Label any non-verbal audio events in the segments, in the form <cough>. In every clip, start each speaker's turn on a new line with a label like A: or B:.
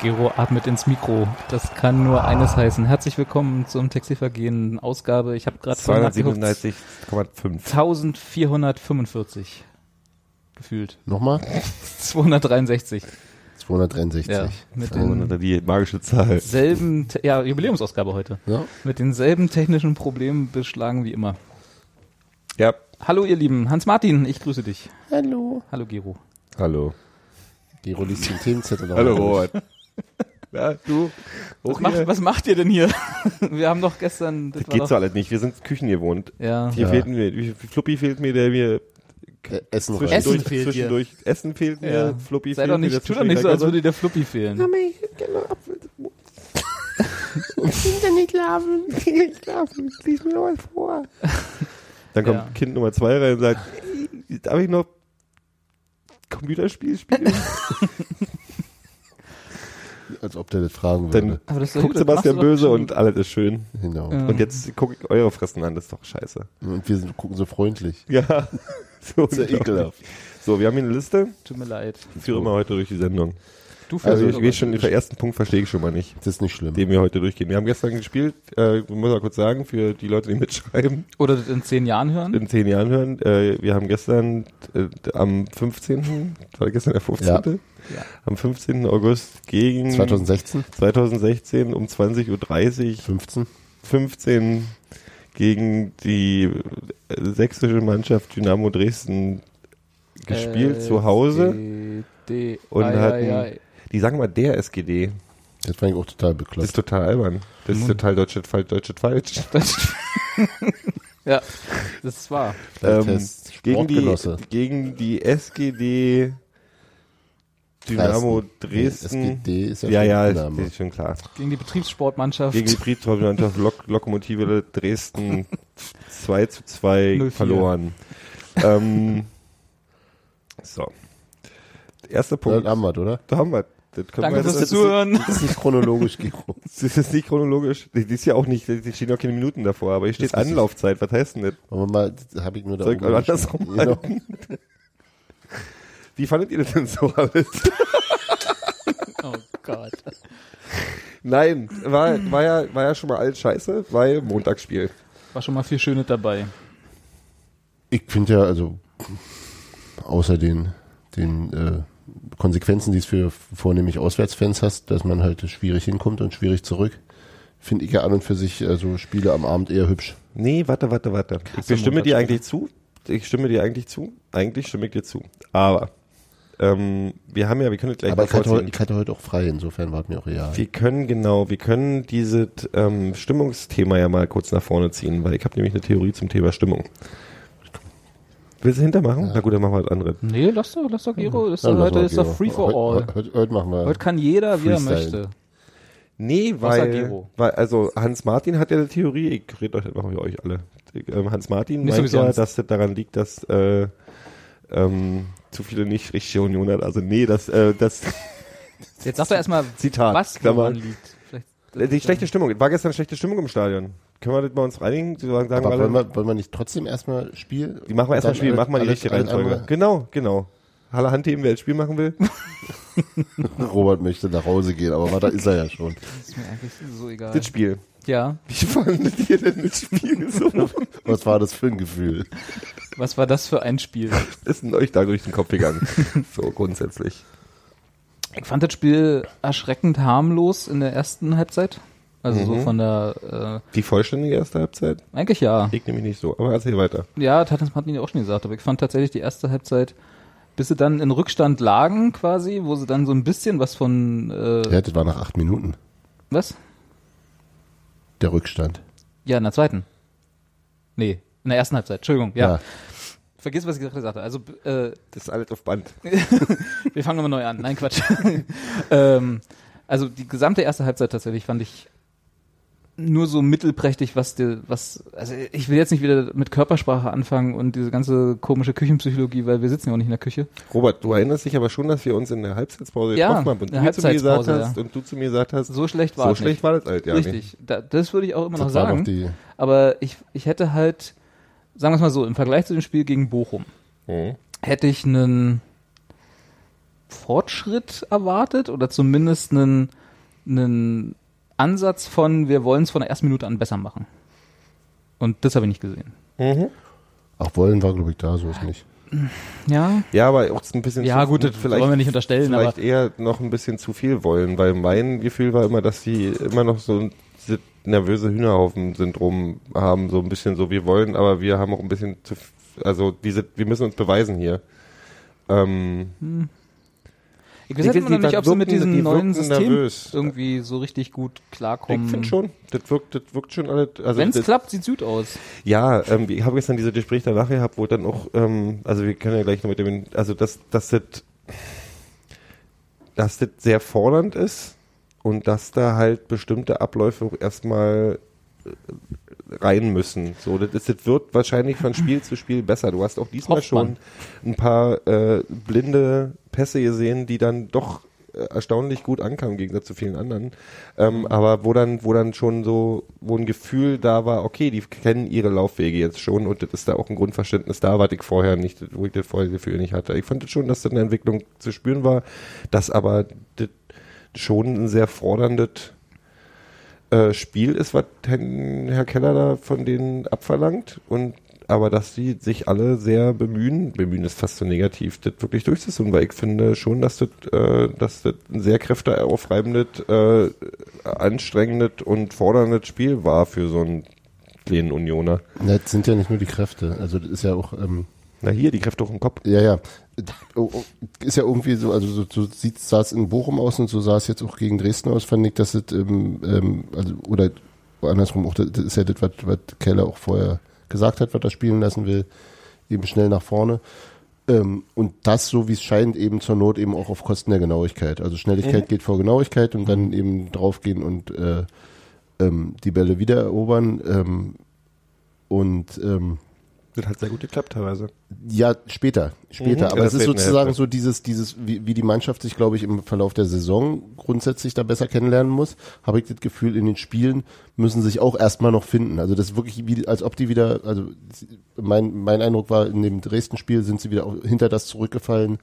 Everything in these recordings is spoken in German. A: Gero atmet ins Mikro. Das kann nur eines heißen. Herzlich willkommen zum Textilvergehen Ausgabe. Ich habe gerade
B: 297,5.
A: 1445 gefühlt.
C: Nochmal?
A: 263.
C: 263.
A: Ja, mit den
B: Oder die magische Zahl.
A: selben, Te- ja, Jubiläumsausgabe heute.
C: Ja.
A: Mit denselben technischen Problemen beschlagen wie immer.
B: Ja.
A: Hallo ihr Lieben, Hans-Martin, ich grüße dich.
C: Hallo.
A: Hallo Gero.
B: Hallo.
C: Die Rollis zum Themenzettel.
B: Robert. <laughs> ja, du.
A: Was
B: Hoch
A: macht,
B: hier.
A: was macht ihr denn hier? <laughs> Wir haben doch gestern... Das
B: Das
A: war
B: geht
A: doch,
B: so alles nicht. Wir sind küchengewohnt.
A: ja.
B: Hier
C: Ja.
B: fehlt mir, wie- wie Fluppi fehlt mir, der mir
C: Äh, Essen
B: zwischendurch,
C: rein.
D: Essen fehlt dir.
B: zwischendurch Essen fehlt mir,
A: Ja.
B: Fluppi
A: Sei
B: fehlt
A: doch
B: mir.
A: nicht,
B: das
A: tu doch
B: ist
A: nicht so,
B: lecker.
A: als würde dir der Fluppi fehlen.
B: Mami, ich hätte gerne Apfel.
C: Ich will da nicht schlafen. Ich will nicht schlafen. Lies mir mal vor.
B: Dann kommt
A: Ja.
B: Kind Nummer zwei rein und sagt, "Ey, darf ich noch Computerspiel spielen?
C: Als ob der das fragen
B: Dann
C: würde.
A: Aber das ist doch
B: guckt
A: gut, das machst du
B: Sebastian
A: doch
B: böse
A: schon.
B: und alles ist schön.
C: Genau.
A: Ja.
B: Und jetzt gucke ich eure Fressen an, das ist doch scheiße.
C: Und wir sind, gucken so freundlich.
B: <laughs> Ja. So,
C: Ist ja
B: unglaublich.
C: ekelhaft.
B: So, wir haben hier eine Liste.
A: Tut mir leid.
B: Ich führe mal heute durch die Sendung.
A: Du
B: Also
A: versuchst
B: ich
A: aber.
B: gehe schon, den ersten Punkt verstehe ich schon mal nicht,
C: Das ist nicht schlimm.
B: den wir heute durchgehen. Wir haben gestern gespielt, äh, muss ich kurz sagen, für die Leute, die mitschreiben,
A: Oder das in zehn Jahren hören?
B: in zehn Jahren hören, äh, wir haben gestern äh, am 15., war gestern der 15.,
A: Ja.
B: am 15. August gegen
C: 2016?
B: 2016 um 20.30 Uhr
C: 15?
B: 15 gegen die äh, sächsische Mannschaft Dynamo Dresden gespielt zu Hause.
A: Äh, D,
B: und
A: ei, ei,
B: hatten-
A: ei.
B: Die sagen mal der SGD.
C: Das fand ich auch total
B: Das ist
C: bekloppt.
B: total albern. Das ist
A: Nun.
B: total Deutschland falsch, Deutschland falsch.
A: Das- <laughs> ja, das ist wahr.
C: Bleibtest.
B: ähm, gegen, die,
C: Sportgenosse.
B: gegen die SGD Dynamo Dresden.
C: SGD ist
B: Ja,
C: ja, schon
B: ja,
C: ein
B: ist,
C: Name.
B: ist schon klar.
A: Gegen die Betriebssportmannschaft.
B: Gegen die Brieftormannschaft Lok Lokomotive Dresden 2 zu
C: <laughs>
B: 2
A: 04.
B: verloren. Ähm, so. Erster
C: Das
B: Punkt.
C: haben wir, oder?
B: Da haben wir. Das können
A: Danke
B: wir
A: fürs
B: das, ist,
A: Zuhören.
C: Das ist
B: <laughs>
C: nicht chronologisch, Gero.
B: das ist nicht chronologisch. Das ist ja auch nicht, da stehen ja auch keine Minuten davor, aber hier steht
C: Das ist-
B: Anlaufzeit. Was heißt denn das?
C: Aber mal, das habe ich nur da
B: Soll ich
C: oben
B: andersrum
C: geschrieben. Genau.
B: Wie fandet ihr das denn so <laughs> alles?
A: Oh Gott.
B: Nein, war, war, ja, war ja schon mal alles scheiße, weil Montagsspiel.
A: War schon mal viel Schönes dabei.
C: Ich finde ja, also außer den, den äh, Konsequenzen, die es für vornehmlich Auswärtsfans hast, dass man halt schwierig hinkommt und schwierig zurück, finde ich ja an und für sich äh, so Spiele am Abend eher hübsch.
B: Nee, warte, warte, warte.
A: Hasse
B: ich stimme
A: Montagsspiele.
B: dir eigentlich zu. Ich stimme dir eigentlich zu. Eigentlich stimme ich dir zu. Aber ähm, wir haben ja, wir können das gleich
C: Aber
B: mal
C: ich hatte, heu-
B: vorziehen.
C: ich hatte heute auch frei, insofern war es mir auch real.
B: Wir können genau, wir können dieses ähm, Stimmungsthema ja mal kurz nach vorne ziehen, weil ich habe nämlich eine Theorie zum Thema Stimmung. Willst du hintermachen? Na gut, dann machen wir das andere.
A: Nee, lass doch, lass doch Gero. Das ist
C: Ja,
A: doch,
C: lass
A: heute
C: mal,
A: ist doch
C: Gero.
A: free for
C: Heute-
A: all.
C: Heute, heute machen wir.
A: Heute kann jeder, wie er
C: Freestyle.
A: möchte.
B: Nee, weil,
A: Gero.
B: weil also Hans Martin hat ja eine Theorie, ich rede euch einfach mit euch alle. Ich, ähm, Hans Martin
A: Nicht so
B: meint
A: wie
B: ja,
A: sonst.
B: dass das daran liegt, dass äh, ähm, zu viele nicht richtige Union hat. Also nee, das, äh, das
A: <laughs> Jetzt sag doch erstmal,
B: Zitat,
A: was
B: Klammer.
A: daran liegt. Vielleicht-
B: die schlechte Stimmung. War gestern schlechte Stimmung im Stadion. Können wir das bei uns reinigen? So Sagen,
C: aber
B: alle-
C: wollen wir, wollen wir nicht trotzdem erstmal Spiel?
B: Die machen wir erstmal
C: Dann
B: Spiel,
C: alles-
B: machen wir die
C: alles-
B: richtige
C: alles
B: Reihenfolge.
C: andere.
B: Genau, genau. Halle Handheben, wer das Spiel machen will.
C: Robert möchte nach Hause gehen, aber da ist er ja schon.
A: Ist mir eigentlich so egal.
B: Das Spiel.
A: Ja,
B: Wie fandet ihr denn das Spiel so?
C: Was war das für ein Gefühl?
A: was war das für ein Spiel?
B: Ist denn euch da durch den
A: <laughs>
B: Kopf gegangen? So grundsätzlich.
A: Ich fand das Spiel erschreckend harmlos in der ersten Halbzeit. Also so von der,
B: Die vollständige erste Halbzeit?
A: äh, eigentlich ja.
B: Ich nämlich nicht so, aber erzähl weiter.
A: Ja, das hat uns Martin ja auch schon gesagt, aber ich fand tatsächlich die erste Halbzeit, bis sie dann in Rückstand lagen quasi, wo sie dann so ein bisschen was von, äh,
C: Ja, das war nach acht Minuten,
A: was?
C: der Rückstand.
A: Ja, in der zweiten. Nee, in der ersten Halbzeit. Entschuldigung, ja.
C: Ja.
A: Vergiss, was ich gerade gesagt habe. Also, äh,
B: Das ist alles auf Band.
A: wir fangen nochmal neu an. Nein, Quatsch. <laughs> ähm, also, die gesamte erste Halbzeit tatsächlich fand ich nur so mittelprächtig, was dir, was, also ich will jetzt nicht wieder mit Körpersprache anfangen und diese ganze komische Küchenpsychologie, weil wir sitzen ja auch nicht in der Küche.
B: Robert, du erinnerst dich aber schon, dass wir uns in der Halbzeitpause
A: Ja,
B: getroffen haben und
A: in
B: du
A: der
B: mir zu mir gesagt
A: Halbzeitpause,
B: hast
A: ja.
B: und du zu mir gesagt hast,
A: So schlecht war
B: so
A: es
B: schlecht
A: nicht.
B: war das halt, ja. nicht.
A: Richtig. Da, das würde ich auch immer noch
C: Das war
A: sagen.
C: noch die,
A: Aber ich, ich hätte halt, sagen wir es mal so, im Vergleich zu dem Spiel gegen Bochum,
B: Mhm.
A: hätte ich einen Fortschritt erwartet oder zumindest einen, einen Ansatz von, wir wollen es von der ersten Minute an besser machen. Und das habe ich nicht gesehen.
B: Mhm.
C: auch Wollen war, glaube ich, da, so ist nicht.
A: Ja,
B: Ja, aber auch ein bisschen
A: ja gut, das
B: vielleicht,
A: wollen wir nicht unterstellen, aber
B: vielleicht eher noch ein bisschen zu viel wollen, weil mein Gefühl war immer, dass die immer noch so ein diese nervöse Hühnerhaufen-Syndrom haben, so ein bisschen so, wir wollen, aber wir haben auch ein bisschen zu, f- also diese, wir müssen uns beweisen hier. Ähm,
A: ich weiß jetzt immer noch nicht, ob sie mit
B: wirken-
A: diesem
B: die
A: neuen
B: wirken
A: System
B: nervös.
A: irgendwie so richtig gut
B: ich
A: klarkommen.
B: finde schon, das wirkt, das wirkt schon alle, also
A: Wenn es
B: das,
A: klappt, sieht gut aus.
B: Ja, ähm, ich habe gestern diese Gespräche danach gehabt, wo dann auch, ähm, also wir können ja gleich noch mit dem, also dass, dass das, dass das sehr fordernd ist und dass da halt bestimmte Abläufe auch erstmal äh, rein müssen. So, das, ist, das wird wahrscheinlich von Spiel zu Spiel besser. Du hast auch diesmal
A: Hofft
B: schon
A: man.
B: ein paar äh, blinde Pässe gesehen, die dann doch äh, erstaunlich gut ankamen, im Gegensatz zu vielen anderen. Ähm, aber wo dann, wo dann schon so, wo ein Gefühl da war, okay, die kennen ihre Laufwege jetzt schon und das ist da auch ein Grundverständnis da, was ich vorher nicht, wo ich das vorher Gefühl nicht hatte. Ich fand das schon, dass da eine Entwicklung zu spüren war, dass aber das schon ein sehr forderndes äh, Spiel ist, was Herrn- Herr Keller da von denen abverlangt und aber dass die sich alle sehr bemühen, bemühen ist fast so negativ, das wirklich durchzusetzen, weil ich finde schon, dass das, äh, dass das ein sehr kräfteaufreibendes, äh, anstrengendes und forderndes Spiel war für so einen kleinen Unioner.
C: Na, Das sind ja nicht nur die Kräfte. Also das ist ja auch, ähm,
B: Na hier, die Kräfte hoch im Kopf.
C: ja, ja. Oh, oh, Ist ja irgendwie so, also so, so sieht, sah es in Bochum aus und so sah es jetzt auch gegen Dresden aus, fand ich, dass es, ähm, ähm, also, oder andersrum auch, das das ist ja das, was, was Keller auch vorher gesagt hat, was er spielen lassen will, eben schnell nach vorne. Ähm, und das, so wie es scheint, eben zur Not eben auch auf Kosten der Genauigkeit. Also Schnelligkeit geht vor Genauigkeit und dann eben draufgehen und äh, ähm, die Bälle wiedererobern. Ähm, und ähm,
B: Das hat sehr gut geklappt teilweise.
C: ja, später, später.
B: Mhm.
C: Aber
B: Ja,
C: es
B: das
C: ist
B: fehlt mir
C: sozusagen
B: jetzt.
C: so dieses, dieses, wie, wie die Mannschaft sich, glaube ich, im Verlauf der Saison grundsätzlich da besser kennenlernen muss, habe ich das Gefühl, in den Spielen müssen sich auch erstmal noch finden. Also das ist wirklich, wie, als ob die wieder, also sie- mein, mein Eindruck war, in dem Dresden-Spiel sind sie wieder auch hinter das zurückgefallen,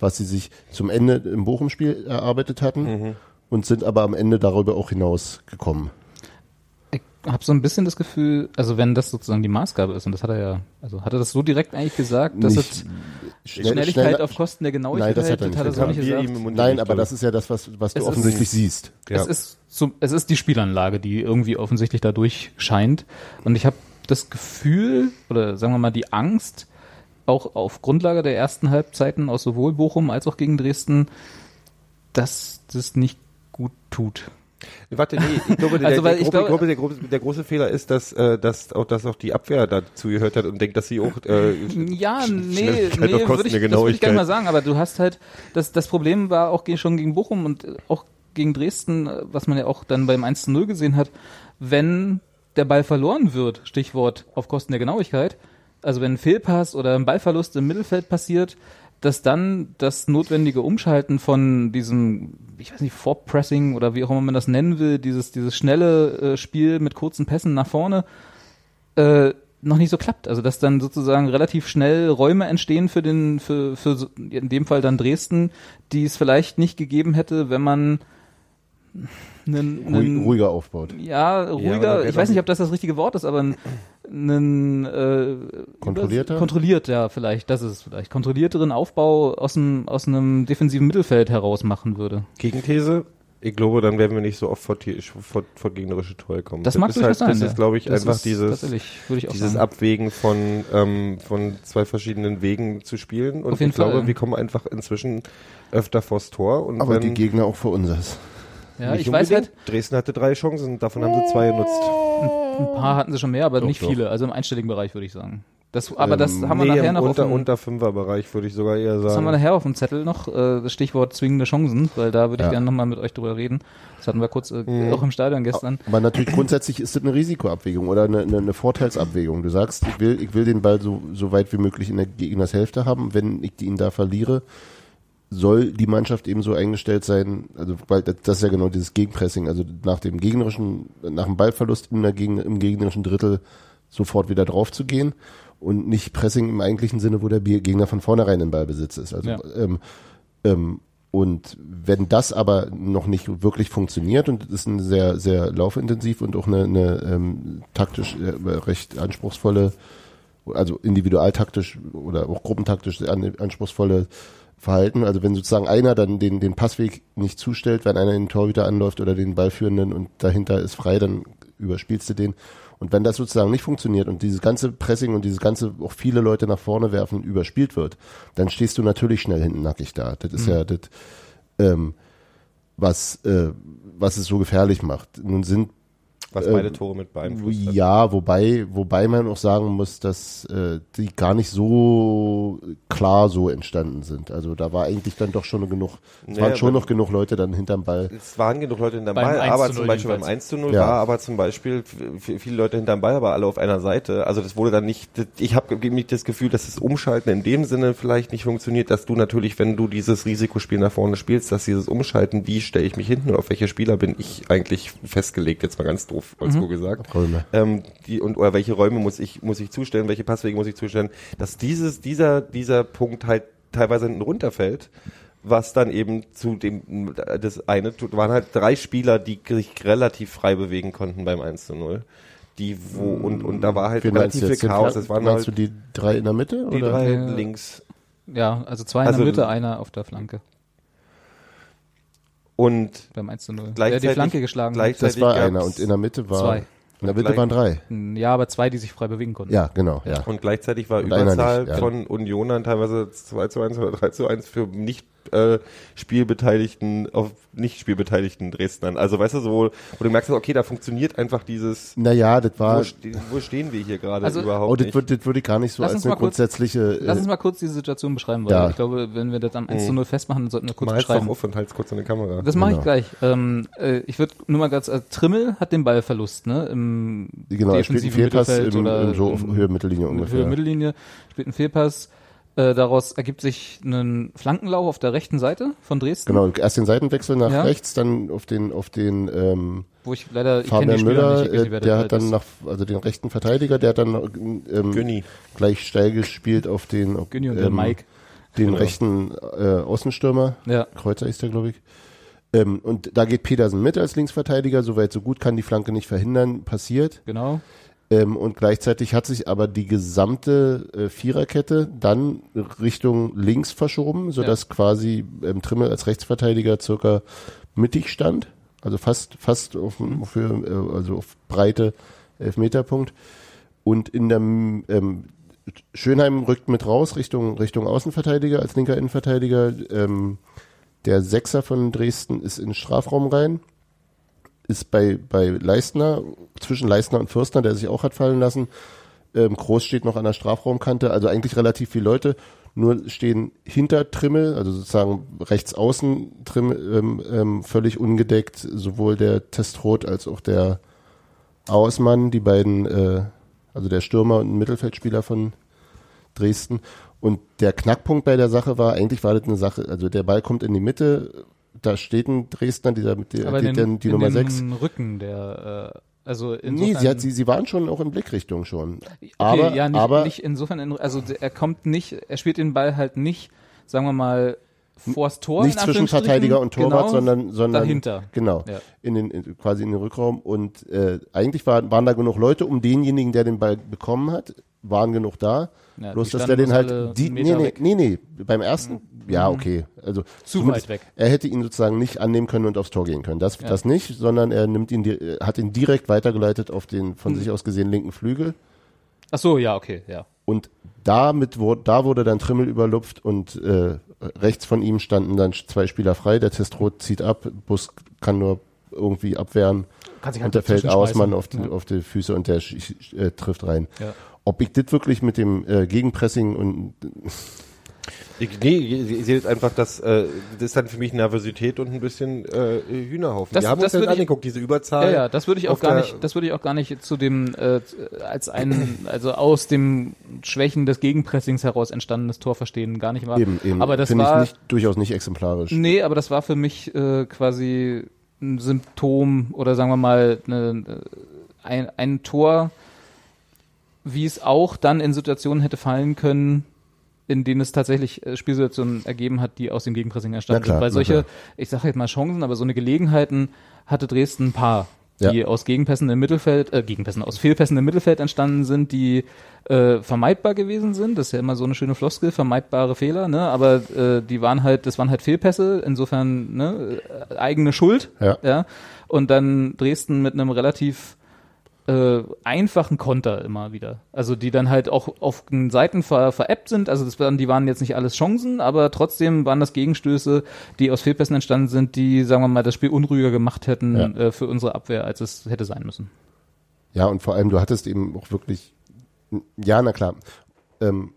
C: was sie sich zum Ende im Bochum-Spiel erarbeitet hatten und sind aber am Ende darüber auch hinausgekommen.
A: Ich habe so ein bisschen das Gefühl, also wenn das sozusagen die Maßgabe ist, und das hat er ja, also hat er das so direkt eigentlich gesagt, dass es
C: Nicht schnell-
A: Schnelligkeit
C: schneller-
A: auf Kosten der Genauigkeit,
C: Nein, das hat er nicht
A: das
C: gesagt.
A: auch nicht gesagt.
C: Nein, aber das ist ja das, was, was
A: Es
C: du
A: ist-
C: offensichtlich siehst.
A: Es, ist zum, es ist die Spielanlage, die irgendwie offensichtlich dadurch scheint. Und ich habe das Gefühl, oder sagen wir mal die Angst, auch auf Grundlage der ersten Halbzeiten aus sowohl Bochum als auch gegen Dresden, dass das nicht gut tut.
B: Warte, nee, ich glaube, der,
A: Also,
B: der,
A: weil ich
B: grobe,
A: glaube-
B: glaube, der, große, der große Fehler ist, dass, äh, dass, auch, dass auch die Abwehr dazu gehört hat und denkt, dass sie auch. Äh,
A: Ja,
B: Sch-
A: nee,
B: Schnelligkeit
A: nee
B: auf Kosten
A: würde ich,
B: der
A: das würd ich gar
B: Genauigkeit.
A: nicht mal sagen, aber du hast halt, das, das Problem war auch ge- schon gegen Bochum und äh, auch gegen Dresden, äh, was man ja auch dann beim 1 zu 0 gesehen hat, wenn der Ball verloren wird, Stichwort auf Kosten der Genauigkeit, also wenn ein Fehlpass oder ein Ballverlust im Mittelfeld passiert, dass dann das notwendige Umschalten von diesem, ich weiß nicht, Vorpressing oder wie auch immer man das nennen will, dieses, dieses schnelle äh, Spiel mit kurzen Pässen nach vorne, äh, noch nicht so klappt. Also dass dann sozusagen relativ schnell Räume entstehen für den, für, für so- in dem Fall dann Dresden, die es vielleicht nicht gegeben hätte, wenn man einen,
C: Ruhig,
A: einen
C: ruhiger aufbaut.
A: ja,
B: aber
A: ruhiger,
B: wer
A: ich weiß
B: dann-
A: nicht, ob das das richtige Wort ist, aber einen, einen äh,
C: Kontrollierter?
A: übers- kontrolliert, ja, vielleicht, das ist es vielleicht, kontrollierteren Aufbau aus dem, aus einem defensiven Mittelfeld heraus machen würde.
B: Gegenthese? Ich glaube, dann werden wir nicht so oft vor, Tier- vor, vor gegnerische Tore kommen.
A: Das, mag
B: ist
A: durchaus
B: halt,
A: sein.
B: Das
A: ja.
B: ist, glaube ich,
A: Das
B: einfach
A: ist
B: dieses,
A: tatsächlich, würde ich auch
B: dieses
A: sagen.
B: Abwägen von, ähm, von zwei verschiedenen Wegen zu spielen. Und
A: Auf jeden
B: ich glaube,
A: Fall.
B: wir kommen einfach inzwischen öfter vors Tor. Und
C: Aber
B: wenn,
C: die Gegner auch für unseres.
A: Ja,
B: Nicht
A: ich weiß
B: unbedingt.
A: halt, Äh,
B: Dresden hatte drei Chancen, davon haben sie zwei genutzt.
A: ein paar hatten sie schon mehr, aber
C: Doch,
A: nicht
C: doch.
A: viele. Also im einstelligen Bereich würde ich sagen. Das, aber das
B: Ähm,
A: haben wir
B: nee,
A: nachher
B: im
A: noch
B: unter,
A: auf dem,
B: unter Fünferbereich würde ich sogar
A: das
B: eher
A: haben wir
B: sagen.
A: nachher auf dem Zettel noch, äh, das Stichwort zwingende Chancen, weil da würde ich
C: Ja.
A: gerne nochmal mit euch drüber reden. Das hatten wir kurz äh,
B: Mhm.
A: auch im Stadion gestern.
C: Aber natürlich grundsätzlich ist das eine Risikoabwägung oder eine, eine, eine Vorteilsabwägung. Du sagst, ich will, ich will den Ball so, so weit wie möglich in der Gegnershälfte haben. Wenn ich die- ihn da verliere, soll die Mannschaft eben so eingestellt sein, also weil das das ist ja genau dieses Gegenpressing, also nach dem gegnerischen, nach dem Ballverlust in der Geg im gegnerischen Drittel sofort wieder drauf zu gehen und nicht Pressing im eigentlichen Sinne, wo der Bier- Gegner von vornherein in Ballbesitz ist. Also
A: Ja.
C: ähm, ähm, und wenn das aber noch nicht wirklich funktioniert und es ist ein sehr, sehr laufintensiv und auch eine, eine ähm, taktisch äh, recht anspruchsvolle, also individualtaktisch oder auch gruppentaktisch sehr an, anspruchsvolle Verhalten, also wenn sozusagen einer dann den, den Passweg nicht zustellt, wenn einer den Torhüter anläuft oder den Ballführenden und dahinter ist frei, dann überspielst du den. Und wenn das sozusagen nicht funktioniert und dieses ganze Pressing und dieses ganze auch viele Leute nach vorne werfen überspielt wird, dann stehst du natürlich schnell hinten nackig da. Das ist ja das, ähm, was, äh, was es so gefährlich macht. Nun sind
B: Was
C: ähm,
B: beide Tore mit beeinflusst hat.
C: ja, wobei, wobei man auch sagen muss, dass äh, die gar nicht so klar so entstanden sind. Also da war eigentlich dann doch schon genug, es
B: Naja,
C: waren schon
B: aber-
C: noch genug Leute dann hinterm Ball.
B: Es waren genug Leute hinterm
A: Beim
B: Ball,
A: 1
B: aber
A: zu
B: zum
A: 0
B: Beispiel beim
A: jedenfalls.
B: 1 zu 0
C: Ja.
B: war aber zum Beispiel f- viele Leute hinterm Ball, aber alle auf einer Seite. Also das wurde dann nicht, das- ich habe nämlich das Gefühl, dass das Umschalten in dem Sinne vielleicht nicht funktioniert, dass du natürlich, wenn du dieses Risikospiel nach vorne spielst, dass dieses Umschalten, wie stelle ich mich hinten oder auf welche Spieler bin ich eigentlich festgelegt, jetzt mal ganz doof, Olsko
A: Mhm.
B: gesagt.
C: Räume.
B: Ähm, die, und oder welche Räume muss ich, muss ich zustellen, welche Passwege muss ich zustellen, dass dieses, dieser, dieser Punkt halt teilweise hinten runterfällt, was dann eben zu dem, das eine, waren halt drei Spieler, die sich relativ frei bewegen konnten beim 1 zu 0. Die, wo, und, und da war halt
C: Wen Hm. meinst
B: relativ
C: du
B: viel
C: jetzt? Den
B: Chaos.
C: Flanken?
B: Es waren
C: meinst
B: halt
C: du die drei in der Mitte?
B: die
C: oder?
B: drei
A: Ja.
B: links.
A: Ja, also zwei in
B: Also-
A: der Mitte, einer auf der Flanke
B: Und
A: beim 1 zu 0. Der
B: Gleichzeitig-
A: die Flanke geschlagen hat.
B: gleichzeitig
C: Das war
B: gab's-
C: einer und in der Mitte war
A: Zwei.
C: In der Mitte waren drei.
A: Ja, aber zwei, die sich frei bewegen konnten.
C: Ja, genau, ja.
B: Und gleichzeitig war
C: Und einer
B: Überzahl
C: nicht, ja.
B: von Unionern teilweise 2 zu 1 oder 3 zu 1 für nicht äh, spielbeteiligten, auf nicht spielbeteiligten Dresdnern. Also weißt du, so, wo du merkst, okay, da funktioniert einfach dieses,
C: Naja, das
B: wo,
C: war
B: ste wo stehen wir hier gerade
A: Also-
C: Oh,
B: überhaupt
C: das
B: nicht.
C: würde, das würde ich gar nicht so
A: Lass
C: als
A: uns
C: eine
A: mal kurz-
C: grundsätzliche.
A: Lass
C: äh,
A: uns mal kurz die Situation beschreiben, weil
C: Ja.
A: ich glaube, wenn wir das
B: Mhm.
A: am 1 zu 0 festmachen, dann sollten wir kurz
B: Mal's
A: beschreiben.
B: doch auf und halt's kurz an die Kamera.
A: Das mache
C: Genau.
A: ich gleich. Ähm, äh, ich würde nur mal ganz, äh, Trimmel hat den Ballverlust, ne? Im
C: genau, er spielt einen
A: defensiven
C: Fehlpass
A: Mittelfeld
C: im,
A: oder
C: im so auf
A: im-
C: Höhe Mittellinie ungefähr.
A: Höhe Mittellinie, spielt einen Fehlpass. Äh, daraus ergibt sich ein Flankenlauf auf der rechten Seite von Dresden,
C: Genau, erst den Seitenwechsel nach
A: Ja.
C: rechts, dann auf den auf den ähm,
A: wo ich leider, ich kenne die
C: Fabian
A: Spieler
C: Müller,
A: nicht, ich weiß nicht,
C: äh,
A: wer
C: der
A: das halt
C: hat dann
A: ist.
C: nach also den rechten Verteidiger, der hat dann ähm,
B: Günni.
C: gleich steil gespielt auf den auf,
A: Günni und der Mike.
C: den
B: Genau.
C: rechten äh, Außenstürmer.
A: Ja.
C: Kreuzer ist der, glaube ich. Ähm, und da geht Petersen mit als Linksverteidiger, soweit so gut, kann die Flanke nicht verhindern, passiert.
A: Genau.
C: Ähm, und gleichzeitig hat sich aber die gesamte äh, Viererkette dann Richtung links verschoben, sodass quasi ähm, Trimmel als Rechtsverteidiger circa mittig stand. Also fast, fast auf, für, äh, also auf breite Elfmeterpunkt. Und in der M- ähm, Schönheim rückt mit raus Richtung, Richtung Außenverteidiger als linker Innenverteidiger. Ähm, der Sechser von Dresden ist in den Strafraum rein ist bei, bei Leistner, zwischen Leistner und Fürstner, der sich auch hat fallen lassen. Ähm, Groß steht noch an der Strafraumkante, also eigentlich relativ viele Leute, nur stehen hinter Trimmel, also sozusagen rechts außen Trimmel, ähm, ähm, völlig ungedeckt, sowohl der Testroth als auch der Ausmann, die beiden, äh, also der Stürmer und ein Mittelfeldspieler von Dresden. Und der Knackpunkt bei der Sache war, eigentlich war das eine Sache, also der Ball kommt in die Mitte, da steht ein Dresdner, dieser, mit der,
A: Aber
C: die,
A: in
C: der,
A: den,
C: die
A: in
C: Nummer
A: den
C: 6.
A: Rücken der, äh, also insofern,
C: Nee, sie, hat, sie, sie waren schon auch in Blickrichtung schon.
A: Okay,
C: aber
A: ja, nicht,
C: aber
A: nicht insofern, in, also der- er kommt nicht, er spielt den Ball halt nicht, sagen wir mal, vors Tor.
C: nicht
A: in
C: zwischen
A: Anführungsstrichen,
C: Verteidiger und Torwart,
A: genau,
C: sondern, sondern
A: dahinter.
C: Genau,
A: Ja.
C: in den, in, quasi in den Rückraum. Und äh, eigentlich waren, waren da genug Leute um denjenigen, der den Ball bekommen hat, waren genug da.
A: Ja,
C: Bloß,
A: die
C: dass der
A: standen
C: den
A: bloß
C: halt.
A: alle
C: Die,
A: einen
C: nee,
A: Meter
C: nee,
A: weg. Mhm.
C: nee, nee, beim ersten, ja, okay. Also
A: Zu
C: zumindest-
A: weit weg.
C: Er hätte ihn sozusagen nicht annehmen können und aufs Tor gehen können. Das, das nicht, sondern er nimmt ihn, di- hat ihn direkt weitergeleitet auf den
A: Mhm.
C: von sich aus gesehen linken Flügel.
A: Ach so, ja, okay, ja.
C: Und damit wurde, da wurde dann Trimmel überlupft und äh, rechts von ihm standen dann zwei Spieler frei. Der Testroth zieht ab, Bus kann nur irgendwie abwehren.
D: Kann sich
C: und
D: halt
C: der fällt aus,
D: dazwischen
C: man auf die,
D: schmeißen, ja.
C: auf die Füße und der sch- sch- äh, trifft rein. Ob ich das wirklich mit dem äh, Gegenpressing und
B: Ich, nee, ihr ihr seht einfach, dass äh, das ist dann für mich Nervosität und ein bisschen äh, Hühnerhaufen.
A: Das-
B: Wir haben
A: das
B: uns das
A: würde ich-
B: angeguckt, diese
A: Ja,
B: Überzahl.
A: ja, das würde ich auch
B: auf
A: gar
B: der-
A: nicht, das würde ich auch gar nicht zu dem äh, als einen, also aus dem Schwächen des Gegenpressings heraus entstandenes Tor verstehen, gar nicht wahr.
C: eben, eben
A: aber das
C: finde ich
A: war
C: nicht, durchaus nicht exemplarisch.
A: Nee, aber das war für mich äh, quasi ein Symptom oder sagen wir mal eine, äh, ein, ein Tor, wie es auch dann in Situationen hätte fallen können, in denen es tatsächlich äh, Spielsituationen ergeben hat, die aus dem Gegenpressing entstanden
C: Na klar,
A: sind. Weil
C: na
A: solche,
C: klar.
A: ich sage jetzt mal Chancen, aber so eine Gelegenheiten hatte Dresden ein paar. Die
C: Ja.
A: aus Gegenpässen im Mittelfeld, äh, Gegenpässen, aus Fehlpässen im Mittelfeld entstanden sind, die äh, vermeidbar gewesen sind. Das ist ja immer so eine schöne Floskel, vermeidbare Fehler, ne? Aber äh, die waren halt, das waren halt Fehlpässe, insofern ne? äh, eigene Schuld.
C: Ja.
A: ja. Und dann Dresden mit einem relativ äh, einfachen Konter immer wieder. Also die dann halt auch auf den Seiten ver veräppt sind. Also das waren, die waren jetzt nicht alles Chancen, aber trotzdem waren das Gegenstöße, die aus Fehlpässen entstanden sind, die, sagen wir mal, das Spiel unruhiger gemacht hätten
C: Ja.
A: äh, für unsere Abwehr, als es hätte sein müssen.
C: Ja, und vor allem, du hattest eben auch wirklich, ja, na klar. Ähm,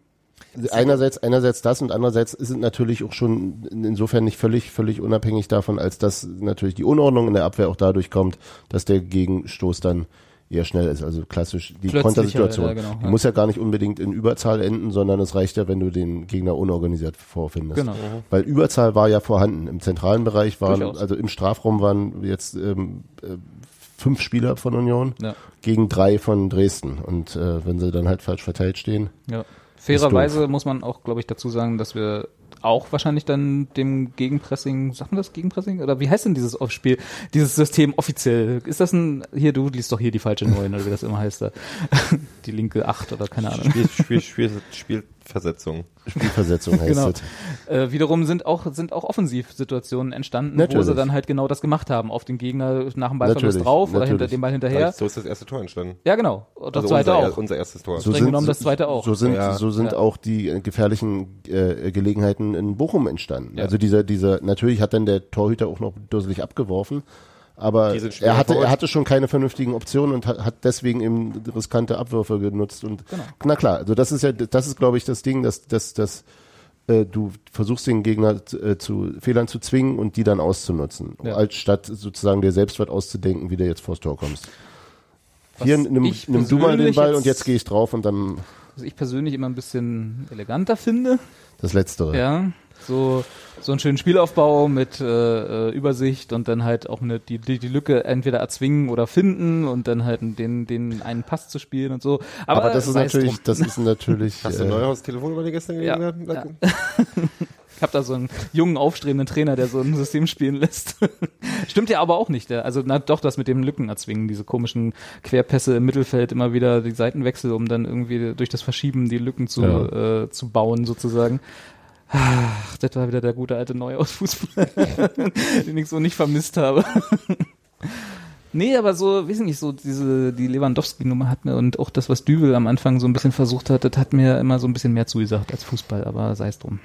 C: einerseits, einerseits das und andererseits ist es natürlich auch schon in- insofern nicht völlig, völlig unabhängig davon, als dass natürlich die Unordnung in der Abwehr auch dadurch kommt, dass der Gegenstoß dann eher schnell ist. Also klassisch die
A: Plötzlicher,
C: Kontersituation.
A: ja, genau,
C: die
A: ja.
C: muss ja gar nicht unbedingt in Überzahl enden, sondern es reicht ja, wenn du den Gegner unorganisiert vorfindest.
A: Genau.
C: Weil Überzahl war ja vorhanden. Im zentralen Bereich waren,
A: Durchaus.
C: also im Strafraum waren jetzt ähm, äh, fünf Spieler von Union
A: Ja.
C: gegen drei von Dresden. Und äh, wenn sie dann halt falsch verteilt stehen.
A: Ja.
C: doof.
A: Fairerweise muss man auch, glaube ich, dazu sagen, dass wir auch wahrscheinlich dann dem Gegenpressing, sagt man das Gegenpressing? Oder wie heißt denn dieses Spiel, dieses System offiziell? Ist das ein, hier, du liest doch hier die falsche Neun oder wie das immer heißt da. <laughs> Die linke Acht oder keine Ahnung.
B: Spiel, Spiel, Spiel, Spielversetzung.
C: Spielversetzung heißt
A: Genau.
C: es.
A: Äh, wiederum sind auch, sind auch Offensivsituationen entstanden, wo
C: Natürlich.
A: sie dann halt genau das gemacht haben. Auf den Gegner nach dem Ballverlust
C: Natürlich,
A: drauf oder hinter
C: natürlich.
A: dem Ball hinterher.
B: So ist das erste Tor entstanden.
A: Ja, genau. Und das
B: Also
A: zweite
B: unser,
A: auch.
B: unser erstes Tor.
C: So
A: Streng genommen das zweite auch.
C: So sind,
B: Ja.
C: so sind
A: Ja.
C: auch die äh, gefährlichen äh, Gelegenheiten in Bochum entstanden.
A: Ja.
C: Also dieser, dieser, natürlich hat dann der Torhüter auch noch dusselig abgeworfen. Aber
B: Die sind schwer
C: er hatte,
B: verrutscht.
C: er hatte schon keine vernünftigen Optionen und hat, hat deswegen eben riskante Abwürfe genutzt. Und
A: Genau.
C: na klar, also das ist ja, das ist, glaube ich, das Ding, dass, dass, dass äh, du versuchst den Gegner äh, zu Fehlern zu zwingen und die dann auszunutzen,
A: Ja.
C: als statt sozusagen dir selbst was auszudenken, wie du jetzt vors Tor kommst.
A: Was
C: Hier nimm,
A: ich
C: nimm du mal den
A: persönlich
C: Ball und jetzt gehe ich drauf und dann
A: Was ich persönlich immer ein bisschen eleganter finde.
C: das Letztere.
A: Ja, so, so einen schönen Spielaufbau mit äh, äh, Übersicht und dann halt auch eine, die, die, die Lücke entweder erzwingen oder finden und dann halt den, den einen Pass zu spielen und so. Aber,
C: Aber das ist
A: sei es
C: natürlich,
A: drum.
C: das
A: <laughs>
C: ist natürlich.
B: Hast du
C: äh,
B: Neuhaus Telefon über die gestern
A: Ja.
B: gelegen?
A: Ja. Ich habe da so einen jungen, aufstrebenden Trainer, der so ein System spielen lässt. <laughs> Stimmt ja aber auch nicht. Der, also na, doch das mit dem Lücken erzwingen, diese komischen Querpässe im Mittelfeld, immer wieder die Seitenwechsel, um dann irgendwie durch das Verschieben die Lücken zu, äh, zu bauen sozusagen. Ach, das war wieder der gute alte Neuausfußball, <laughs> den ich so nicht vermisst habe. <laughs> Nee, aber so, weiß ich nicht, so diese, die Lewandowski-Nummer hat mir und auch das, was Dübel am Anfang so ein bisschen versucht hat, das hat mir immer so ein bisschen mehr zugesagt als Fußball, aber sei es drum.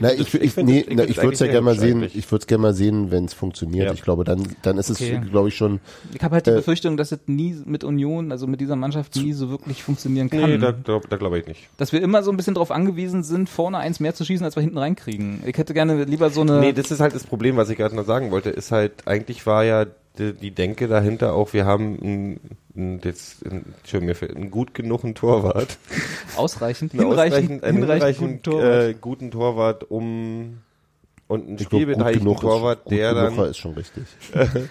C: na, ich, ich, nee, na, ich würde es ja gerne mal sehen. Ich würde es gerne mal sehen, wenn es funktioniert.
B: Ja.
C: Ich glaube, dann, dann ist
A: Okay.
C: es, glaube ich schon.
A: Ich habe halt die
C: Äh,
A: Befürchtung, dass es nie mit Union, also mit dieser Mannschaft, nie so wirklich funktionieren kann.
B: Nee, da, da, da glaube ich nicht.
A: dass wir immer so ein bisschen drauf angewiesen sind, vorne eins mehr zu schießen, als wir hinten reinkriegen. Ich hätte gerne lieber so eine.
B: Nee, das ist halt das Problem, was ich gerade noch sagen wollte, ist halt, eigentlich war ja die, die Denke dahinter auch, wir haben ein, ein, jetzt, ein, Entschuldigung, mir fehlt ein gut genugen Torwart.
A: ausreichend,
B: Einen
A: hinreichend,
B: ausreichend- einen
A: hinreichend, guten
B: hinreichend
A: Torwart.
B: äh, guten Torwart, um und einen
C: Ich glaube, gut
B: spielbeteiligten
C: genug
B: Torwart,
C: ist, gut
B: der
C: genug
B: dann
C: ist schon richtig.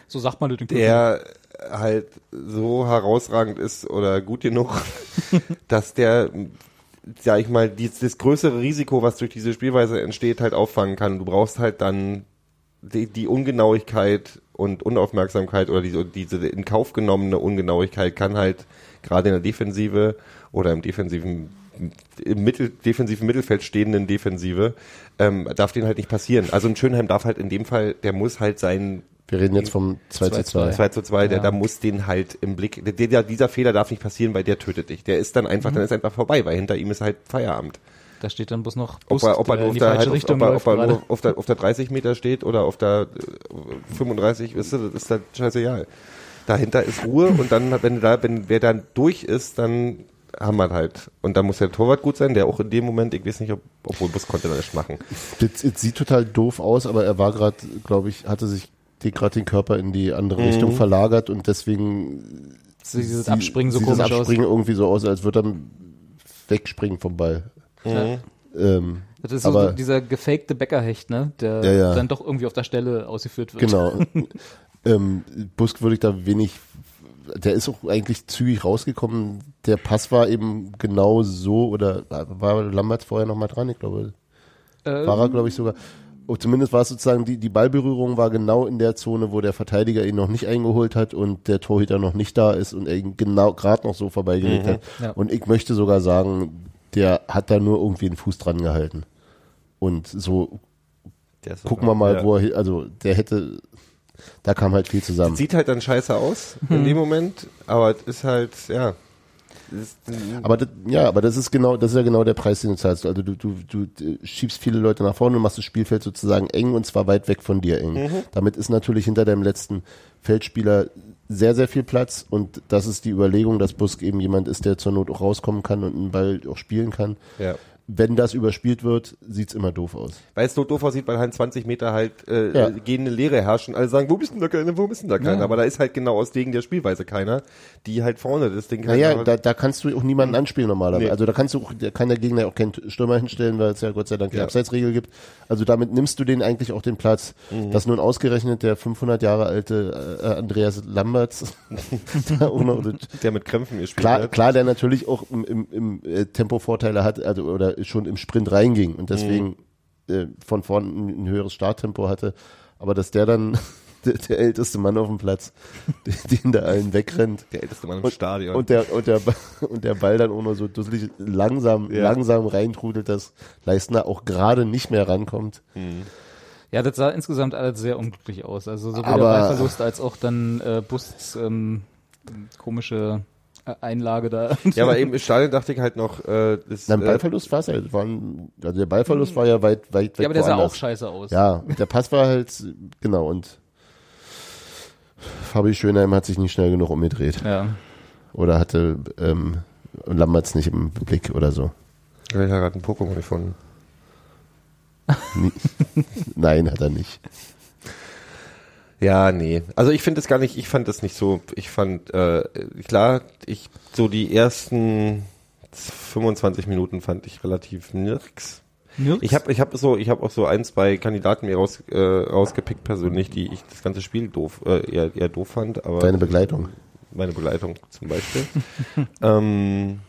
A: so sagt man das in Köln.
B: der halt so herausragend ist oder gut genug, dass der, sag ich mal, dies, das größere Risiko, was durch diese Spielweise entsteht, halt auffangen kann. Du brauchst halt dann die, die Ungenauigkeit und Unaufmerksamkeit oder diese, diese in Kauf genommene Ungenauigkeit kann halt gerade in der Defensive oder im defensiven im Mittel, defensiven Mittelfeld stehenden Defensive ähm, darf den halt nicht passieren. Also ein Schönheim darf halt in dem Fall, der muss halt seinen
C: Wir reden jetzt vom 2 zu 2.
B: 2 zu 2, der,
A: Ja.
B: da muss den halt im Blick, der,
A: Mhm.
B: der, dieser Fehler darf nicht passieren, weil der tötet dich. Der ist dann einfach, dann ist einfach vorbei, weil hinter ihm ist halt Feierabend.
A: Da steht dann bloß noch
B: Ob er, ob er
A: der
B: nur
A: in
B: auf
A: die
B: der,
A: falsche
B: halt, auf,
A: Richtung
B: ob er,
A: läuft
B: ob er
A: gerade.
B: nur auf der, auf der 30 Meter steht oder auf der äh, 35, ist das ist das scheißegal. Dahinter ist Ruhe und dann, hat- wenn da, wenn wer dann durch ist, dann haben wir halt. Und dann muss der Torwart gut sein, der auch in dem Moment, ich weiß nicht, ob, obwohl Bus konnte das nicht machen.
C: Das, das sieht total doof aus, aber er war gerade, glaube ich, hatte sich gerade den Körper in die andere Richtung verlagert und deswegen
A: Mhm. Dieses
C: sie-
A: Abspringen so
C: sieht das
A: komisch aus.
C: Abspringen irgendwie so aus, als würde er wegspringen vom Ball.
A: Ja.
C: Ähm,
A: Das ist
C: aber
A: so dieser gefakte Bäckerhecht, ne? Der
C: Ja, ja.
A: dann doch irgendwie auf der Stelle ausgeführt wird.
C: genau. ähm, Busk würde ich da wenig. Der ist auch eigentlich zügig rausgekommen. Der Pass war eben genau so oder war Lamberts vorher noch mal dran, ich glaube.
A: Äh,
C: war er, glaube ich, sogar. Oh, zumindest war es sozusagen, die, die Ballberührung war genau in der Zone, wo der Verteidiger ihn noch nicht eingeholt hat und der Torhüter noch nicht da ist und er ihn genau gerade noch so vorbeigelegt hat.
A: Ja.
C: Und ich möchte sogar sagen, der hat da nur irgendwie einen Fuß dran gehalten. Und so,
B: Der ist
C: gucken wir mal, wo er, hin- also der hätte, da kam halt viel zusammen.
B: Sieht halt dann scheiße aus in
A: Mhm.
B: dem Moment, aber es ist halt, ja. Es Ist,
C: Aber das, ja, aber das ist genau, das ist ja genau der Preis, den du zahlst. Also du, du, du äh, schiebst viele Leute nach vorne und machst das Spielfeld sozusagen eng und zwar weit weg von dir eng. Damit ist natürlich hinter deinem letzten Feldspieler sehr, sehr viel Platz und das ist die Überlegung, dass Busk eben jemand ist, der zur Not auch rauskommen kann und einen Ball auch spielen kann.
B: ja.
C: Wenn das überspielt wird, sieht's immer doof aus.
B: Weil es so doof aussieht, weil halt 20 Meter halt äh,
C: Ja.
B: gehende Leere herrschen. Alle sagen, wo bist denn da keiner, wo bist denn da keiner?
A: Ja.
B: Aber da ist halt genau aus wegen der Spielweise keiner, die halt vorne das Ding halt-
C: Naja,
B: aber-
C: da, da kannst du auch niemanden anspielen normalerweise.
B: Hm. Nee.
C: Also da kannst du auch, da kann der Gegner auch keinen Stürmer hinstellen, weil es ja Gott sei Dank die
B: Ja.
C: Abseitsregel gibt. Also damit nimmst du den eigentlich auch den Platz.
B: Mhm.
C: Dass nun ausgerechnet der 500 Jahre alte äh, Andreas
B: <laughs>
C: Lamberts da auch noch das
B: der mit Krämpfen gespielt
C: Klar,
B: hat.
C: klar, der natürlich auch im, im, im äh, Tempo Vorteile hat, also oder schon im Sprint reinging und deswegen
B: Mhm.
C: äh, von vorn ein, ein höheres Starttempo hatte. Aber dass der dann <laughs> der, der älteste Mann auf dem Platz, <laughs> den, den da allen wegrennt.
B: Der älteste Mann im
C: Und-
B: Stadion.
C: Und der, und, der, <laughs> Ba- und der Ball dann auch nur so dusselig langsam,
B: Ja.
C: langsam reintrudelt, dass Leistner auch gerade nicht mehr rankommt.
A: Ja, das sah insgesamt alles sehr unglücklich aus. Also sowohl
C: Aber-
A: der Ballverlust als auch dann äh, Busts ähm, komische äh, Einlage da. <laughs>
B: ja, aber eben im Stadion dachte ich halt noch, äh, das,
C: Sein
B: äh,
C: Ballverlust war es ja, war ein, also der Ballverlust war ja weit, weit, weit
A: ja, aber der sah
C: woanders.
A: auch scheiße aus.
C: Ja, und der Pass war halt, genau, und Fabi Schönheim hat sich nicht schnell genug umgedreht.
A: Ja.
C: Oder hatte ähm, Lamberts nicht im Blick oder so.
B: ich habe gerade ein Pokémon gefunden.
C: Nie- Nein, hat er nicht.
B: Ja, nee. Also ich finde es gar nicht, ich fand das nicht so, ich fand, äh, klar, ich, so die ersten 25 Minuten fand ich relativ nirgends.
A: Nirgends.
B: Ich habe ich hab so, ich habe auch so ein, zwei Kandidaten mir raus, äh, rausgepickt persönlich, die ich das ganze Spiel doof, äh, eher, eher doof fand, aber
C: Deine Begleitung.
B: meine Begleitung zum Beispiel. <laughs> ähm,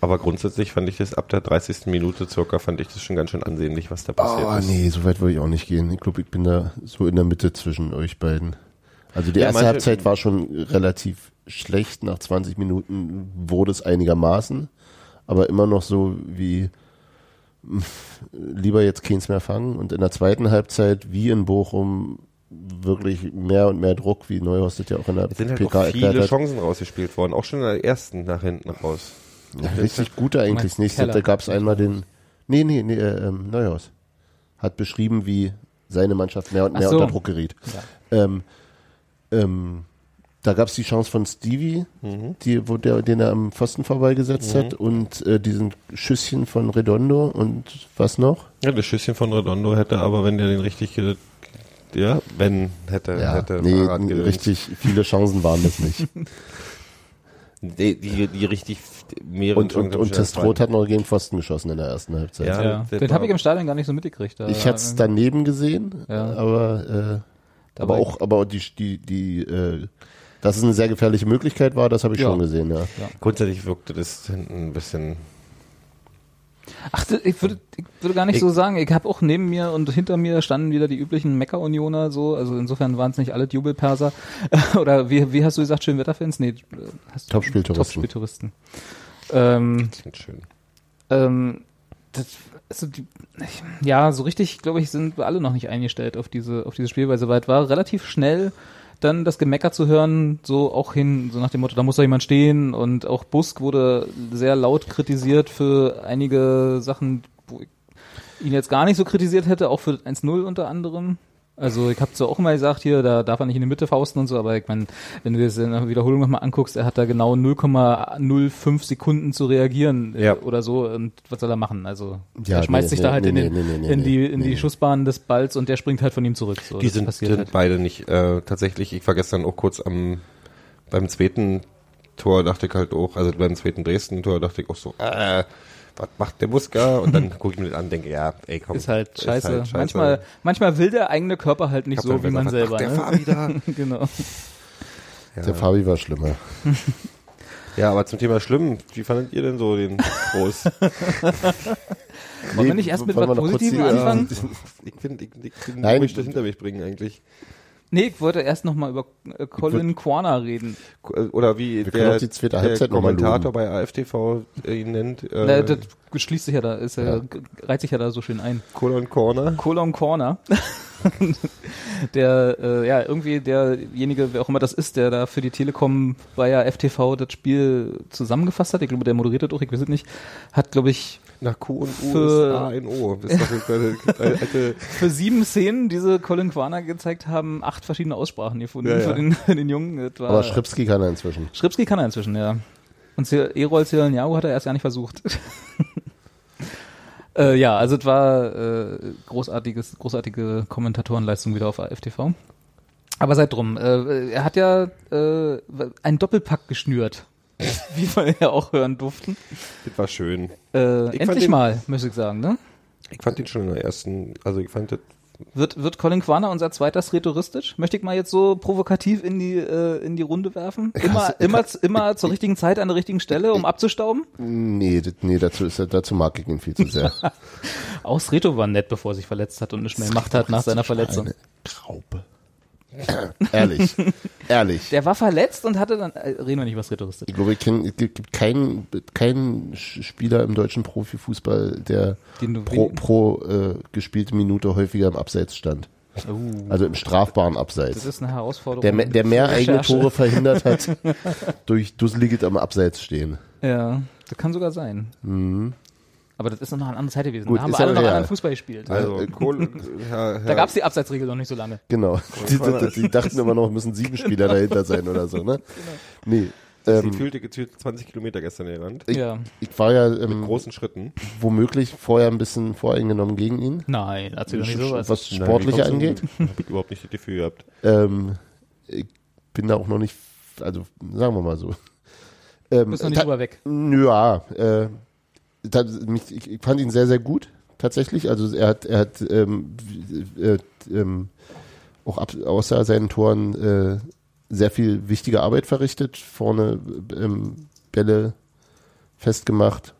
B: aber grundsätzlich fand ich das ab der 30. Minute circa, fand ich das schon ganz schön ansehnlich, was da passiert
C: Oh,
B: ist.
C: nee, so weit würde ich auch nicht gehen. Ich glaube, ich bin da so in der Mitte zwischen euch beiden. Also die
B: Ja,
C: erste
B: manche-
C: Halbzeit war schon relativ schlecht. Nach 20 Minuten wurde es einigermaßen, aber immer noch so wie <laughs> lieber jetzt keins mehr fangen. Und in der zweiten Halbzeit, wie in Bochum, wirklich mehr und mehr Druck, wie Neuhaus das ja auch in der
B: Es sind halt
C: PK
B: auch viele
C: erklärt hat.
B: Chancen rausgespielt worden, auch schon in der ersten nach hinten raus.
C: Ja, richtig gute eigentlich
A: meinst
C: nicht.
A: Keller.
C: Da gab es einmal den, nee, nee, nee, äh, ähm, Neuhaus hat beschrieben, wie seine Mannschaft mehr und
A: Ach
C: mehr
A: so.
C: unter Druck gerät. Ähm, ähm, da gab es die Chance von Stevie,
A: Mhm.
C: die, wo der, den er am Pfosten vorbeigesetzt hat, und äh, diesen Schüsschen von Redondo und was noch?
B: Ja, das Schüsschen von Redondo hätte aber, wenn der den richtig, ge- ja, wenn, hätte, hätte,
C: nee,
B: Fahrrad
C: n-
B: gedöns.
C: richtig viele Chancen waren das nicht.
B: Nee, die, die richtig mehreren
C: und und,
B: Chancen
C: und
B: schon
C: Testroth hat noch gegen Pfosten geschossen in der ersten Halbzeit.
B: Ja,
A: ja.
B: das
A: Den habe
B: war-
A: ich im Stadion gar nicht so mitgekriegt. Da-
C: Ich hatte es daneben gesehen,
A: Ja.
C: aber, äh,
A: Da
C: aber
A: war ich-
C: auch, aber die, die, die, äh, dass es eine sehr gefährliche Möglichkeit war, das habe ich
A: Ja.
C: schon gesehen, ja.
B: Grundsätzlich wirkte das hinten ein bisschen.
A: Ach, das- ich würde, ich würde gar nicht
B: Ich-
A: so sagen. Ich habe auch neben mir und hinter mir standen wieder die üblichen Mecker-Unioner so. Also insofern waren es nicht alle Jubelperser. <laughs> Oder wie, wie hast du gesagt, Schönwetterfans? Nee, äh, hast du-
C: Topspieltouristen.
A: Topspieltouristen. Ähm,
B: Schön.
A: ähm, das, also die, ich, ja, so richtig, glaube ich, sind wir alle noch nicht eingestellt auf diese, auf diese Spielweise, weil es war relativ schnell dann das Gemecker zu hören, so auch hin, so nach dem Motto, da muss doch jemand stehen. Und auch Busk wurde sehr laut kritisiert für einige Sachen, wo ich ihn jetzt gar nicht so kritisiert hätte, auch für 1-0 unter anderem. Also ich habe zwar auch immer gesagt, hier, da darf er nicht in die Mitte fausten und so, aber ich meine, wenn du jetzt in der Wiederholung nochmal anguckst, er hat da genau 0,05 Sekunden zu reagieren äh,
B: Ja.
A: oder so und was soll er machen? Also
C: Ja,
A: er schmeißt
C: nee,
A: sich
C: nee,
A: da halt
C: nee,
A: in, den,
C: nee, nee, nee,
A: in die,
C: nee,
A: in die
C: nee.
A: Schussbahn des Balls und der springt halt von ihm zurück. So,
B: Die
A: das
B: sind,
A: passiert
B: sind
A: halt.
B: beide nicht. Äh, tatsächlich, ich war gestern auch kurz am beim zweiten Tor dachte ich halt auch, also beim zweiten Dresden-Tor dachte ich auch so, äh, was macht der Muska?
A: <laughs>
B: Und dann gucke ich mir das an und denke, ja, ey komm.
A: Ist halt scheiße. Manchmal, manchmal will der eigene Körper halt nicht
B: Ich hab
A: so,
B: dann
A: wie man
B: gesagt,
A: selber.
B: ach, der
A: Ne?
B: Fabi da.
A: <laughs> genau.
C: Der Fabi war schlimmer.
B: Ja, aber zum Thema schlimm, wie fandet ihr denn so den
A: <laughs>
B: Groß?
A: Wollen wir nicht erst mit
C: wollen wir
A: was
C: noch kurz
A: Positivem
C: die-
A: anfangen?
B: Ähm, ich finde, ich, ich, ich
C: Nein.
B: möchte das hinter mich bringen eigentlich.
A: Nee, ich wollte erst nochmal über äh, Colin Quana reden.
B: Oder wie
C: Wir können
B: der,
C: auch die zweite
B: der
C: Halbzeit noch mal
B: Kommentator bei AfTV äh, ihn nennt,
A: Na,
B: äh,
A: das schließt sich ja da, ist ja,
C: Ja.
A: g- reiht sich ja da so schön ein.
B: Colon Corner.
A: Colon Corner. <laughs> der, äh, ja, irgendwie derjenige, wer auch immer das ist, der da für die Telekom bei ja FTV das Spiel zusammengefasst hat, ich glaube, der moderiert das auch, ich weiß es nicht, hat, glaube ich,
B: Nach Q und U
A: Für-
B: ist A ein O. Das ist doch eine <laughs> kleine- alte
A: für sieben Szenen, die sie Colin Quaner gezeigt haben, acht verschiedene Aussprachen gefunden
B: Ja, ja.
A: für den, <laughs> für den Jungen. Das war-
C: Aber Schripski kann er inzwischen.
A: Schripski kann er inzwischen, ja. Und Sil- Erol Silanyahu hat er erst gar nicht versucht. <laughs> äh, ja, also es war äh, großartiges, großartige Kommentatorenleistung wieder auf AFTV. Aber seid drum, äh, er hat ja äh, einen Doppelpack geschnürt. <laughs> wie wir ja auch hören durften.
B: Das war schön.
A: Äh,
B: Ich fand
A: endlich
B: den-
A: mal, muss ich sagen, ne?
B: Ich fand ihn schon in der ersten, also ich fand das,
A: Wird, wird Colin Quaner unser zweiter rhetoristisch? Möchte ich mal jetzt so provokativ in die, äh, in die Runde werfen? Immer, immer, immer zur richtigen Zeit an der richtigen Stelle, um abzustauben?
C: Nee, das- nee dazu, ist, er- dazu mag ich ihn viel zu
A: <laughs>
C: sehr.
A: Auch Sreto war nett, bevor er sich verletzt hat und nicht mehr gemacht hat halt nach seiner Verletzung.
C: Eine Traube. <laughs> ehrlich, ehrlich.
A: Der war verletzt und hatte dann, äh, reden wir nicht über Sreto Ristic.
C: Ich glaube, ich kenn, es gibt gibt keinen keinen Sch- Spieler im deutschen Profifußball, der
A: Den du
C: pro,
A: wen-
C: pro äh, gespielte Minute häufiger im Abseits stand. Also im strafbaren
A: Oh. Das
C: Abseits.
A: ist eine Herausforderung.
C: Der, me- der mehr eigene
A: Recherche.
C: Tore
A: <laughs>
C: verhindert hat durch dusseliges am Abseits stehen.
A: ja, das kann sogar sein. Aber das ist noch eine andere Zeit gewesen.
C: Mhm. Gut,
A: da haben wir
C: ist
A: alle
C: aber
A: noch
C: real.
A: anderen Fußball gespielt.
B: also <laughs> Kohl, Herr, Herr,
A: da gab es die Abseitsregel noch nicht so lange.
C: Genau. Die, die, die dachten
A: <laughs>
C: immer noch, es müssen sieben
A: Genau.
C: Spieler dahinter sein oder so, ne? Nee.
B: sie
C: Ähm,
B: fühlte gefühlt 20 Kilometer gestern gerannt.
C: ich,
A: Ja.
C: ich war ja ähm,
B: Großen Schritten.
C: womöglich vorher ein bisschen voreingenommen gegen ihn,
A: Nein, erzähl doch nicht sowas.
C: was sportliche
B: Nein,
C: angeht.
B: ich hab ich überhaupt nicht das Gefühl gehabt.
C: Ähm, ich bin da auch noch nicht, also sagen wir mal so. Ähm,
A: Du bist noch nicht
C: ta-
A: drüber weg.
C: Ja, äh, ta- mich, ich, ich fand ihn sehr, sehr gut, tatsächlich. Also er hat, er hat ähm, w- äh, ähm, auch ab, außer seinen Toren äh, sehr viel wichtige Arbeit verrichtet, vorne ähm, Bälle festgemacht.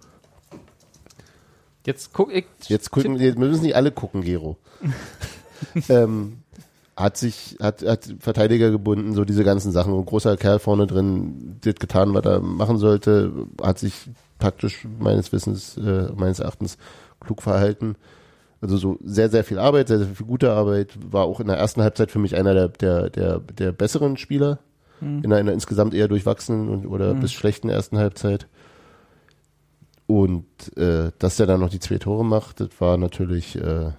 A: Jetzt guck ich.
C: Jetzt, gucken, jetzt müssen nicht alle gucken, Gero. ähm, hat sich, hat, hat Verteidiger gebunden, so diese ganzen Sachen. Und großer Kerl vorne drin, der hat getan, was er machen sollte, hat sich taktisch meines Wissens, äh, meines Erachtens klug verhalten. Also so sehr, sehr viel Arbeit, sehr, sehr viel gute Arbeit. War auch in der ersten Halbzeit für mich einer der, der, der, der besseren Spieler. In einer insgesamt eher durchwachsenen und, oder bis schlechten ersten Halbzeit. Und äh, dass der dann noch die zwei Tore macht, das war natürlich. Äh,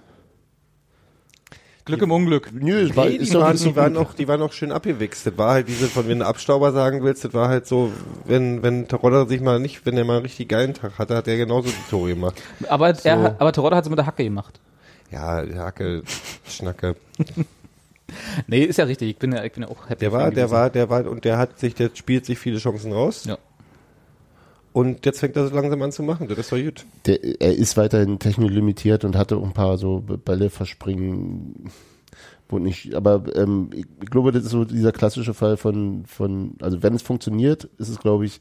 A: Glück im Unglück.
C: nö, es
B: Nee, die, waren, die, waren auch, die waren auch schön abgewichst. Das war halt diese, von wenn du Abstauber sagen willst, das war halt so, wenn, wenn Terodda sich mal nicht, wenn er mal einen richtig geilen Tag hatte, hat er genauso die Tore gemacht.
A: Aber, er, aber Terodde hat es mit der Hacke gemacht.
B: Ja, Hacke, Schnacke.
A: Nee, ist ja richtig. Ich bin ja, ich bin ja auch happy.
B: Der
A: für
B: war,
A: ihn
B: der
A: gewesen.
B: war, der war, und der hat sich, der spielt sich viele Chancen raus.
A: Ja.
B: Und jetzt fängt er so langsam an zu machen. Das ist doch gut.
C: der, er ist weiterhin technolimitiert und hatte auch ein paar so Bälle verspringen. Wo nicht, aber ähm, ich, ich glaube, das ist so dieser klassische Fall von, von also wenn es funktioniert, ist es, glaube ich,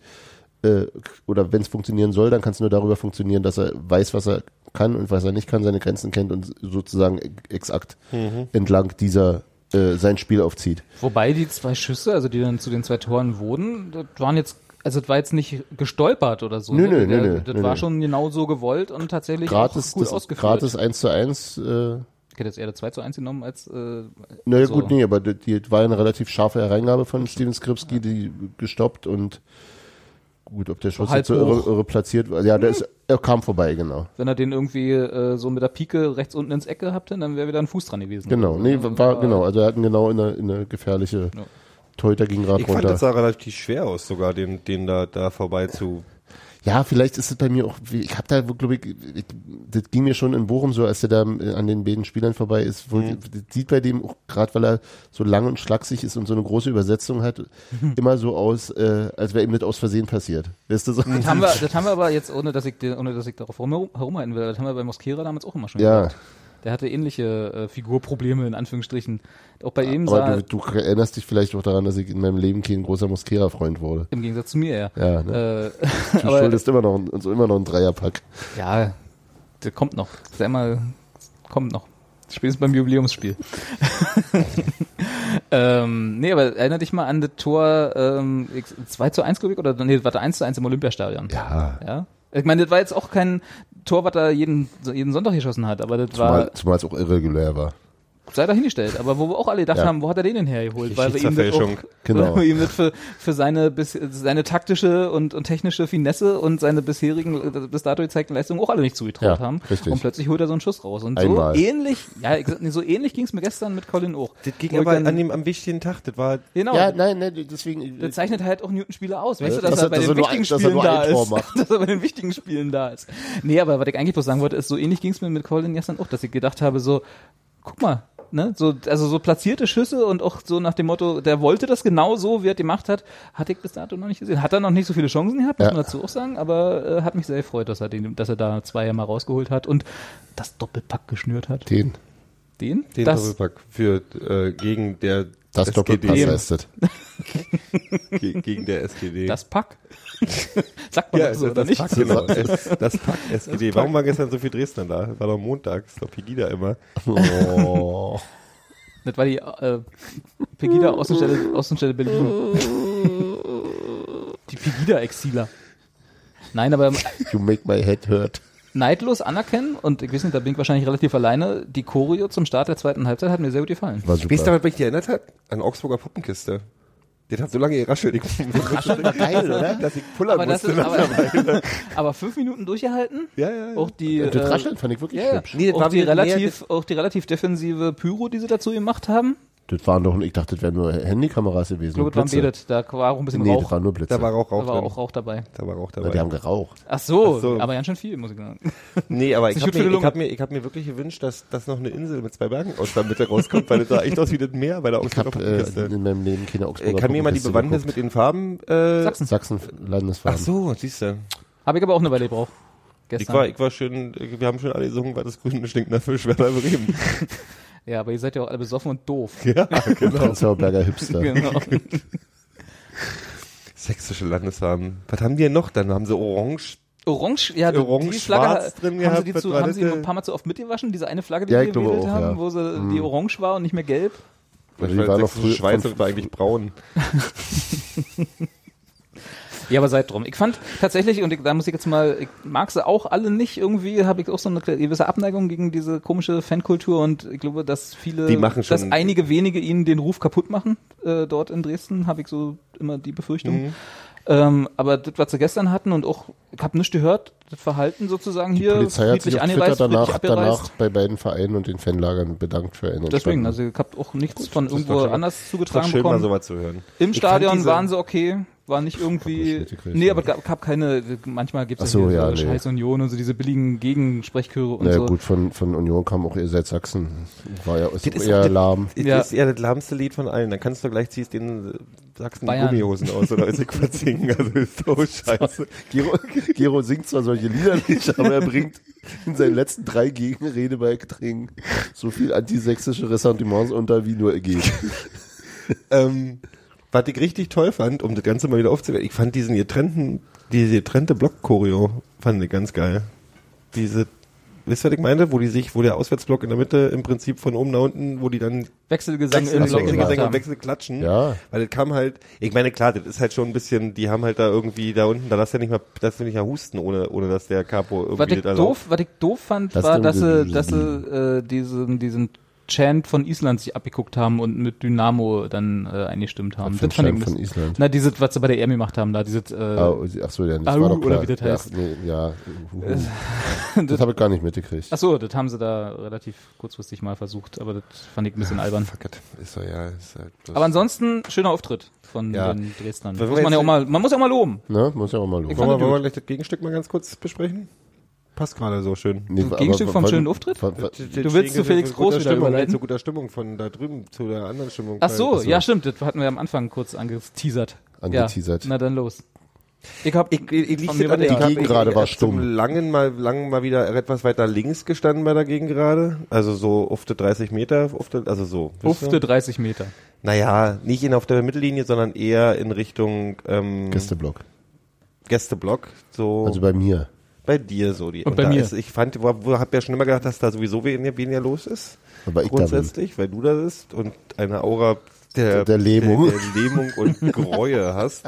C: äh, oder wenn es funktionieren soll, dann kann es nur darüber funktionieren, dass er weiß, was er kann und was er nicht kann, seine Grenzen kennt und sozusagen exakt
B: Mhm.
C: entlang dieser äh, sein Spiel aufzieht.
A: Wobei die zwei Schüsse, also die dann zu den zwei Toren wurden, das waren jetzt, also das war jetzt nicht gestolpert oder so.
C: Nö,
A: ne?
C: nö,
A: Der-
C: nö, nö,
A: Das
C: nö,
A: war
C: nö.
A: schon genau so gewollt und tatsächlich auch
C: gratis,
A: gut
C: das
A: ausgeführt.
C: gratis 1 zu 1 äh,
A: Ich hätte jetzt eher das 2 zu 1 genommen als. Äh,
C: Naja,
A: so.
C: gut, nee, aber das- die war ja eine relativ scharfe Hereingabe von Steven Skripski, die gestoppt und gut, ob der Schuss
A: Halb
C: jetzt so irre,
A: Halt hoch. Mhm.
C: irre platziert war. Ja, der ist, er kam vorbei, genau.
A: Wenn er den irgendwie äh, so mit der Pike rechts unten ins Eck gehabt hätte, dann wäre wieder ein Fuß dran gewesen.
C: Genau, nee, war, war genau, also er hat ihn genau in eine, in eine gefährliche
A: Ja.
C: Teuter ging gerade
B: Ich fand, das
C: runter.
B: sah relativ schwer aus, sogar den, den da, da vorbei zu.
C: Ja, vielleicht ist es bei mir auch, wie- ich habe da, glaube ich, ich, das ging mir schon in Bochum so, als der da äh, an den beiden Spielern vorbei ist, wo,
A: Mhm.
C: das sieht bei dem auch gerade, weil er so lang und schlaksig ist und so eine große
A: <laughs>
C: Übersetzung hat, immer so aus, äh, als wäre ihm das aus Versehen passiert. Weißt du so?
A: Das haben, wir, das haben wir aber jetzt, ohne dass ich, dir- ohne dass ich darauf herum, herumhalten will, das haben wir bei Mosquera damals auch immer schon
C: <laughs>
A: <laughs>
C: Ja,
A: gemacht. Der hatte ähnliche äh, Figurprobleme, in Anführungsstrichen. Auch bei ihm sah,
C: aber du, du erinnerst dich vielleicht auch daran, dass ich in meinem Leben kein großer Mosquera-Freund wurde.
A: im Gegensatz zu mir, ja.
C: Ja, ne?
A: Äh, <laughs>
C: Du
A: aber,
C: schuldest immer noch, ein- uns immer noch einen Dreierpack.
A: ja, der kommt noch. Sei mal, kommt noch. Spätestens beim Jubiläumsspiel. <laughs> ähm, nee, aber erinnere dich mal an das Tor ähm, ich- 2 zu 1, glaube ich, oder nee, das war der 1 zu 1 im Olympiastadion.
C: Ja,
A: Ja? Ich meine, das war jetzt auch kein Tor, was er jeden, jeden Sonntag geschossen hat, aber das war,
C: zumal zumal es auch irregulär war.
A: sei dahingestellt, aber wo wir auch alle gedacht
C: Ja.
A: haben, wo hat er den denn hergeholt? Weil wir ihm das, auch,
B: Schiedsverfälschung.
C: Genau.
A: <laughs> weil wir ihm das für, für seine, bis, seine taktische und, und technische Finesse und seine bisherigen, äh, bis dato gezeigten Leistungen auch alle nicht zugetraut
C: Ja,
A: haben.
C: richtig.
A: Und plötzlich holt er so einen Schuss raus. Und
C: Einmal.
A: so ähnlich, ja, ich sag, nee, so ähnlich ging es mir gestern mit Colin auch.
B: Das ging
A: Wo ich
B: aber
A: dann-
B: an dem am wichtigen Tag. Das war
A: Genau,
C: Ja, nein, nein, deswegen.
A: der zeichnet halt auch Newton Spieler aus, weißt du,
C: Ja,
A: dass,
C: Äh, dass
A: er
C: er-
A: bei
C: dass
A: den
C: er nur
A: wichtigen
C: ein- dass er
A: Spielen
C: nur
A: da
C: ein Tor
A: ist. <laughs>
C: macht.
A: Dass er bei den wichtigen Spielen da ist. Nee, aber was ich eigentlich bloß sagen wollte, ist, so ähnlich ging es mir mit Colin gestern auch, dass ich gedacht habe, so, guck mal, ne, so, also so platzierte Schüsse und auch so nach dem Motto, der wollte das genau so, wie er es gemacht hat, hatte ich bis dato noch nicht gesehen. Hat er noch nicht so viele Chancen gehabt, muss
C: Ja.
A: man dazu auch sagen, aber äh, hat mich sehr gefreut, dass er den, dass er da zwei mal rausgeholt hat und das Doppelpack geschnürt hat.
C: Den.
A: Den?
B: den
A: das,
B: Doppelpack für äh, gegen der
C: Das Doppelpass
B: SGD.
C: leistet.
B: Ge gegen der SGD.
A: das Pack. <laughs> Sagt man
B: ja,
A: doch so,
B: das,
A: oder nicht?
B: Pack, genau. das Pack SGD. Warum war gestern so viel Dresdner da? War doch Montag, ist doch Pegida immer.
C: Oh.
A: Das war die äh, Pegida Außenstelle, Außenstelle Berlin. Die Pegida Exiler. Nein, aber
C: You make my head hurt.
A: neidlos anerkennen und ich weiß nicht, da bin ich wahrscheinlich relativ alleine. Die Choreo zum Start der zweiten Halbzeit hat mir sehr gut gefallen.
C: War
B: Weißt du,
C: super.
B: daran, was mich erinnert hat? An Augsburger Puppenkiste. Den hat so lange geraschelt. Ich
C: war geil, oder?
B: dass ich pullern
A: Aber das
B: musste.
A: ist aber, <laughs> aber fünf Minuten durchgehalten.
B: ja, ja, ja.
A: Auch die
C: Das
A: äh,
C: Rascheln fand ich wirklich
A: ja, ja.
C: hübsch.
B: Nee, das
A: auch
B: war
A: die
B: mir mehr-
A: relativ auch die relativ defensive Pyro, die sie dazu gemacht haben.
C: Das waren doch, ich dachte, das wären nur Handykameras gewesen.
A: Ich glaube, das waren
C: Blitze.
A: Bedet, da war auch ein bisschen
C: Nee, das
A: Rauch,
C: waren nur Blitze.
B: Da war auch Rauch
A: da war
B: drin.
A: auch Rauch dabei.
B: Da war auch
C: Na, die
B: dabei.
C: haben geraucht.
A: Ach so,
B: Ach so.
A: aber ganz schön viel, muss ich sagen.
B: Nee, aber ich
A: Ist
B: habe
A: nicht gut für
B: mir,
A: die
B: ich hab mir, ich hab mir wirklich gewünscht, dass, dass noch eine Insel mit zwei Bergen aus der Mitte rauskommt, weil das sah echt aus wie das Meer bei der
C: Ich habe
B: Augsburger
C: äh,
B: Puppenkiste.
C: in meinem Leben keine
B: Äh,
C: Augsburger
B: Kann mir mal die
C: Puppenkiste
B: Bewandtnis mit den Farben... Äh,
A: Sachsen.
C: geguckt. Sachsen-Landesfarben.
B: ach so, siehst du.
A: Habe ich aber auch eine Weile gebraucht.
B: Ich
A: Gestern.
B: war, ich war schön, äh, wir haben schon alle gesungen, war das grüne stinkender Fisch, Werder Bremen. <laughs>
A: Ja, aber ihr seid ja auch alle besoffen und doof. <laughs>
C: Prenzlauer Berger Hipster.
A: Genau.
B: Sächsische Landesfarben. Was haben die denn noch? Dann haben sie orange.
A: Orange, ja, die-
B: Orange,
A: die Flagge
B: schwarz
A: ha-
B: drin
A: haben
B: gehabt,
A: sie, die
B: was
A: zu,
B: war
A: haben
B: das
A: sie ein
B: denn?
A: paar Mal zu oft mitgewaschen, diese eine Flagge, die
C: Ja,
A: sie
C: ich glaube
A: gewählt
C: auch,
A: haben,
C: ja.
A: wo sie
B: Mhm.
A: die orange war und nicht mehr gelb.
C: Also, Die
B: Weil
C: waren noch
B: sächsische
C: früh-
B: Schweiz
C: von-
B: und war eigentlich braun.
A: Ja, aber seid drum. Ich fand tatsächlich, und ich, da muss ich jetzt mal, ich mag sie auch alle nicht, irgendwie habe ich auch so eine gewisse Abneigung gegen diese komische Fankultur und ich glaube, dass viele,
B: Die machen schon-
A: dass einige wenige ihnen den Ruf kaputt machen, äh, dort in Dresden, habe ich so immer die Befürchtung.
B: Mhm.
A: Ähm, aber das, was sie gestern hatten und auch, ich habe nichts gehört, das Verhalten sozusagen
C: Die
A: hier,
C: Polizei hat sich auf Twitter
A: angereist, friedlich
C: danach,
A: abgereist.
C: danach bei beiden Vereinen und den Fanlagern bedankt für einen
A: Deswegen,
C: entspannten-
A: also ich habe auch nichts von
B: ist doch
A: irgendwo
B: schön.
A: anders
B: Ist doch
A: zugetragen
B: schön, mal
A: bekommen.
B: sowas zu hören.
A: Im
B: Ich fand
A: Stadion
B: diese-
A: waren sie okay, war nicht
C: nicht
A: irgendwie.
C: mitgekriegt,
A: Nee,
C: ja.
A: aber gab, gab keine. Manchmal gibt
C: Ach
A: es
C: so,
A: so,
C: ja, nee.
A: Scheiß Union und so diese billigen Gegensprechchöre und
C: Naja,
A: so.
C: gut, von, von Union kam auch ihr seid Sachsen. War ja ist
B: Das ist-
C: eher lahm.
B: Das
A: Ja.
B: ist ja das lahmste Lied von allen. Dann kannst du gleich ziehst den äh, Sachsen die
A: Bayern.
B: Gummihosen aus oder ist
A: <laughs>
B: ich kurz singen. Also ist so scheiße.
C: Gero, Gero singt zwar solche Lieder nicht, aber er bringt in seinen letzten drei Gegenredebeiträgen so viel antisächsische Ressentiments unter, wie nur geht.
B: ähm, was ich richtig toll fand, um das Ganze mal wieder aufzuwerten, ich fand diesen getrennten, diese getrennte Block-Choreo, fand ich ganz geil. Diese wisst ihr, was ich meinte? Wo die sich, wo der Auswärtsblock in der Mitte im Prinzip von oben nach unten, wo die dann
A: Wechselgesang im
C: Wechsel-
A: Block gemacht
B: Wechselgesänge und
A: haben.
B: Wechselklatschen.
C: Ja.
B: Weil das kam halt, ich meine, klar, das ist halt schon ein bisschen, die haben halt da irgendwie da unten, da lass ja nicht mal, lass ja nicht mal husten, ohne, ohne dass der Capo irgendwie
A: Was ich,
B: erlaubt.
A: doof, was ich doof fand,
C: also Das
A: war,
C: stimmt,
A: dass sie,
C: das-
A: dass sie äh, diesen, diesen Chant von Island sich abgeguckt haben und mit Dynamo dann äh, eingestimmt haben.
C: Was für ein
A: fand ich
C: Chant von
A: ein bisschen-
C: Island?
A: Na, dieses, was sie bei der EM gemacht haben, da dieses, äh,
C: Ah, ach so, ja, das
A: Au,
C: war doch
A: oder
C: klar.
A: wie das heißt. Äh,
C: Ja, nee, ja. das habe ich gar nicht mitgekriegt.
A: ach so, das haben sie da relativ kurzfristig mal versucht, aber das fand ich ein
C: <laughs>
A: bisschen albern.
B: Fuck it. Ist doch ja, ist halt bloß-
A: Aber ansonsten, schöner Auftritt von
B: Ja.
A: den Dresdnern.
B: Wenn wir
A: Muss man, ja
B: jetzt-
A: auch mal, man muss ja auch mal loben.
C: Ne? Muss ja auch mal los.
A: fand-
B: wollen wir,
A: Fand
B: wollen wir
A: ich
B: gleich das Gegenstück mal ganz kurz besprechen? Passt gerade so schön.
C: Nee,
A: Das
C: aber-
A: Gegenstück vom
C: wann-
A: schönen Auftritt? Mhm.
C: wann- wann-
A: willst zu Felix Groß wieder
B: Stimmung, nein,
A: überleiten?
B: zu guter Stimmung von da drüben zu der anderen Stimmung. Also,
A: Ach so,
B: Weil-
A: ja stimmt, das hatten wir am Anfang kurz angeteasert.
C: Angeteasert.
A: Ja, na dann los. Ich hab,
B: Ich, ich, ich,
A: Von
B: ich,
A: mir war
B: an, ich
A: die
B: hab-
C: Gegend
B: ich-
C: gerade
B: ich
C: war
B: hab
C: stumm.
B: Zum langen mal, langen mal wieder etwas weiter links gestanden bei der Gegend gerade. Also so auf die 30 Meter, auf die, also so. wisst ihr?
A: hufte 30 Meter.
B: Naja, nicht in, auf der Mittellinie, sondern eher in Richtung ähm,
C: Gästeblock.
B: Gästeblock. So
C: Also bei mir.
B: bei dir so die.
A: Und bei
B: da
A: mir.
B: Ist, ich fand, wo, wo, hab ja schon immer gedacht, dass da sowieso weniger, weniger los ist.
C: Aber ich da bin.
B: grundsätzlich, weil du da bist und eine Aura der,
C: Der Lähmung.
B: der, der Lähmung
C: <laughs>
B: und Gräue hast.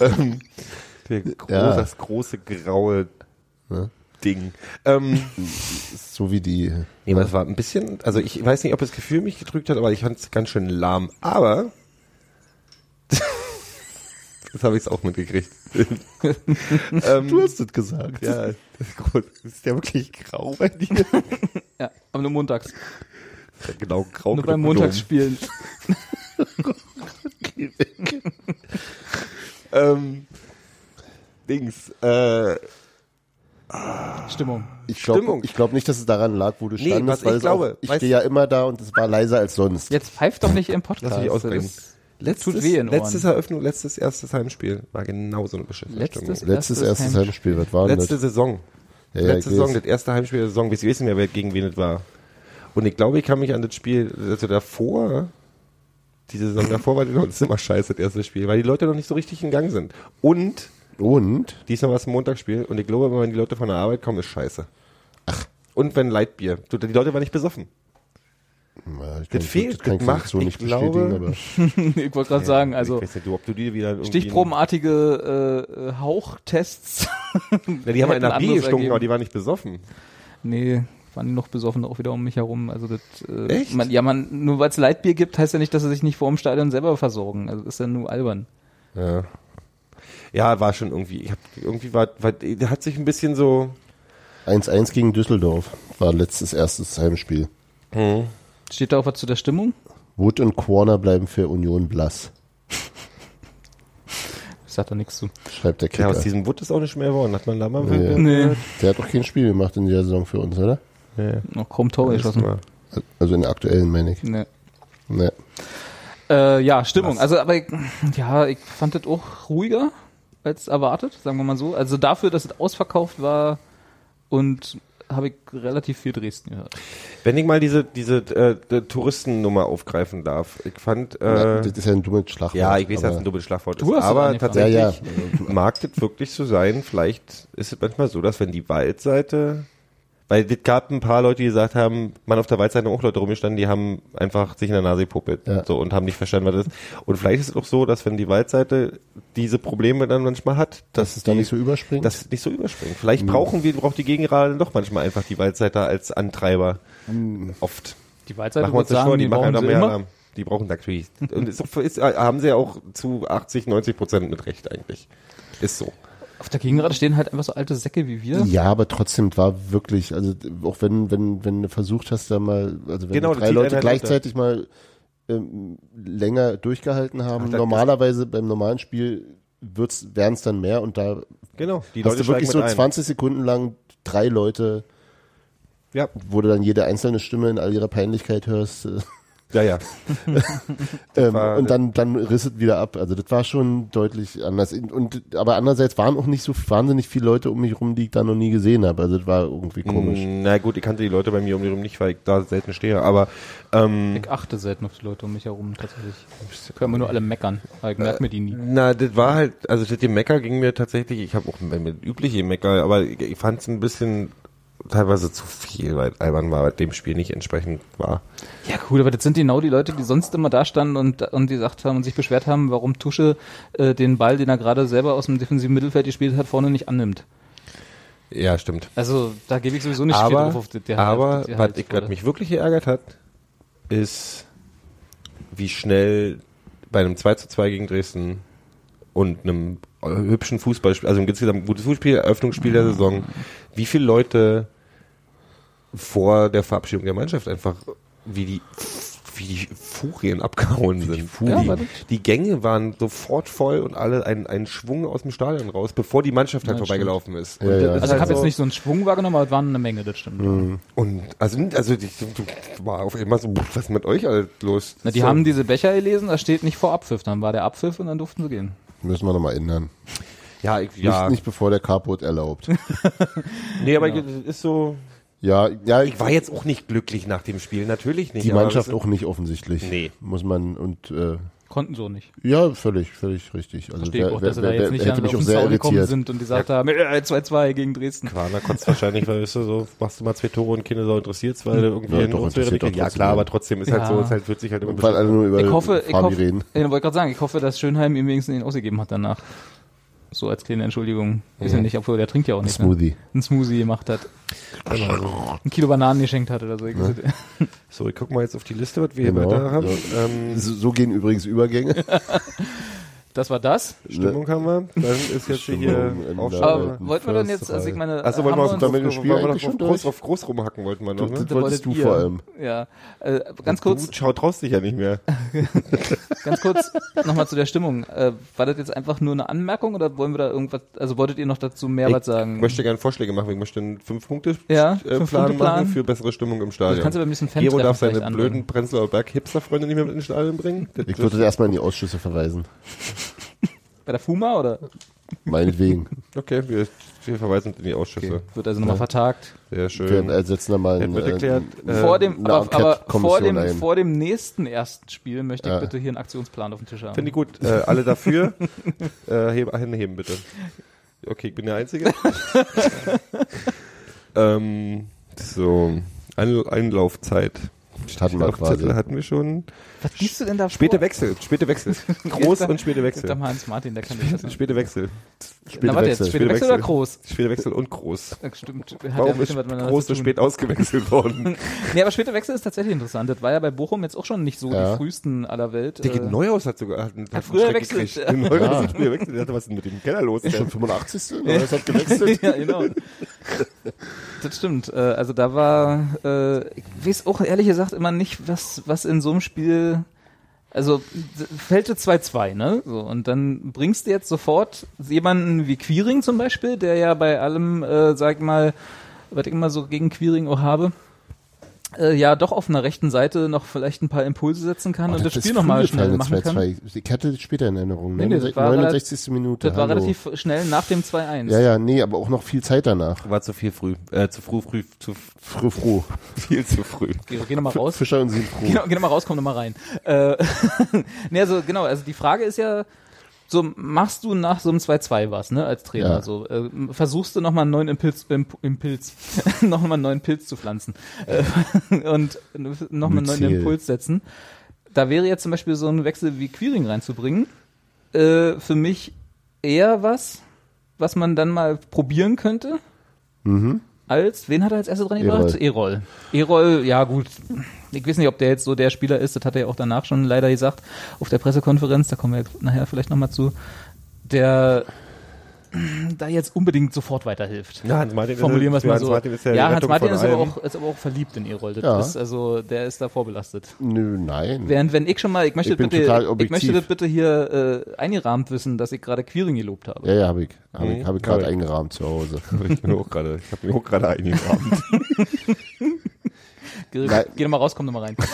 B: ähm, der gro
C: Ja.
B: Das große graue
C: Ne?
B: Ding. Ähm,
C: So wie die.
B: nee, aber es war ein bisschen, also ich weiß nicht, ob das Gefühl mich gedrückt hat, aber ich fand es ganz schön lahm. Aber <laughs> das habe ich es auch <laughs> mitgekriegt. ähm,
C: hast das gesagt.
B: ja, das ist gut. Das ist ja wirklich grau bei dir.
A: Ja, aber nur montags.
B: <laughs> Genau, grau.
A: Nur beim
B: genug.
A: Montagsspielen.
B: Ähm, Dings. Äh,
A: Stimmung.
C: Ich
B: Stimmung.
C: glaube ich glaub nicht, dass es daran lag, wo du
B: Nee,
C: standest,
B: was ich
C: weil es
B: glaube,
C: auch, ich
B: weißt
C: stehe ja immer da und es war leiser als sonst.
A: Jetzt pfeift doch nicht im Podcast.
B: Lass mich ausreden.
A: Das tut weh in Ohren.
B: letztes Eröffnung, letztes erstes Heimspiel war genau so eine beschissene
A: Letztes-
B: Stimmung.
A: erstes
C: Letztes erstes
A: Heim-
C: Heimspiel, was war denn
B: Letzte
C: das?
B: Saison.
C: Ja, ja, ich
B: Letzte Saison,
C: weiß.
B: das erste Heimspiel der Saison. Wir wissen ja, wer gegen wen es war. Und ich glaube, ich kann mich an das Spiel, also davor, die Saison davor war die noch das ist immer scheiße, das erste Spiel, weil die Leute noch nicht so richtig in Gang sind. Und
C: Und?
B: diesmal war es ein Montagsspiel und ich glaube, wenn die Leute von der Arbeit kommen, ist scheiße. Ach. Und wenn Leitbier. Du, Die Leute waren nicht besoffen.
C: Ja, ich
B: Das
C: kann-
B: fehlt,
C: kann
B: das
C: ich
B: macht,
C: so
B: ich
C: nicht
B: glaube-
C: bestätigen, aber
A: <laughs> ich wollte gerade sagen, also
B: ich weiß nicht, du, ob du die wieder irgendwie-
A: stichprobenartige äh, äh, Hauchtests.
B: Ja, die haben
A: hätten
B: in der Bier
A: anderes
B: gestunken,
A: ergeben.
B: aber die waren nicht besoffen.
A: Nee, waren die noch besoffen auch wieder um mich herum. Also das, äh,
B: Echt?
A: Man, ja, man, nur weil es Leitbier gibt, heißt ja nicht, dass sie sich nicht vor dem Stadion selber versorgen. Also das ist ja nur albern.
B: Ja. Ja, war schon irgendwie. Ich hab, irgendwie war, war, der hat sich ein bisschen so.
C: 1-1 gegen Düsseldorf war letztes erstes Heimspiel. Hm,
A: Steht da auch was zu der Stimmung?
C: Wood und Corner bleiben für Union blass,
A: Ich sag da nichts zu.
C: schreibt der
B: Ja,
C: Kicker.
B: aus diesem Wood ist auch nicht mehr geworden. Hat man da mal
C: Nee.
A: Nee.
C: der hat doch kein Spiel gemacht in der Saison für uns, oder?
B: nee.
A: Noch kaum Tore geschossen.
C: Also in der aktuellen, meine ich.
A: Nee.
C: Ne.
A: Äh, ja, Stimmung. Also, aber ich, ja, ich fand das auch ruhiger als erwartet, sagen wir mal so. Also dafür, dass es ausverkauft war und habe ich relativ viel Dresden gehört.
B: Wenn ich mal diese, diese äh, die Touristennummer aufgreifen darf. Ich fand.
C: Ja,
B: Äh,
C: das ist ja ein dummes Schlagwort.
B: ja, ich weiß, dass
C: aber-
B: es ein dummes Schlagwort ist.
A: Du hast es
B: Aber
A: angefangen.
C: Ja,
B: tatsächlich
C: ja.
B: mag das wirklich so sein. Vielleicht ist es manchmal so, dass wenn die Waldseite. Weil es gab ein paar Leute, die gesagt haben, man auf der Waldseite haben auch Leute rumgestanden, die haben einfach sich in der Nase gepuppelt
C: Ja.
B: so, und haben nicht verstanden, was das ist. Und vielleicht ist es auch so, dass wenn die Waldseite diese Probleme dann manchmal hat, dass,
C: Dass es da nicht so überspringt?
B: dass es nicht so überspringt. Vielleicht brauchen wir, braucht die Gegengerade doch manchmal einfach die Waldseite als Antreiber. Oft.
A: Die Waldseite
B: machen wir uns
A: würde
B: das
A: sagen,
B: schon,
A: die
B: die machen
A: brauchen
B: da
A: sie
B: mehr
A: immer.
B: Alarm. Die brauchen natürlich. Und ist, auch- ist, haben sie ja auch zu 80, 90 Prozent mit Recht eigentlich. Ist so.
A: Auf der Gegenrate stehen halt einfach so alte Säcke wie
B: Mhm.
A: wir.
C: Ja, aber trotzdem war wirklich, also auch wenn, wenn, wenn du versucht hast, da mal, also wenn
B: Genau, das zieht
C: drei
B: einen
C: Leute
B: halt
C: gleichzeitig mal ähm, länger durchgehalten haben,
B: Ach, das-
C: normalerweise beim normalen Spiel werden es dann mehr und da
B: Genau. Die
C: hast du wirklich
B: steigen
C: so
B: mit ein.
C: 20 Sekunden lang drei Leute,
B: Ja,
C: wo du dann jede einzelne Stimme in all ihrer Peinlichkeit hörst äh,
B: ja, ja.
C: ähm,
B: war-
C: und dann, dann riss es wieder ab. Also das war schon deutlich anders. In- Und, aber andererseits waren auch nicht so wahnsinnig viele Leute um mich rum, die ich da noch nie gesehen habe. Also das war irgendwie komisch.
B: Na gut, ich kannte die Leute bei mir um die rum nicht, weil ich da selten stehe, aber ähm,
A: Ich achte selten auf die Leute um mich herum, tatsächlich. Können wir nur alle meckern. Aber ich
C: Äh,
A: merke mir die nie.
B: Na, das war halt, also das Gemecker ging mir tatsächlich, ich habe auch mit üblich Gemecker, aber ich, ich fand es ein bisschen teilweise zu viel, weil Alban war dem Spiel nicht entsprechend war.
A: Ja, gut, aber das sind genau die Leute, die sonst immer da standen und, und gesagt haben und sich beschwert haben, warum Tusche äh, den Ball, den er gerade selber aus dem defensiven Mittelfeld gespielt hat, vorne nicht annimmt.
B: Ja, stimmt.
A: Also da gebe ich sowieso nicht viel
B: aber
A: drauf auf die, die
B: aber
A: auf die
B: was ich,
A: Halbzeit.
B: was mich wirklich geärgert hat, ist, wie schnell bei einem 2 zu 2 gegen Dresden und einem hübschen Fußballspiel, also insgesamt ein gutes Fußballspiel, Eröffnungsspiel der Saison, wie viele Leute vor der Verabschiedung der Mannschaft einfach wie die wie die Furien abgehauen sind.
A: Ja,
B: die,
A: warte.
B: die Gänge waren sofort voll und alle einen, einen Schwung aus dem Stadion raus, bevor die Mannschaft halt
A: Ja,
B: vorbeigelaufen ist.
C: Ja,
B: Und
C: ja.
B: das ist
A: Also ich
B: halt
A: habe
B: so-
A: jetzt nicht so einen Schwung wahrgenommen, aber es waren eine Menge, das stimmt.
C: Mhm.
B: und also, also ich war auf einmal so, was ist mit euch halt los?
A: Na, die
B: so.
A: haben diese Becher gelesen, da steht nicht vor Abpfiff, dann war der Abpfiff und dann durften sie gehen.
B: Mhm.
C: Müssen wir nochmal ändern.
B: ja, ich,
C: Nicht,
B: ja.
C: nicht bevor der Carport erlaubt. <laughs>
B: nee, aber ich, ist so.
C: Ja, ja, ich
B: Ich war jetzt auch nicht glücklich nach dem Spiel, natürlich nicht.
C: die
B: aber
C: Mannschaft
B: das ist-
C: auch nicht offensichtlich.
B: Nee.
C: Muss man und äh,
A: Konnten so nicht.
C: ja, völlig, völlig richtig. Also
A: Verstehe ich
C: wer,
A: auch,
C: wer,
A: dass sie
C: wer,
A: da jetzt
C: wer,
A: nicht
C: hätte
A: an
C: mich
A: auf
C: auch
A: den
C: sehr
A: Zaun gekommen
C: irritiert.
A: sind und gesagt haben, äh, 2-2 gegen Dresden.
B: Warner kotzt wahrscheinlich, weil weißt du, so machst du mal zwei Tore und Kinder so interessiert's, weil du irgendwie
C: Ja,
B: in
C: doch,
B: uns wäre
C: interessiert
B: nicht-
C: doch
B: Ja klar,
C: trotzdem.
B: aber trotzdem ist halt
A: Ja.
B: so, ist halt wird sich halt immer
C: Und weil also- alle nur über
A: Ich hoffe, ich
C: Äh, Fabi
A: hoffe,
C: reden.
A: ich wollte gerade sagen, ich hoffe, dass Schönheim ihm wenigstens ihn ausgegeben hat danach. So als kleine Entschuldigung. Ist ja nicht, obwohl der trinkt ja auch nicht. <laughs>
C: Smoothie.
A: Ne? Ein Smoothie gemacht hat. Ein Kilo Bananen geschenkt hat oder so.
C: Ne?
B: So, ich guck mal jetzt auf die Liste, was wir
C: Genau.
B: hier weiter haben.
C: Ja.
B: Ähm,
C: So, so gehen übrigens
A: <laughs>
C: Übergänge.
A: Das war das.
B: Stimmung haben wir. Dann ist jetzt hier
C: Stimmung in der-
B: Aufschlag.
A: Aber
C: Äh,
A: wollten wir dann
C: First
A: jetzt, also ich
C: Try.
A: meine,
B: Achso, wollen wir auf,
A: haben wir uns-
B: wollen
C: damit-
B: wir
C: das
B: noch
C: Spiel eigentlich
B: auf,
C: schon
B: groß,
C: durch?
B: auf groß rumhacken wollten wir noch, ne?
C: Das
A: wolltet
C: wolltest du
A: ihr.
C: vor allem.
A: ja, äh, ganz kurz,
B: Du schaut traust dich ja nicht mehr.
A: ganz kurz nochmal zu der Stimmung. Äh, war das jetzt einfach nur eine Anmerkung oder wollen wir da irgendwas, also wolltet ihr noch dazu mehr was sagen?
B: Ich möchte gerne Vorschläge machen. Ich möchte einen Fünf-Punkte-Plan
A: Ja,
B: äh,
A: fünf
B: Plan
A: Punkte Plan.
B: machen für bessere Stimmung im Stadion.
A: Das kannst du beim nächsten Fan
B: Gero
A: treffen
B: darf seine
A: vielleicht anregen.
B: blöden Prenzlauer Berg-Hipster-Freunde nicht mehr mit ins Stadion bringen. Das
C: Ich
B: wird-
C: würde erstmal in die Ausschüsse verweisen.
A: Bei der Fuma oder?
C: Meinetwegen.
A: <laughs>
B: okay, wir, wir verweisen in die Ausschüsse.
A: Wird also nochmal vertagt.
B: Sehr
C: Wir werden äh,
B: schön.
C: als letzter mal
B: Wird erklärt, äh,
A: vor dem, aber,
C: eine
A: aber vor,
C: Enquete-Kommission
A: dem,
C: ein.
A: vor dem nächsten ersten Spiel möchte ich
C: Ja.
A: bitte hier einen Aktionsplan auf dem Tisch haben.
B: Finde ich gut. Äh, alle dafür. äh, heben, Hände heben bitte. Okay, ich bin der Einzige. ähm, so, An Einlaufzeit.
C: hatten wir
B: Auf Zettel
C: quasi.
B: hatten wir schon. Oh.
A: Was gibst du denn da
B: Späte Wechsel, späte <laughs> Wechsel. Groß und späte
A: Wechsel.
B: Wechsel.
A: Mal Hans Martin, der kann das besser.
B: Späte Wechsel.
A: Na warte jetzt,
C: Wechsel.
A: späte Wechsel oder groß?
B: Später Wechsel und groß.
A: Ja, Stimmt. Hat ja ein
B: Warum ist
A: bisschen was miteinander
B: groß
A: zu
B: so
A: tun.
B: spät
A: <laughs>
B: ausgewechselt worden?
A: Nee, aber später Wechsel ist tatsächlich interessant. Das war ja bei Bochum jetzt auch schon nicht so
C: Ja.
A: die frühesten aller Welt.
B: Dicke
A: Äh,
B: Neuhaus hat sogar hat, einen- hat einen
A: früher
B: Schreck
A: gewechselt.
B: gekriegt. <laughs> Neuhaus hat früher gewechselt. Der hatte was mit dem Keller los.
C: Ist
B: Der- <laughs>
C: schon 85. oder es hat
A: <laughs>
C: gewechselt.
A: ja, genau. Das stimmt. Äh, Also da war, äh, ich weiß auch ehrlich gesagt immer nicht, was, was in so einem Spiel, also d- fällt es 2-2, ne? So, und dann bringst du jetzt sofort jemanden wie Quiring zum Beispiel, der ja bei allem, äh, sag ich mal, was ich immer so gegen Quiring auch habe, äh, ja doch auf einer rechten Seite noch vielleicht ein paar Impulse setzen kann
C: Oh,
A: und das,
C: ist
A: Spiel nochmal schnell
C: frühgefallen,
A: machen kann.
C: 2-2. Ich hatte das später in Erinnerung.
A: Nee, nee, das war
C: 69. Minute.
A: Das war
C: hallo.
A: relativ schnell nach dem 2-1.
C: Ja, ja, nee, aber auch noch viel Zeit danach.
B: War zu viel früh. Äh, zu früh, früh, zu f-
C: Früh, froh.
B: viel zu früh.
A: Geh, geh nochmal raus.
C: Fischer und sie froh.
A: Genau, geh nochmal raus, komm nochmal rein. Äh, <laughs> nee, also genau, also die Frage ist ja, so machst du nach so einem 2-2 was, ne, als Trainer?
C: Ja.
A: So, äh, versuchst du nochmal einen neuen Impuls, Imp, <laughs> Impuls nochmal einen neuen Pilz zu pflanzen äh, <laughs> und nochmal einen neuen
C: Myzel.
A: Impuls setzen. Da wäre jetzt zum Beispiel so ein Wechsel wie Queering reinzubringen, äh, für mich eher was, was man dann mal probieren könnte.
B: Mhm.
A: Als, wen hat er als erstes dran gebracht? Erol. Erol, ja gut. Ich weiß nicht, ob der jetzt so der Spieler ist, das hat er ja auch danach schon leider gesagt, auf der Pressekonferenz, da kommen wir nachher vielleicht nochmal zu, der da jetzt unbedingt sofort weiterhilft.
B: Ja, Hans Martin
A: Formulieren wir es
B: für
A: mal
B: Hans
A: so.
B: Martin ist ja, die
A: Hans
B: Rettung
A: Martin
B: von
A: ist aber,
B: allem.
A: auch, ist aber auch verliebt in Erol. Das
C: Ja.
A: ist also, der ist da vorbelastet.
C: Nö, nein.
A: Während wenn ich schon mal, ich möchte,
C: Ich bin
A: bitte,
C: total
A: ich möchte
C: objektiv.
A: das bitte hier äh, eingerahmt wissen, dass ich gerade Queering gelobt habe.
C: Ja, ja, habe ich. Habe
B: Mhm.
C: ich, hab ich gerade
B: Ja.
C: eingerahmt
A: <laughs>
C: zu Hause.
B: <laughs> Ich bin auch gerade, ich habe mich auch gerade eingerahmt.
A: Geh,
C: Nein.
A: geh doch mal raus, komm doch mal rein.
B: <laughs>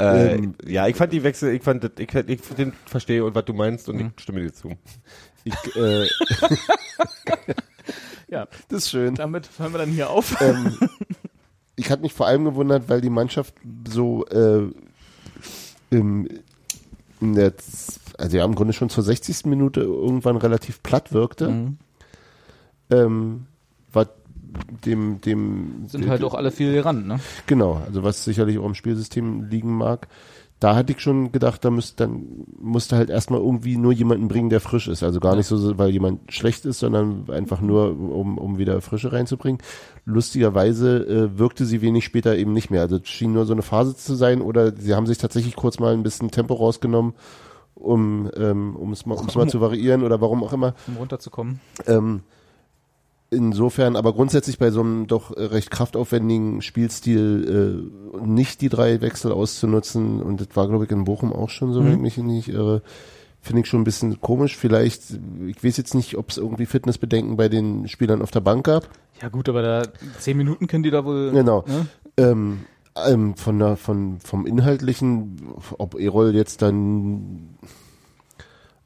B: äh,
C: Ähm.
B: ja, ich fand die Wechsel, ich fand, das- ich, ich den verstehe und was du meinst
A: Mhm.
B: und ich stimme dir zu.
C: Ich, äh,
A: <laughs> Ja,
C: <laughs> das ist
A: <laughs>
C: schön.
A: damit hören wir dann hier auf.
C: ähm, ich hatte mich vor allem gewundert, weil die Mannschaft so äh, im, in der, Z- also ja, im Grunde
A: Mhm.
C: schon zur 60. Minute irgendwann relativ platt wirkte. Ähm, was dem, dem
A: Sind halt auch alle viel ran, ne?
C: Genau, also was sicherlich auch im Spielsystem liegen mag. Da hatte ich schon gedacht, da müsst, dann musste halt erstmal irgendwie nur jemanden bringen, der frisch ist. Also gar nicht so, weil jemand schlecht ist, sondern einfach nur, um, um wieder Frische reinzubringen. Lustigerweise äh, wirkte sie wenig später eben nicht mehr. Also es schien nur so eine Phase zu sein oder sie haben sich tatsächlich kurz mal ein bisschen Tempo rausgenommen, um ähm, um's mal, um's mal zu variieren oder warum auch immer.
A: Um runterzukommen.
C: Ähm, insofern aber grundsätzlich bei so einem doch äh, recht kraftaufwendigen Spielstil äh, nicht die drei Wechsel auszunutzen und das war glaube ich in Bochum auch schon so,
A: Mhm.
C: wenn ich mich nicht irre, finde ich schon ein bisschen komisch. Vielleicht, ich weiß jetzt nicht, ob es irgendwie Fitnessbedenken bei den Spielern auf der Bank gab.
A: Ja gut, aber da zehn Minuten können die da wohl.
C: Genau.
A: Ne?
C: Ähm, ähm, von der, von, vom Inhaltlichen, ob Erol jetzt dann,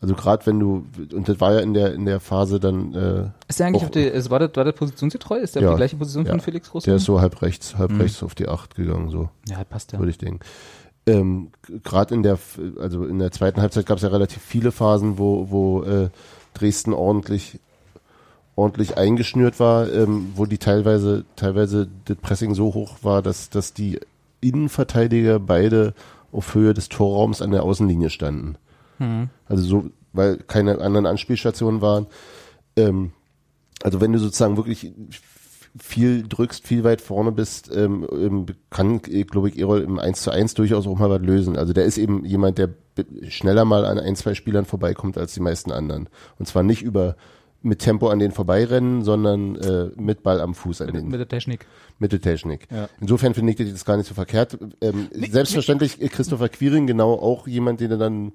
C: also gerade wenn du, und das war ja in der, in der Phase dann, äh,
A: Ist der eigentlich
C: Och.
A: auf die, ist, war, das, war das positionsgetreu? Ist der auf
C: Ja.
A: die gleiche Position
C: Ja.
A: von Felix Groß?
C: der ist so halb rechts, halb rechts auf die Acht gegangen, so.
A: ja, passt ja.
C: würde ich denken. Ähm, Gerade in der, F- also in der zweiten Halbzeit gab es ja relativ viele Phasen, wo, wo äh, Dresden ordentlich, ordentlich eingeschnürt war, ähm, wo die teilweise, teilweise das Pressing so hoch war, dass, dass die Innenverteidiger beide auf Höhe des Torraums an der Außenlinie standen. Also so, weil keine anderen Anspielstationen waren. Ähm, also wenn du sozusagen wirklich viel drückst, viel weit vorne bist, ähm, ähm, kann, äh, glaube ich, Erol im 1 zu 1 durchaus auch mal was lösen. Also der ist eben jemand, der b- schneller mal an ein, zwei Spielern vorbeikommt als die meisten anderen. Und zwar nicht über mit Tempo an denen vorbeirennen, sondern äh, mit Ball am Fuß an
A: Mit,
C: denen.
A: mit der Technik.
C: Mit der Technik.
A: Ja.
C: Insofern finde ich das jetzt gar nicht so verkehrt. Ähm, selbstverständlich äh, Christopher Quirin genau auch jemand, den du dann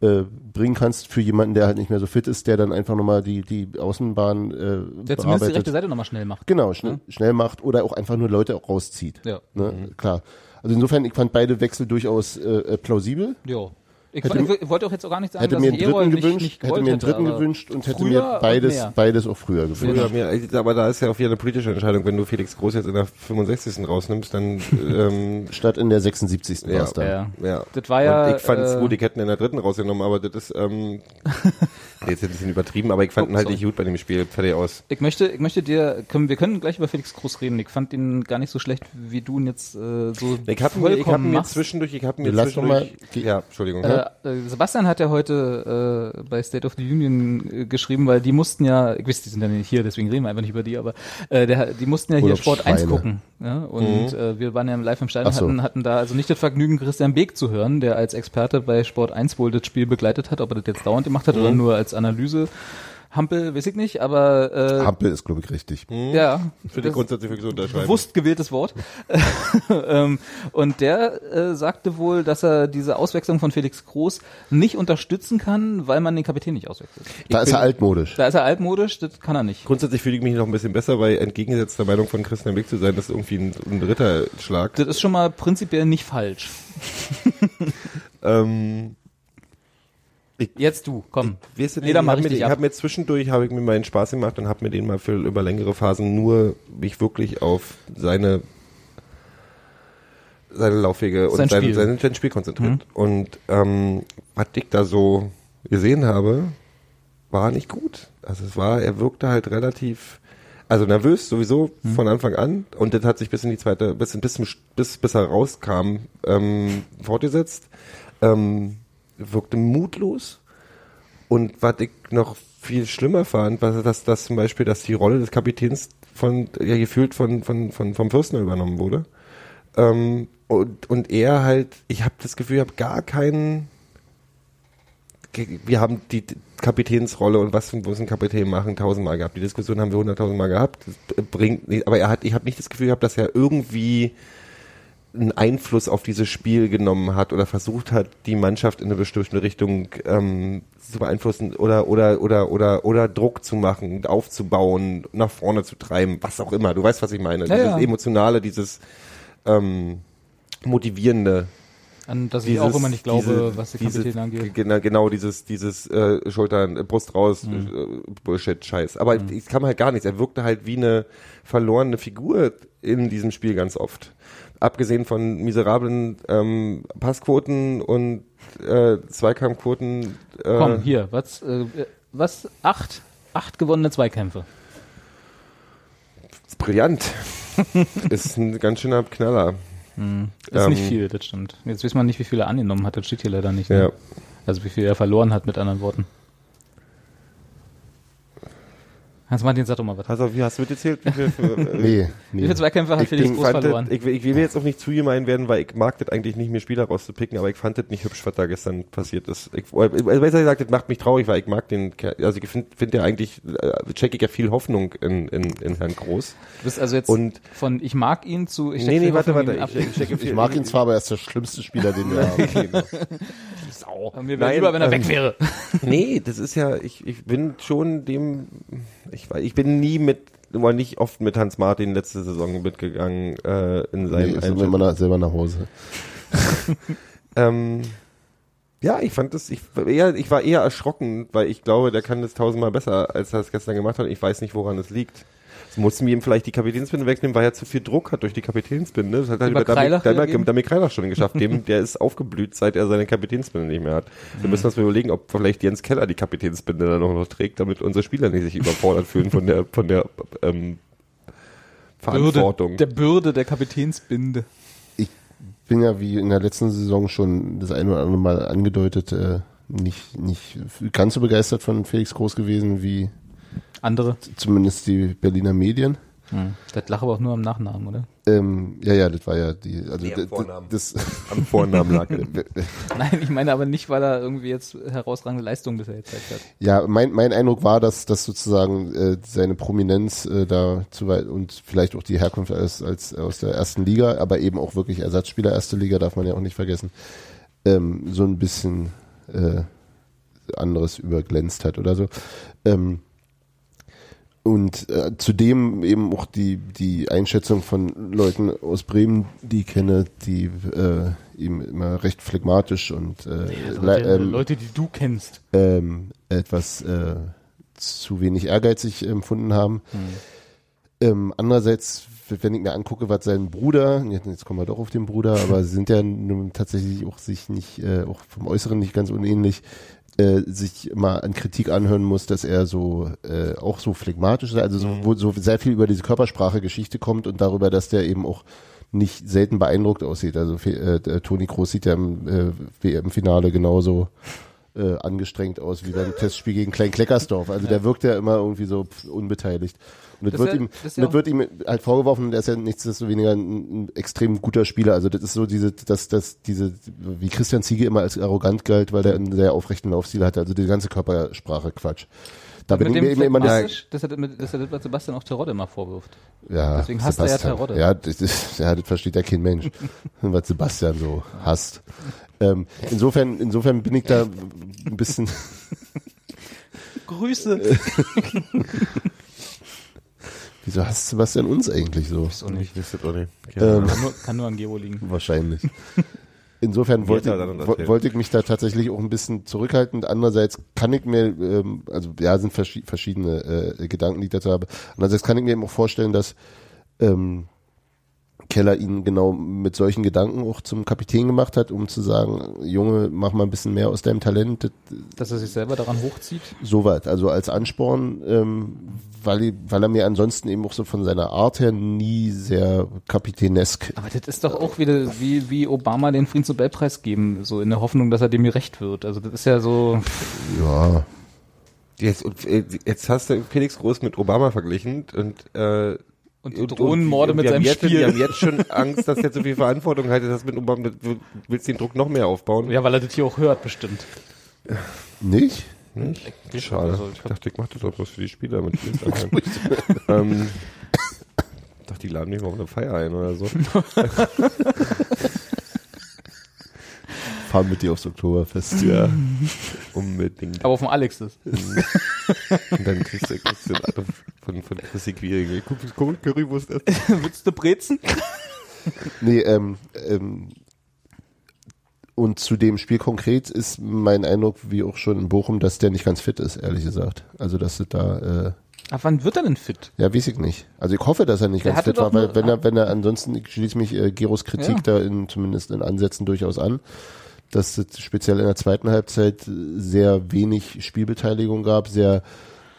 C: äh, bringen kannst für jemanden, der halt nicht mehr so fit ist, der dann einfach nochmal die, die Außenbahn äh,
A: Der zumindest die
C: bearbeitet.
A: rechte Seite nochmal schnell macht.
C: Genau, schnell, schnell macht oder auch einfach nur Leute auch rauszieht.
A: ne? Ja. Mhm.
C: Ne? Klar. Also insofern, ich fand beide Wechsel durchaus äh, äh, plausibel.
A: Jo. Ich,
C: Hätte
A: ich, ich wollte auch jetzt auch gar nicht sagen,
C: Hätte
A: dass
C: mir einen
A: ich Erol
C: dritten
A: nicht,
C: gewünscht,
A: nicht
C: hätte
A: gewollt
C: mir einen dritten
A: aber
C: gewünscht und hätte
A: früher
C: mir
A: und
C: beides,
A: mehr.
C: beides auch früher gewünscht.
B: Früher mir, aber da ist ja auch wieder eine politische Entscheidung, wenn du Felix Groß jetzt in der 65. rausnimmst, dann <laughs> ähm,
C: Statt in der 76.
B: Ja.
C: war es dann.
A: Ja.
B: ja.
A: Das war ja,
B: Und ich fand es
A: äh,
B: gut, ich hätten in der dritten rausgenommen, aber das ist ähm, <laughs> jetzt ein bisschen übertrieben, aber ich fand ihn
A: Oh,
B: halt
A: sorry.
B: nicht gut bei dem Spiel. Fertig aus.
A: Ich möchte, ich möchte dir, können, wir können gleich über Felix Groß reden. Ich fand ihn gar nicht so schlecht, wie du ihn jetzt äh, so
B: Ich hab mir, ich hab mir zwischendurch, ich hab mir
C: Lass doch mal-
B: zwischendurch, ja, Entschuldigung.
A: Äh,
B: ne?
A: äh, Sebastian hat ja heute äh, bei State of the Union äh, geschrieben, weil die mussten ja, ich weiß, die sind ja nicht hier, deswegen reden wir einfach nicht über die, aber äh, der, die mussten ja hier Sport
C: Urlaubsschweine.
A: 1 gucken. Ja? Und äh, wir waren ja live im Stadion,
C: Mhm. Ach so.
A: hatten, hatten da also nicht das Vergnügen, Christian Beek zu hören, der als Experte bei Sport 1 wohl das Spiel begleitet hat, ob er das jetzt dauernd gemacht hat
C: Mhm.
A: oder nur als Analyse. Hampel, weiß ich nicht, aber äh,
C: Hampel ist, glaube ich, richtig.
A: ja.
B: Für die
A: das-
B: grundsätzlich wirklich so unterschreiben.
A: bewusst gewähltes Wort. <laughs> ähm, und der äh, sagte wohl, dass er diese Auswechslung von Felix Groß nicht unterstützen kann, weil man den Kapitän nicht auswechselt.
C: Da ist er altmodisch.
A: Da ist er altmodisch, das kann er nicht.
B: Grundsätzlich fühle ich mich noch ein bisschen besser, weil entgegengesetzt der Meinung von Christian Beck zu sein, das ist irgendwie ein, ein Ritterschlag.
A: Das ist schon mal prinzipiell nicht falsch.
B: Ähm,
A: Jetzt du, komm.
B: weißt du,
A: Nee, dann
B: ich
A: mach
B: habe
A: ich
B: mir,
A: dich
B: ich
A: ab.
B: hab mir zwischendurch habe ich mir meinen Spaß gemacht und habe mir den mal für über längere Phasen nur mich wirklich auf seine seine Laufwege
A: Sein
B: und sein,
A: Spiel. Mhm.
B: Sein, sein Spiel konzentriert. Und ähm, was ich da so gesehen habe, war nicht gut. Also es war, er wirkte halt relativ, also nervös sowieso
A: Mhm.
B: von Anfang an und das hat sich bis in die zweite, bis bis zum, Sch- bis, bis er rauskam, ähm, fortgesetzt. Ähm, wirkte mutlos und was ich noch viel schlimmer fand, war, dass, dass zum Beispiel, dass die Rolle des Kapitäns von, ja, gefühlt von, von, von, vom Fürsten übernommen wurde. Ähm, und, und er halt, ich habe das Gefühl, ich habe gar keinen. ge- Wir haben die die Kapitänsrolle und was muss ein Kapitän machen, tausendmal gehabt. Die Diskussion haben wir hunderttausendmal gehabt. Das bringt, nicht- aber er hat, ich habe nicht das Gefühl gehabt, dass er irgendwie einen Einfluss auf dieses Spiel genommen hat oder versucht hat, die Mannschaft in eine bestimmte Richtung ähm, zu beeinflussen oder oder oder oder oder Druck zu machen, aufzubauen, nach vorne zu treiben, was auch immer. Du weißt, was ich meine.
A: Ja,
B: dieses
A: ja.
B: emotionale, dieses ähm, motivierende.
A: An das ich
B: Dieses,
A: auch immer nicht glaube,
B: diese-
A: was die
B: diese-
A: Kapitän angeht.
B: Genau, genau dieses dieses äh, Schultern, äh, Brust raus,
A: Mhm.
B: äh, Bullshit-Scheiß. Aber es kam halt gar nichts. Er wirkte halt wie eine verlorene Figur in diesem Spiel ganz oft. Abgesehen von miserablen ähm, Passquoten und äh, Zweikampfquoten. Äh,
A: Komm, hier, was, äh, was? Acht? Acht gewonnene Zweikämpfe. <laughs>
B: brillant. ist ein ganz schöner Knaller.
A: Das ist nicht
B: Ähm.
A: viel, das stimmt. Jetzt weiß man nicht, wie viel er angenommen hat, das steht hier leider nicht.
B: Ja.
A: Ne? Also wie viel er verloren hat, mit anderen Worten. Hans-Martin, sag doch mal was.
B: Pass auf, wie hast du mitgezählt? Wie viel, für, äh,
C: Nee,
A: Wie viele
C: nee.
A: Zweikämpfe hat
B: ich,
A: Felix
B: ich,
A: Groß
B: fand das,
A: verloren?
B: ich, ich will jetzt auch nicht zu gemein werden, weil ich mag das eigentlich nicht, mir Spieler rauszupicken, aber ich fand das nicht hübsch, was da gestern passiert ist. Ich, oder besser gesagt, das macht mich traurig, weil ich mag den, Kerl- also ich finde find ja eigentlich, äh, check ich ja viel Hoffnung in, in, in Herrn Groß.
A: Du bist also jetzt
B: Und-
A: von ich mag ihn zu ich
B: Nee, nee, warte, warte.
A: Ich,
B: Ich, ich, check
C: Ich mag ihn zwar, aber er ist der schlimmste Spieler,
B: <laughs>
C: den wir haben.
B: genau.
A: Sau. <laughs> Mir
B: Nein,
A: wäre lieber, wenn er
B: ähm,
A: weg wäre.
B: Nee, das ist ja, ich, ich bin schon dem, ich, weiß- ich bin nie mit, oder nicht oft mit Hans Martin letzte Saison mitgegangen äh, in
C: Nee,
B: seinem
C: ist
B: Einsatz.
C: immer nach, selber nach Hause.
B: Ähm, ja, ich fand das, ich, war eher, ich war eher erschrocken, weil ich glaube, der kann das tausendmal besser, als er es gestern gemacht hat. Ich weiß nicht, woran es liegt. Es mussten wir ihm vielleicht die Kapitänsbinde wegnehmen, weil er zu viel Druck hat durch die Kapitänsbinde. Das hat halt
A: Über
B: über Dami
A: Kreilach
B: Dami-
A: reagieren?
B: Dami Kreilach schon geschafft. Dem, der ist aufgeblüht, seit er seine Kapitänsbinde nicht mehr hat. Wir müssen uns mal überlegen, ob vielleicht Jens Keller die Kapitänsbinde dann auch noch trägt, damit unsere Spieler nicht sich überfordert fühlen von der, von der, ähm, Verantwortung.
A: der Bürde der Kapitänsbinde.
C: Ich bin ja wie in der letzten Saison schon das ein oder andere Mal angedeutet, äh, nicht, nicht ganz so begeistert von Felix Groß gewesen wie
A: Andere. Hm,
C: zumindest die Berliner Medien.
A: Das lache aber auch nur am Nachnamen, oder? <laughs>
C: Ähm, ja, ja, das war ja die, also
B: Nee, am
C: d- d-
B: Vornamen.
C: das, <laughs>
B: Am Vornamen lag er.
A: Nein, ich meine aber nicht, weil er irgendwie jetzt herausragende Leistung bisher gezeigt hat.
C: ja, mein, mein Eindruck war, dass, dass sozusagen äh, seine Prominenz äh, da zu weit und vielleicht auch die Herkunft als, als aus der ersten Liga, aber eben auch wirklich Ersatzspieler erste Liga darf man ja auch nicht vergessen, ähm, so ein bisschen äh, anderes überglänzt hat oder so. Ähm, und äh, zudem eben auch die, die Einschätzung von Leuten aus Bremen, die ich kenne, die äh, ihm immer recht phlegmatisch und äh, le- ähm,
A: Also, Leute, die du kennst.
C: ähm, etwas äh, zu wenig ehrgeizig empfunden haben. Ähm, andererseits, wenn ich mir angucke, was sein Bruder, jetzt, jetzt kommen wir doch auf den Bruder, aber sie sind ja nun tatsächlich auch sich nicht, äh, auch vom Äußeren nicht ganz unähnlich, äh, sich immer an Kritik anhören muss, dass er so äh, auch so phlegmatisch sei, also so, wo so sehr viel über diese Körpersprache-Geschichte kommt und darüber, dass der eben auch nicht selten beeindruckt aussieht. Also Fe- äh, der Toni Kroos sieht ja im äh, WM-Finale genauso äh, angestrengt aus wie beim Testspiel gegen Klein Kleckersdorf. Also der wirkt ja immer irgendwie so pf, unbeteiligt. Und das,
A: Das
C: wird,
A: wär-
C: ihm,
A: das
C: das,
A: wär auch-
C: wird ihm halt vorgeworfen, und er ist ja nichtsdestoweniger ein, ein extrem guter Spieler. Also das ist so diese, dass das diese, wie Christian Ziege immer als arrogant galt, weil der einen sehr aufrechten Laufstil hatte. Also die ganze Körpersprache Quatsch. Da bin
A: Mit
C: ich
A: dem
C: mir eben immer nicht.
A: Phlegmatisch, das hat, mit- das hat was Sebastian auch Terodde immer vorwirft.
C: Ja,
A: Deswegen hasst er ja Terodde.
C: Ja, das, ist, ja, das versteht ja kein Mensch, <laughs> was Sebastian so hasst. Ähm, insofern, insofern bin ich da ein bisschen
A: Grüße.
C: Wieso hasst Sebastian uns eigentlich so?
A: Ist auch nicht.
B: Wisst ihr, oder?
C: Ähm,
A: Kann nur, kann nur an Geo liegen.
B: <laughs>
C: wahrscheinlich. Insofern wollte,
B: hat er dann
C: ich-
B: erzählt?
C: wo- wollte ich mich da tatsächlich auch ein bisschen zurückhaltend. Andererseits kann ich mir, ähm, also ja, sind verschi verschiedene äh, Gedanken, die ich dazu habe. Andererseits kann ich mir eben auch vorstellen, dass ähm, Keller ihn genau mit solchen Gedanken auch zum Kapitän gemacht hat, um zu sagen, Junge, mach mal ein bisschen mehr aus deinem Talent. Das
A: Dass er sich selber daran hochzieht.
C: Soweit, also als Ansporn, ähm, weil, ich- weil er mir ansonsten eben auch so von seiner Art her nie sehr kapitänesk.
A: Aber das ist doch auch wieder wie, wie Obama den Friedensnobelpreis geben, so in der Hoffnung, dass er dem gerecht wird. Also das ist ja so,
C: Ja,
B: Jetzt, und, äh, jetzt hast du Felix Groß mit Obama verglichen und, äh,
A: Und Drohnenmorde mit
B: wir haben
A: seinem
B: jetzt,
A: Spiel.
B: Wir haben jetzt schon Angst, dass er zu viel Verantwortung hat. Das mit Obama, du willst den Druck noch mehr aufbauen?
A: ja, weil er das hier auch hört bestimmt.
C: nicht?
B: Schade.
A: Also, ich
B: ich
A: hab-
B: dachte, ich mache das doch bloß für die Spieler,
A: <laughs>
B: damit die das anhören. ähm, ich dachte, die laden mich mal auf eine Feier ein oder
A: <laughs>
B: so.
C: Fahren mit dir aufs Oktoberfest. Ja.
B: Unbedingt.
A: Aber auf dem Alex ist.
B: Und dann kriegst du Christian Adolf von, von Chrissy Quiring. Guck, guck, Currywurst
A: <laughs>
B: essen.
A: Willst du brezen?
C: Nee, ähm, ähm, und zu dem Spiel konkret ist mein Eindruck, wie auch schon in Bochum, dass der nicht ganz fit ist, ehrlich gesagt. Also, dass er da, äh,
A: Ab wann wird er denn fit?
C: ja, weiß ich nicht. Also, ich hoffe, dass er nicht
A: Der
C: ganz
A: hatte
C: fit war,
A: doch nur-
C: weil wenn er, wenn er ansonsten, ich schließe mich äh, Geros Kritik
A: Ja.
C: da in, zumindest in Ansätzen durchaus an, dass es speziell in der zweiten Halbzeit sehr wenig Spielbeteiligung gab, sehr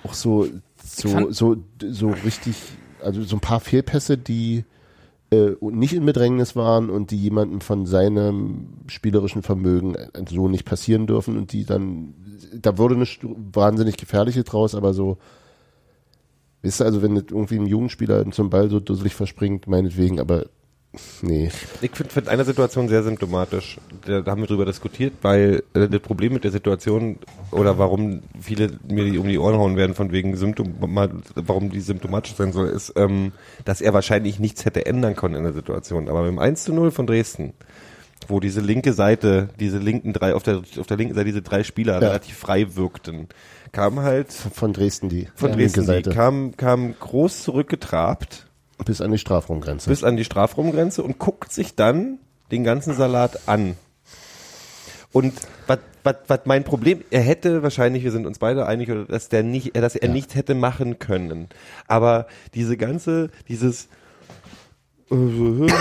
C: auch so so
A: fand-
C: so so richtig also so ein paar Fehlpässe, die äh, nicht in Bedrängnis waren und die jemandem von seinem spielerischen Vermögen äh, so nicht passieren dürfen und die dann, da wurde eine stu- wahnsinnig gefährliche draus, aber so, wisst ihr, also wenn jetzt irgendwie ein Jugendspieler zum Ball so dusselig verspringt, meinetwegen, aber nee.
B: Ich finde find eine Situation sehr symptomatisch. Da, da haben wir drüber diskutiert, weil äh, das Problem mit der Situation oder warum viele mir die um die Ohren hauen werden, von wegen Symptom, ma- warum die symptomatisch sein soll, ist, ähm, dass er wahrscheinlich nichts hätte ändern können in der Situation. Aber mit dem 1 zu 0 von Dresden, wo diese linke Seite, diese linken drei, auf der, auf der linken Seite diese drei Spieler
C: Ja.
B: relativ frei wirkten, kam halt
C: Von Dresden die
B: von
C: die
B: Dresden, die
C: linke Seite
B: kam, kam groß zurückgetrabt
C: bis an die Strafraumgrenze.
B: bis an die Strafraumgrenze und guckt sich dann den ganzen Salat an. Und was mein Problem, er hätte wahrscheinlich, wir sind uns beide einig, oder dass der nicht, äh, dass er nicht hätte machen können. Aber diese ganze, dieses äh, so, äh,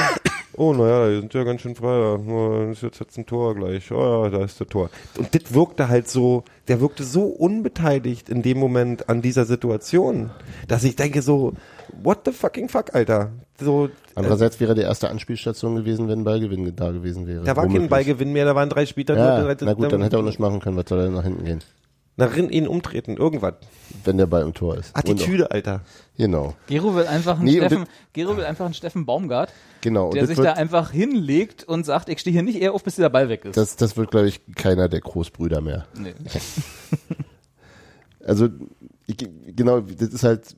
B: Oh, naja, die sind ja ganz schön frei. ja. Oh, Ist jetzt, jetzt ein Tor gleich. Oh ja, da ist der Tor. Und das wirkte halt so, der wirkte so unbeteiligt in dem Moment an dieser Situation, dass ich denke so, what the fucking fuck, Alter. So, äh,
C: Andererseits wäre die erste Anspielstation gewesen, wenn Ballgewinn da gewesen wäre.
B: da war kein
C: Womöglich.
B: Ballgewinn mehr, da waren drei Spieler.
C: Ja,
B: nur-
C: na gut, dann hätte er auch nicht machen können, was soll er denn nach hinten gehen,
B: Nach innen ihn umtreten, irgendwas.
C: wenn der Ball im Tor ist. Und
B: Attitüde, Alter.
C: auch, genau,
A: Gero will einfach einen
C: Nee, und
A: Steffen, Gero will einfach einen Steffen Baumgart,
C: genau. Und
A: der
C: das
A: sich
C: wird-
A: da einfach hinlegt und sagt, ich stehe hier nicht eher auf, bis der Ball weg ist.
C: Das, das wird, glaube ich, keiner der Großbrüder mehr.
A: nee.
C: Also, ich, genau, das ist halt,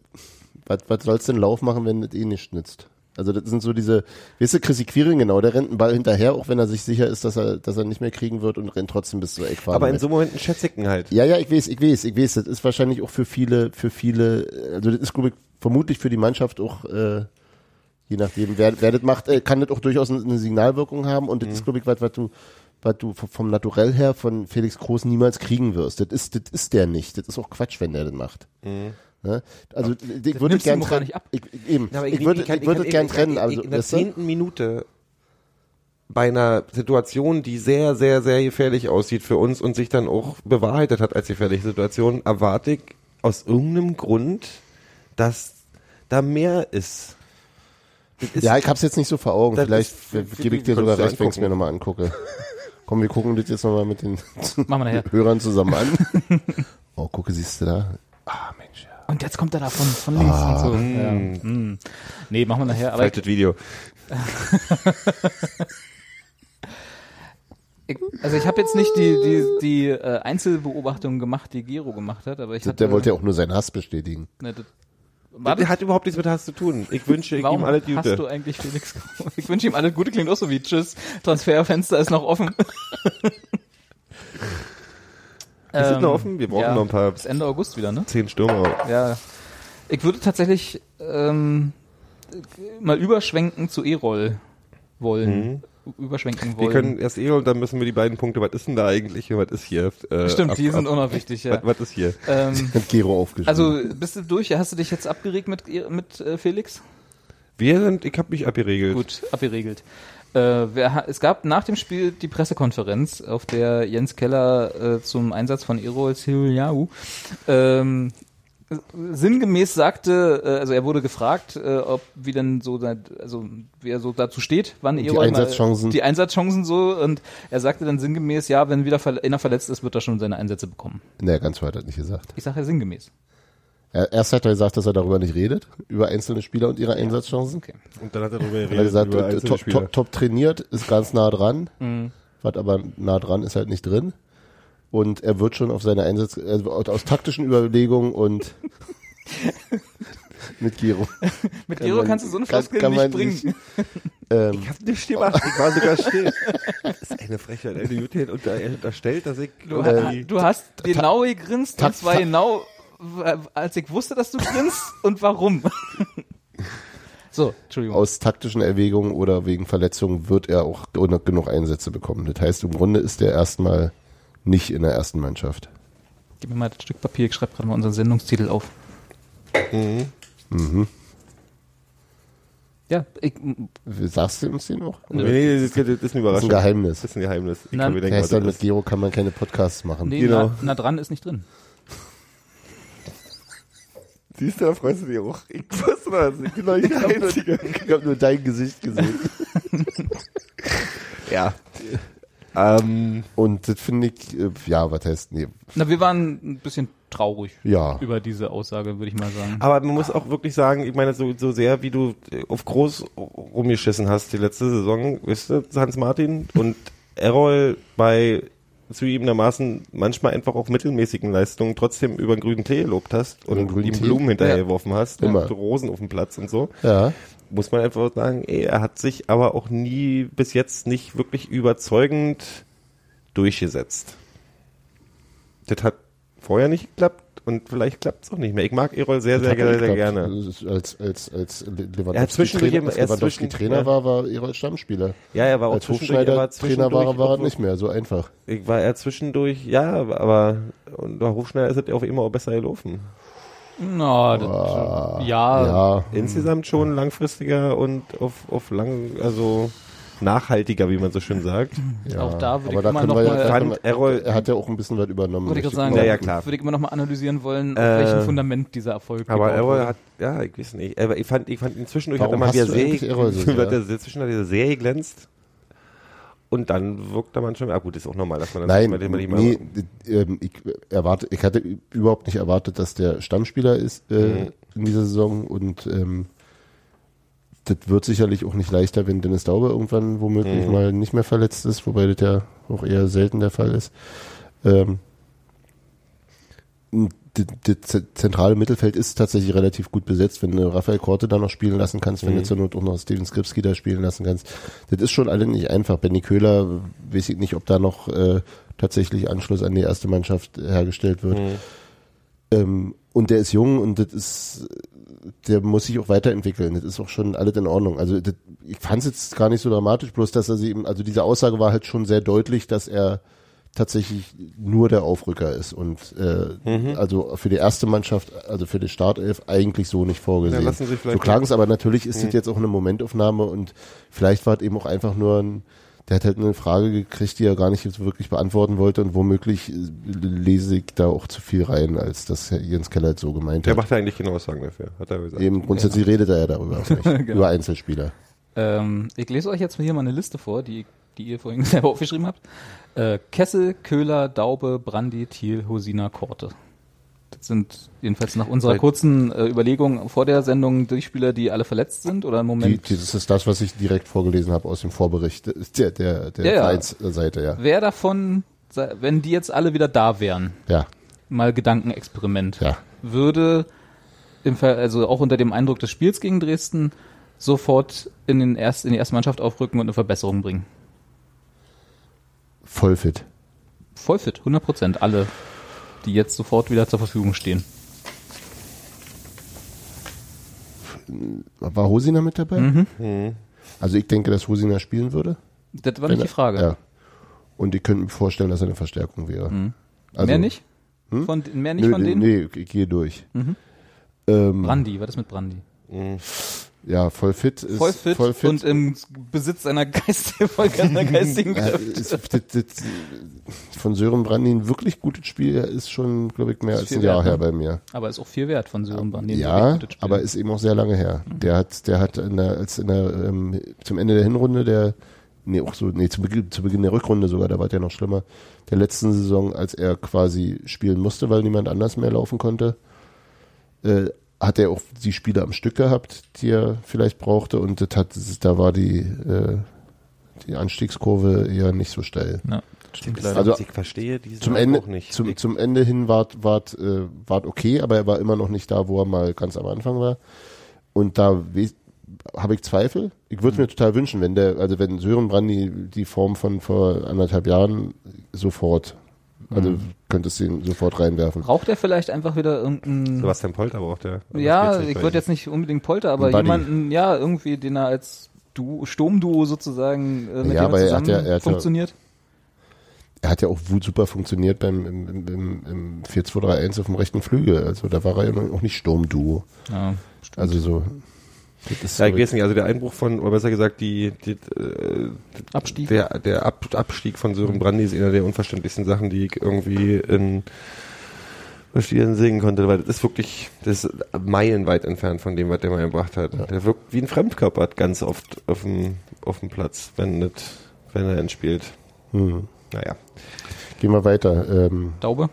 C: was, was soll's denn Lauf machen, wenn das eh nicht nützt? Also, das sind so diese, weißt du, Chrissy Quirin, genau, der rennt einen Ball hinterher, auch wenn er sich sicher ist, dass er, dass er nicht mehr kriegen wird und rennt trotzdem bis zur Eckfahne.
B: Aber in
C: mit.
B: so Momenten schätze ich ihn halt.
C: Ja, ja, ich weiß, ich weiß, ich weiß. Das ist wahrscheinlich auch für viele, für viele, äh, also das ist glaube ich, vermutlich für die Mannschaft auch, äh, je nachdem, wer, wer das macht, äh, kann das auch durchaus eine- eine Signalwirkung haben und das ist glaube ich was, was du, was du v- vom Naturell her von Felix Groß niemals kriegen wirst. Das ist, das ist der nicht. Das ist auch Quatsch, wenn der das macht. Ne? Also ich würde
A: nimmst du ihm auch
C: gern
A: gar
C: trennen.
A: nicht ab.
C: Ich, ich- eben.
B: Ja, aber
C: ich würde,
B: kann-
C: ich würde
B: kann-
C: das gern
B: ich-
C: trennen.
B: ich-
C: Also
B: in der
C: weißt du?
B: zehnten Minute bei einer Situation, die sehr, sehr, sehr gefährlich aussieht für uns und sich dann auch bewahrheitet hat als gefährliche Situation, erwarte ich aus irgendeinem Grund, dass da mehr ist. Das ist
C: Ja, ich hab's jetzt nicht so vor Augen.
B: Das
C: Vielleicht
B: ist-
C: äh, gebe ich dir
B: Könntest
C: sogar
B: du
C: recht, wenn ich's
B: angucken.
C: mir nochmal
B: <laughs>
C: angucke. Komm, wir gucken das jetzt nochmal mit den
A: Machen wir nachher.
C: <laughs> Hörern zusammen an.
A: <laughs>
C: Oh, gucke, siehst du da? Ah, Mensch, ja.
A: Und jetzt kommt er da von, von links und
C: Ah.
A: so. Ja.
B: Hm.
A: Mm. Nee, machen wir nachher. Aber
B: falsches Video.
A: ich, also ich habe jetzt nicht die, die, die äh, Einzelbeobachtung gemacht, die Gero gemacht hat, aber ich hatte,
C: Der wollte ja auch nur seinen Hass bestätigen.
A: ne, das, war
B: Das
A: das,
B: hat überhaupt nichts mit Hass zu tun. Ich wünsche ich ihm
A: warum
B: alle
A: hast du
B: Gute.
A: eigentlich Felix Groß? <laughs> Ich wünsche ihm alles Gute, klingt auch so wie Tschüss. Transferfenster ist noch
B: <laughs>
A: offen. <laughs>
B: Wir sind noch offen, wir brauchen noch ein paar
A: Bis Ähm, Ende August wieder, ne?
B: zehn Stürmer.
A: Ja. Ich würde tatsächlich ähm, mal überschwenken zu E-Roll wollen. Überschwenken wollen.
B: Mhm. Wir können erst eh und dann müssen wir die beiden Punkte, was ist denn da eigentlich und was ist hier? Äh,
A: Stimmt,
B: ab-
A: die sind
B: ab-
A: auch noch wichtig, ja.
B: was, was ist hier?
A: Ähm,
C: Hat Gero aufgeschrieben.
A: also bist du durch? Hast du dich jetzt abgeregt mit, mit äh, Felix?
B: Wir sind, ich habe mich abgeregelt.
A: Gut, abgeregelt. Äh, wer, ha- es gab nach dem Spiel die Pressekonferenz, auf der Jens Keller äh, zum Einsatz von Erol Siljau ähm, sinngemäß sagte, äh, also er wurde gefragt, äh, ob wie denn so, da- also wie er so dazu steht, wann Erol mal-
C: Einsatzchancen.
A: die Einsatzchancen so und er sagte dann sinngemäß, ja, wenn wieder verle- einer verletzt ist, wird er schon seine Einsätze bekommen.
C: nee, ganz weit hat nicht gesagt.
A: Ich sage ja sinngemäß.
C: Er, erst hat er gesagt, dass er darüber nicht redet, über einzelne Spieler und ihre Einsatzchancen.
A: Okay.
B: Und dann hat er darüber
C: Er hat
B: geredet.
C: gesagt,
B: über
C: äh,
B: einzelne
C: top,
B: Spieler.
C: top, top trainiert, ist ganz nah dran.
A: Mhm.
C: Was aber nah dran ist halt nicht drin. Und er wird schon auf seine Einsatz, also aus aus taktischen Überlegungen
A: <laughs>
C: und mit Giro.
A: Mit
C: Kann
A: Gero
C: man-
A: kannst du so eine
C: kann-
A: Floskel
C: kann
A: nicht
C: man
A: bringen.
C: nicht. Ähm,
B: Ich hab nicht gemacht, <laughs> ich war sogar still. Das ist eine Frechheit, eine Jutin und da, da stellt, dass ich Äh,
A: Du, du hast genau gegrinst,
C: Ta-
A: und zwar
C: ta-
A: genau, w- als ich wusste, dass du grinst <laughs> und warum. so, Entschuldigung.
C: aus taktischen Erwägungen oder wegen Verletzungen wird er auch gen- genug Einsätze bekommen. Das heißt, im Grunde ist er erstmal nicht in der ersten Mannschaft.
A: Gib mir mal das Stück Papier, ich schreibe gerade mal unseren Sendungstitel auf. Ja, ich,
C: Sagst du uns den noch?
B: nee,
C: Oder?
B: nee, das, ist- das ist eine
C: Das ist
B: Überraschung.
C: ein Geheimnis.
B: Das ist ein Geheimnis. Ich
A: Nein.
B: kann mir
C: Das
B: denken, was
C: heißt dann,
B: das
C: mit
B: ist.
C: Gero kann man keine Podcasts machen.
A: nee,
B: Genau.
A: na, na dran ist nicht drin.
B: Siehst du, da freust du dich auch. Ich wusste weißt du das? Ich bin doch <laughs> nicht der Einzige.
C: Ich habe nur dein Gesicht gesehen.
B: Ja. Ähm,
C: Und das finde ich, äh, ja, was heißt, nee,
A: Na, wir waren ein bisschen traurig
C: ja.
A: über diese Aussage, würde ich mal sagen.
B: aber man muss auch wirklich sagen, ich meine, so, so sehr wie du äh, auf groß rumgeschissen hast die letzte Saison, weißt du, Hans Martin und Errol bei zugegebenermaßen manchmal einfach auch mittelmäßigen Leistungen trotzdem über den grünen Tee gelobt hast
C: den
B: und
C: grünen
B: die
C: Tee?
B: Blumen hinterher
A: Ja.
B: geworfen hast
C: Immer.
B: und Rosen auf dem Platz und so.
C: Ja,
B: muss man einfach sagen, ey, er hat sich aber auch nie bis jetzt nicht wirklich überzeugend durchgesetzt. Das hat vorher nicht geklappt und vielleicht klappt es auch nicht mehr. Ich mag Erol sehr, sehr, sehr, sehr gerne.
C: Als, als, als, als Lewandowski,
B: hat zwischendurch
C: Trainer,
B: immer-
C: als
B: er ist
C: Lewandowski
B: zwischen-
C: Trainer
B: ja.
C: war, war er als Stammspieler.
B: Ja, er war auch
C: als Hofschneider Trainer war, er, war er nicht mehr, so einfach.
B: Ich war er zwischendurch, ja, aber und bei Hofschneider ist es auf immer auch besser gelaufen.
A: Na, das, ja,
C: Ja,
B: Insgesamt schon langfristiger und auf, auf lang, also nachhaltiger, wie man so schön sagt.
C: ja.
A: Auch da würde
C: Aber
A: ich
C: da
A: immer
C: können
A: noch
C: wir ja-
A: mal-
C: da können
B: Fand
C: wir-
B: Errol-
C: Er hat ja auch ein bisschen was übernommen.
A: würde ich gerade
C: richtig.
A: sagen,
B: Ja,
A: ja,
B: ja, klar.
A: würde ich immer noch mal analysieren wollen, auf
B: Äh,
A: welchem Fundament dieser Erfolg
B: Aber
A: gebaut
B: Errol
A: wurde.
B: hat, ja, ich weiß nicht. Aber ich fand, ich fand ihn zwischendurch
C: Warum
B: hat
C: hast
B: er mal
C: du
B: wieder sehr, <laughs>
C: eigentlich Errol so
B: hat
C: sehr?
B: er sehr- zwischendurch hat er sehr geglänzt. Und dann wirkt er manchmal, ah gut, ist auch normal, dass man
C: Nein,
B: dass man immer-
C: nee, ähm, ich, erwarte, ich hatte überhaupt nicht erwartet, dass der Stammspieler ist äh, in dieser Saison und ähm, das wird sicherlich auch nicht leichter, wenn Dennis Dauber irgendwann womöglich mal nicht mehr verletzt ist, wobei das ja auch eher selten der Fall ist. Ähm, das- das ze- zentrale Mittelfeld ist tatsächlich relativ gut besetzt, wenn du Raphael Korte da noch spielen lassen kannst, wenn du zur Not auch noch Steven Skripski da spielen lassen kannst. Das ist schon alle nicht einfach. Benny Köhler, weiß ich nicht, ob da noch äh, tatsächlich Anschluss an die erste Mannschaft hergestellt wird. Ähm, und der ist jung und das ist, der muss sich auch weiterentwickeln. Das ist auch schon alles in Ordnung. Also das, ich fand es jetzt gar nicht so dramatisch, bloß dass er sie eben, also diese Aussage war halt schon sehr deutlich, dass er tatsächlich nur der Aufrücker ist und äh,
B: Mhm.
C: also für die erste Mannschaft, also für die Startelf eigentlich so nicht vorgesehen.
B: Ja, lassen Sie vielleicht- Mhm.
C: so klang es, aber natürlich ist das jetzt auch eine Momentaufnahme und vielleicht war es eben auch einfach nur ein der hat halt eine Frage gekriegt, die er gar nicht so wirklich beantworten wollte und womöglich äh, lese ich da auch zu viel rein, als das Herr Jens Keller jetzt so gemeint
B: der
C: hat.
B: macht ja eigentlich keine Aussagen dafür, hat er gesagt.
C: Eben grundsätzlich redet er ja
B: <laughs>
C: darüber, auch nicht,
B: Genau.
C: über Einzelspieler.
A: Ähm, ich lese euch jetzt mal hier mal eine Liste vor, die, die ihr vorhin <laughs> selber aufgeschrieben habt. Äh, Kessel, Köhler, Daube, Brandy, Thiel, Hosina, Korte. Das sind jedenfalls nach unserer
B: Weil-
A: kurzen äh, Überlegung vor der Sendung die Spieler, die alle verletzt sind oder im
C: Die,
A: Moment.
C: das ist das, was ich direkt vorgelesen habe aus dem Vorbericht äh, der, der, der
A: Ja, ja.
C: Vereinsseite, ja.
A: wer davon, sei- wenn die jetzt alle wieder da wären,
C: Ja,
A: mal Gedankenexperiment,
C: ja.
A: würde im Ver also auch unter dem Eindruck des Spiels gegen Dresden sofort in, den Erst in die erste Mannschaft aufrücken und eine Verbesserung bringen.
C: Voll fit.
A: Voll fit, 100 Prozent, alle, die jetzt sofort wieder zur Verfügung stehen.
C: War Hosina mit dabei?
B: Mhm.
C: Also ich denke, dass Hosina spielen würde.
A: Das war nicht die Frage.
C: Ja. Und ich könnte mir vorstellen, dass er eine Verstärkung wäre.
A: Mhm. mehr nicht? Von, den- mehr nicht
C: also, hm? Nö,
A: von
C: nee,
A: denen? Mhm.
C: nee, ich gehe durch. Ähm,
A: Brandi, was ist mit Brandi?
C: ja, voll fit ist
A: Voll fit,
C: voll fit
A: und im Besitz einer, Geist <laughs> einer geistigen
C: Ja,
A: Kräfte.
C: Äh, ist, das, das, von Sören Brandin wirklich gutes Spiel ist schon, glaube ich, mehr als
A: viel
C: ein
A: wert,
C: Jahr
A: ne?
C: her bei mir.
A: Aber ist auch viel wert von Sören Brandi.
C: ja, aber ist eben auch sehr lange her.
A: Mhm.
C: Der hat, der hat in der, als in der, ähm, zum Ende der Hinrunde der, nee, auch so, nee, zu Beginn, zu Beginn der Rückrunde sogar, da war der noch schlimmer, der letzten Saison, als er quasi spielen musste, weil niemand anders mehr laufen konnte, äh, hat er auch die Spiele am Stück gehabt, die er vielleicht brauchte und das hat, da war die, äh, die Anstiegskurve eher nicht so steil.
A: ja, das stimmt leider.
C: Also-
B: ich verstehe diesen
C: Zum Ende,
B: auch nicht.
C: Zum,
B: ich,
C: zum Ende hin war wart, äh, wart okay, aber er war immer noch nicht da, wo er mal ganz am Anfang war. Und da we- habe ich Zweifel. Ich würde
B: Mhm.
C: mir total wünschen, wenn der, also wenn Sören Brandi die Form von vor anderthalb Jahren sofort, also
B: Mhm.
C: könntest du ihn sofort reinwerfen.
A: Braucht er vielleicht einfach wieder irgendeinen
B: Sebastian Polter braucht er. Aber das
A: Ja,
B: geht's nicht
A: ich
B: bei
A: würde
B: ihm.
A: jetzt nicht unbedingt Polter, aber
C: Ein Buddy.
A: jemanden, ja, irgendwie, den er als du Sturmduo sozusagen äh, mit
C: Ja,
A: ja, jemandem
C: aber er hat
A: zusammen
C: ja- er hat ja-
A: funktioniert.
C: Er hat ja auch gut super funktioniert beim im, im, im, im 4-2-3-1 auf dem rechten Flügel. Also da war er ja auch nicht Sturmduo.
A: Ja.
C: Also so. das ist
B: Ja, ich
C: so-
B: weiß nicht, also der Einbruch von, oder besser gesagt, die, die, äh,
A: Abstieg.
B: der, der Ab Abstieg von Sören Brandy ist einer der unverständlichsten Sachen, die ich irgendwie in was die dann singen konnte, weil das ist wirklich, das ist meilenweit entfernt von dem, was der mal gebracht hat. Der wirkt wie ein Fremdkörper ganz oft auf dem, auf dem Platz, wenn, das, wenn er ihn spielt.
C: Hm.
B: Naja.
C: Gehen wir weiter. Ähm,
A: Daube?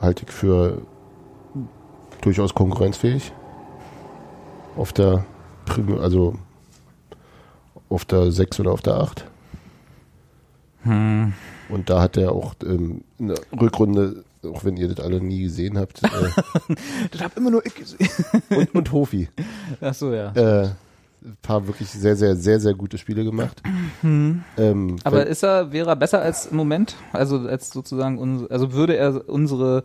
C: halte ich für durchaus konkurrenzfähig. Auf der, Prim- also auf der 6 oder auf der 8.
A: Hm.
C: Und da hat er auch ähm, in der Rückrunde, auch wenn ihr das alle nie gesehen
A: <laughs>
C: habt, äh,
A: Das hab immer nur ich gesehen.
C: und, und Hofi,
A: Achso, ja.
C: äh, ein paar wirklich sehr, sehr, sehr, sehr gute Spiele gemacht. Ähm,
A: Mhm. Aber
C: wenn-
A: ist er, wäre er besser als im Moment? Also als sozusagen unsere, also würde er unsere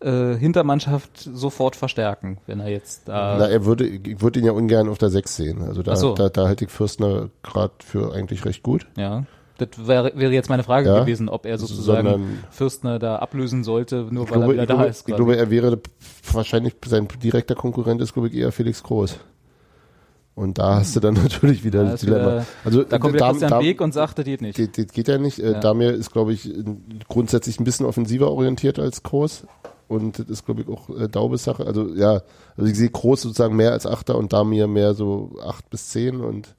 A: äh, Hintermannschaft sofort verstärken, wenn er jetzt da.
C: Na, er würde, ich würde ihn ja ungern auf der 6 sehen. Also da,
A: Ach so.
C: da, da halte ich Fürstner gerade für eigentlich recht gut.
A: ja. Das wäre, wäre jetzt meine Frage
C: Ja.
A: gewesen, ob er sozusagen
C: Sondern-
A: Fürstner da ablösen sollte, nur
C: Ich
A: weil
C: glaube,
A: er wieder
C: ich,
A: da
C: glaube,
A: ist.
C: ich
A: quasi.
C: glaube, er wäre wahrscheinlich sein direkter Konkurrent ist, glaube ich, eher Felix Groß. Und da hast du dann <laughs> natürlich wieder
A: Da
C: das
A: ist wieder-
C: Dilemma. also
A: da kommt
C: äh,
A: wieder Christian
C: da,
A: Beek und sagt, das geht nicht.
C: geht, geht, geht ja nicht. Äh,
A: Ja.
C: Damir ist, glaube ich, äh, grundsätzlich ein bisschen offensiver orientiert als Groß. Und das ist, glaube ich, auch äh, Daubes Sache. Also ja, also ich sehe Groß sozusagen mehr als Achter und Damir mehr so acht bis zehn und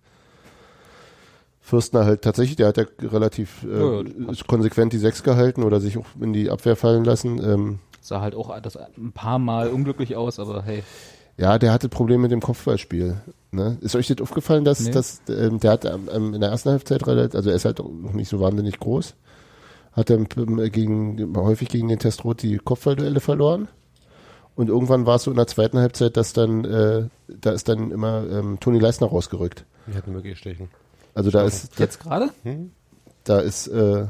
C: Fürstner halt tatsächlich, der hat ja relativ äh,
A: Ja, ja,
C: ist konsequent die Sechs gehalten oder sich auch in die Abwehr fallen lassen. Ähm,
A: Sah halt auch das ein paar Mal unglücklich aus, aber hey.
C: Ja, der hatte Probleme mit dem Kopfballspiel. Ne? Ist euch das aufgefallen, dass,
A: Nee.
C: dass ähm, der hat ähm, ähm, in der ersten Halbzeit relativ, also er ist halt noch nicht so wahnsinnig groß, hat er ähm, gegen, häufig gegen den Testrot die Kopfballduelle verloren. Und irgendwann war es so in der zweiten Halbzeit, dass dann, äh, da ist dann immer ähm, Toni Leisner rausgerückt.
B: Die hatten wirklich stechen.
C: Also da ist, da,
A: Jetzt gerade?
C: da ist äh,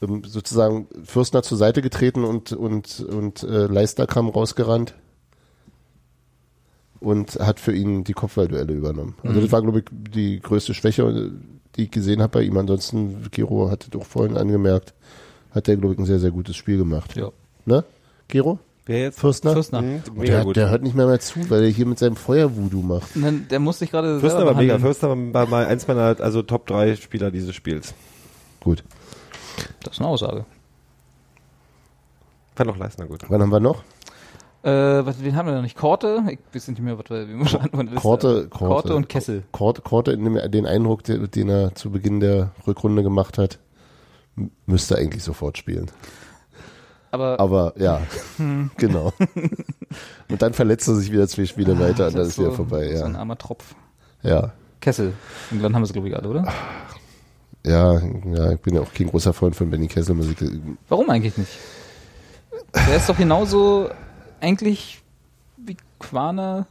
C: ähm, sozusagen Fürstner zur Seite getreten und, und, und äh, Leister kam rausgerannt und hat für ihn die Kopfballduelle übernommen.
B: Mhm.
C: Also das war, glaube ich, die größte Schwäche, die ich gesehen habe bei ihm. Ansonsten, Gero hatte doch vorhin angemerkt, hat der, glaube ich, ein sehr, sehr gutes Spiel gemacht.
A: Ja.
C: Ne? Gero?
B: Wer jetzt?
C: Fürstner?
A: Fürstner.
B: Mhm, mega
C: Der,
B: gut.
C: der hört nicht mehr mal zu, weil er hier mit seinem Feuer-Voodoo macht.
A: Nein, Der musste ich gerade.
B: Fürstner
A: selber
B: war mega.
A: behandeln.
B: Fürstner war mal eins meiner, also Top 3 Spieler dieses Spiels.
C: Gut.
A: Das ist eine Aussage.
B: Fand auch Leistner gut.
C: Wann haben wir noch?
A: Äh, was, wen haben wir noch nicht? Korte? Ich weiß nicht mehr, was wir wie wir schon antworten.
C: Korte, Korte,
A: Äh, Korte und Kessel.
C: Korte, Korte in dem, den Eindruck, der- den er zu Beginn der Rückrunde gemacht hat, m- müsste eigentlich sofort spielen.
A: Aber,
C: Aber ja, <laughs> genau. Und dann verletzt er sich wieder zwei Spiele weiter und dann ist
A: Ah, so,
C: wieder vorbei.
A: So ein
C: Ja,
A: armer Tropf.
C: ja,
A: Kessel. Irgendwann haben wir es, glaube ich, alle, oder?
C: ja, ja. Ich bin ja auch kein großer Freund von Benny Kessel. Muss ich,
A: Warum eigentlich nicht? Der ist doch genauso eigentlich wie Quaner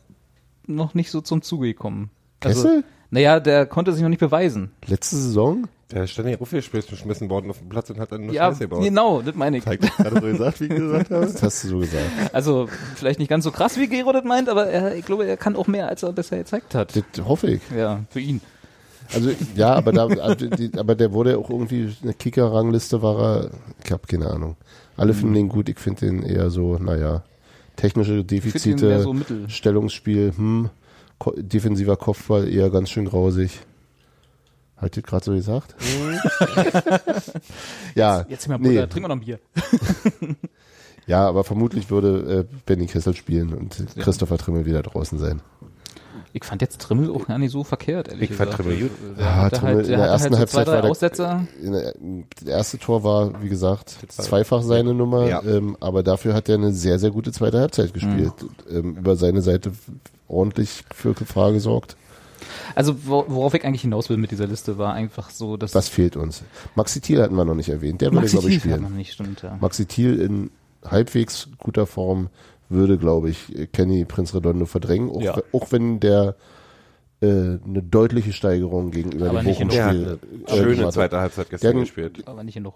A: noch nicht so zum Zuge gekommen. Also,
C: Kessel?
A: naja, der konnte sich noch nicht beweisen.
C: letzte Saison?
B: Der ist ständig aufgeschmissen worden auf dem Platz und hat dann nur
A: ja,
B: Scheiße gebaut.
A: genau, das meine ich.
B: gerade so gesagt, wie ich gesagt habe.
C: Das hast du so gesagt.
A: Also vielleicht nicht ganz so krass, wie Gero das meint, aber er, ich glaube, er kann auch mehr, als er bisher gezeigt hat.
C: Das hoffe ich.
A: Ja, für ihn.
C: Also ja, aber da, also, aber der wurde auch irgendwie eine Kicker-Rangliste war er. Ich habe keine Ahnung. Alle finden den gut. Ich finde den eher so, naja, technische
A: Hm. Ich find ihn mehr
C: Defizite,
A: so mittel.
C: Stellungsspiel, hm, ko defensiver Kopfball eher ganz schön grausig. Hat das gerade so gesagt? <laughs> ja,
A: Jetzt mal,
C: nee,
A: Bruder, trink mal noch ein Bier.
C: ja, aber vermutlich würde äh, Benny Kessel spielen und Christopher Trimmel wieder draußen sein.
A: Ich fand jetzt Trimmel auch gar nicht so verkehrt, ehrlich
B: Ich fand Trimmel gut.
A: Der
C: Ja,
A: hatte
C: Ah, Trimmel
A: halt,
C: in
A: der
C: der
A: hatte
C: ersten
A: halt so zwei,
C: Halbzeit
A: drei
C: war der-
A: Aussetzer.
C: In der, das erste Tor war, wie gesagt,
B: Zweite.
C: zweifach seine Nummer,
B: Ja.
C: ähm, aber dafür hat er eine sehr, sehr gute zweite
A: Mhm.
C: Halbzeit gespielt. Ähm, über seine Seite ordentlich für Gefahr gesorgt.
A: Also wo- worauf ich eigentlich hinaus will mit dieser Liste war einfach so, dass
C: Was fehlt uns? Maxi Thiel hatten wir noch nicht erwähnt. Der würde,
A: Maxi
C: glaube ich,
A: Thiel kann
C: spielen.
A: man nicht, stimmt, ja.
C: Maxi Thiel in halbwegs guter Form würde, glaube ich, Kenny Prinz Redondo verdrängen, auch,
A: Ja.
C: we- auch wenn der äh, eine deutliche Steigerung gegenüber
A: Aber
C: dem
A: nicht in
B: Der hat
C: Bochum-Spiel
B: eine
C: äh, gemacht
B: schöne
C: hat.
B: zweite Halbzeit gestern
C: Der-
B: gespielt.
A: Aber nicht genug.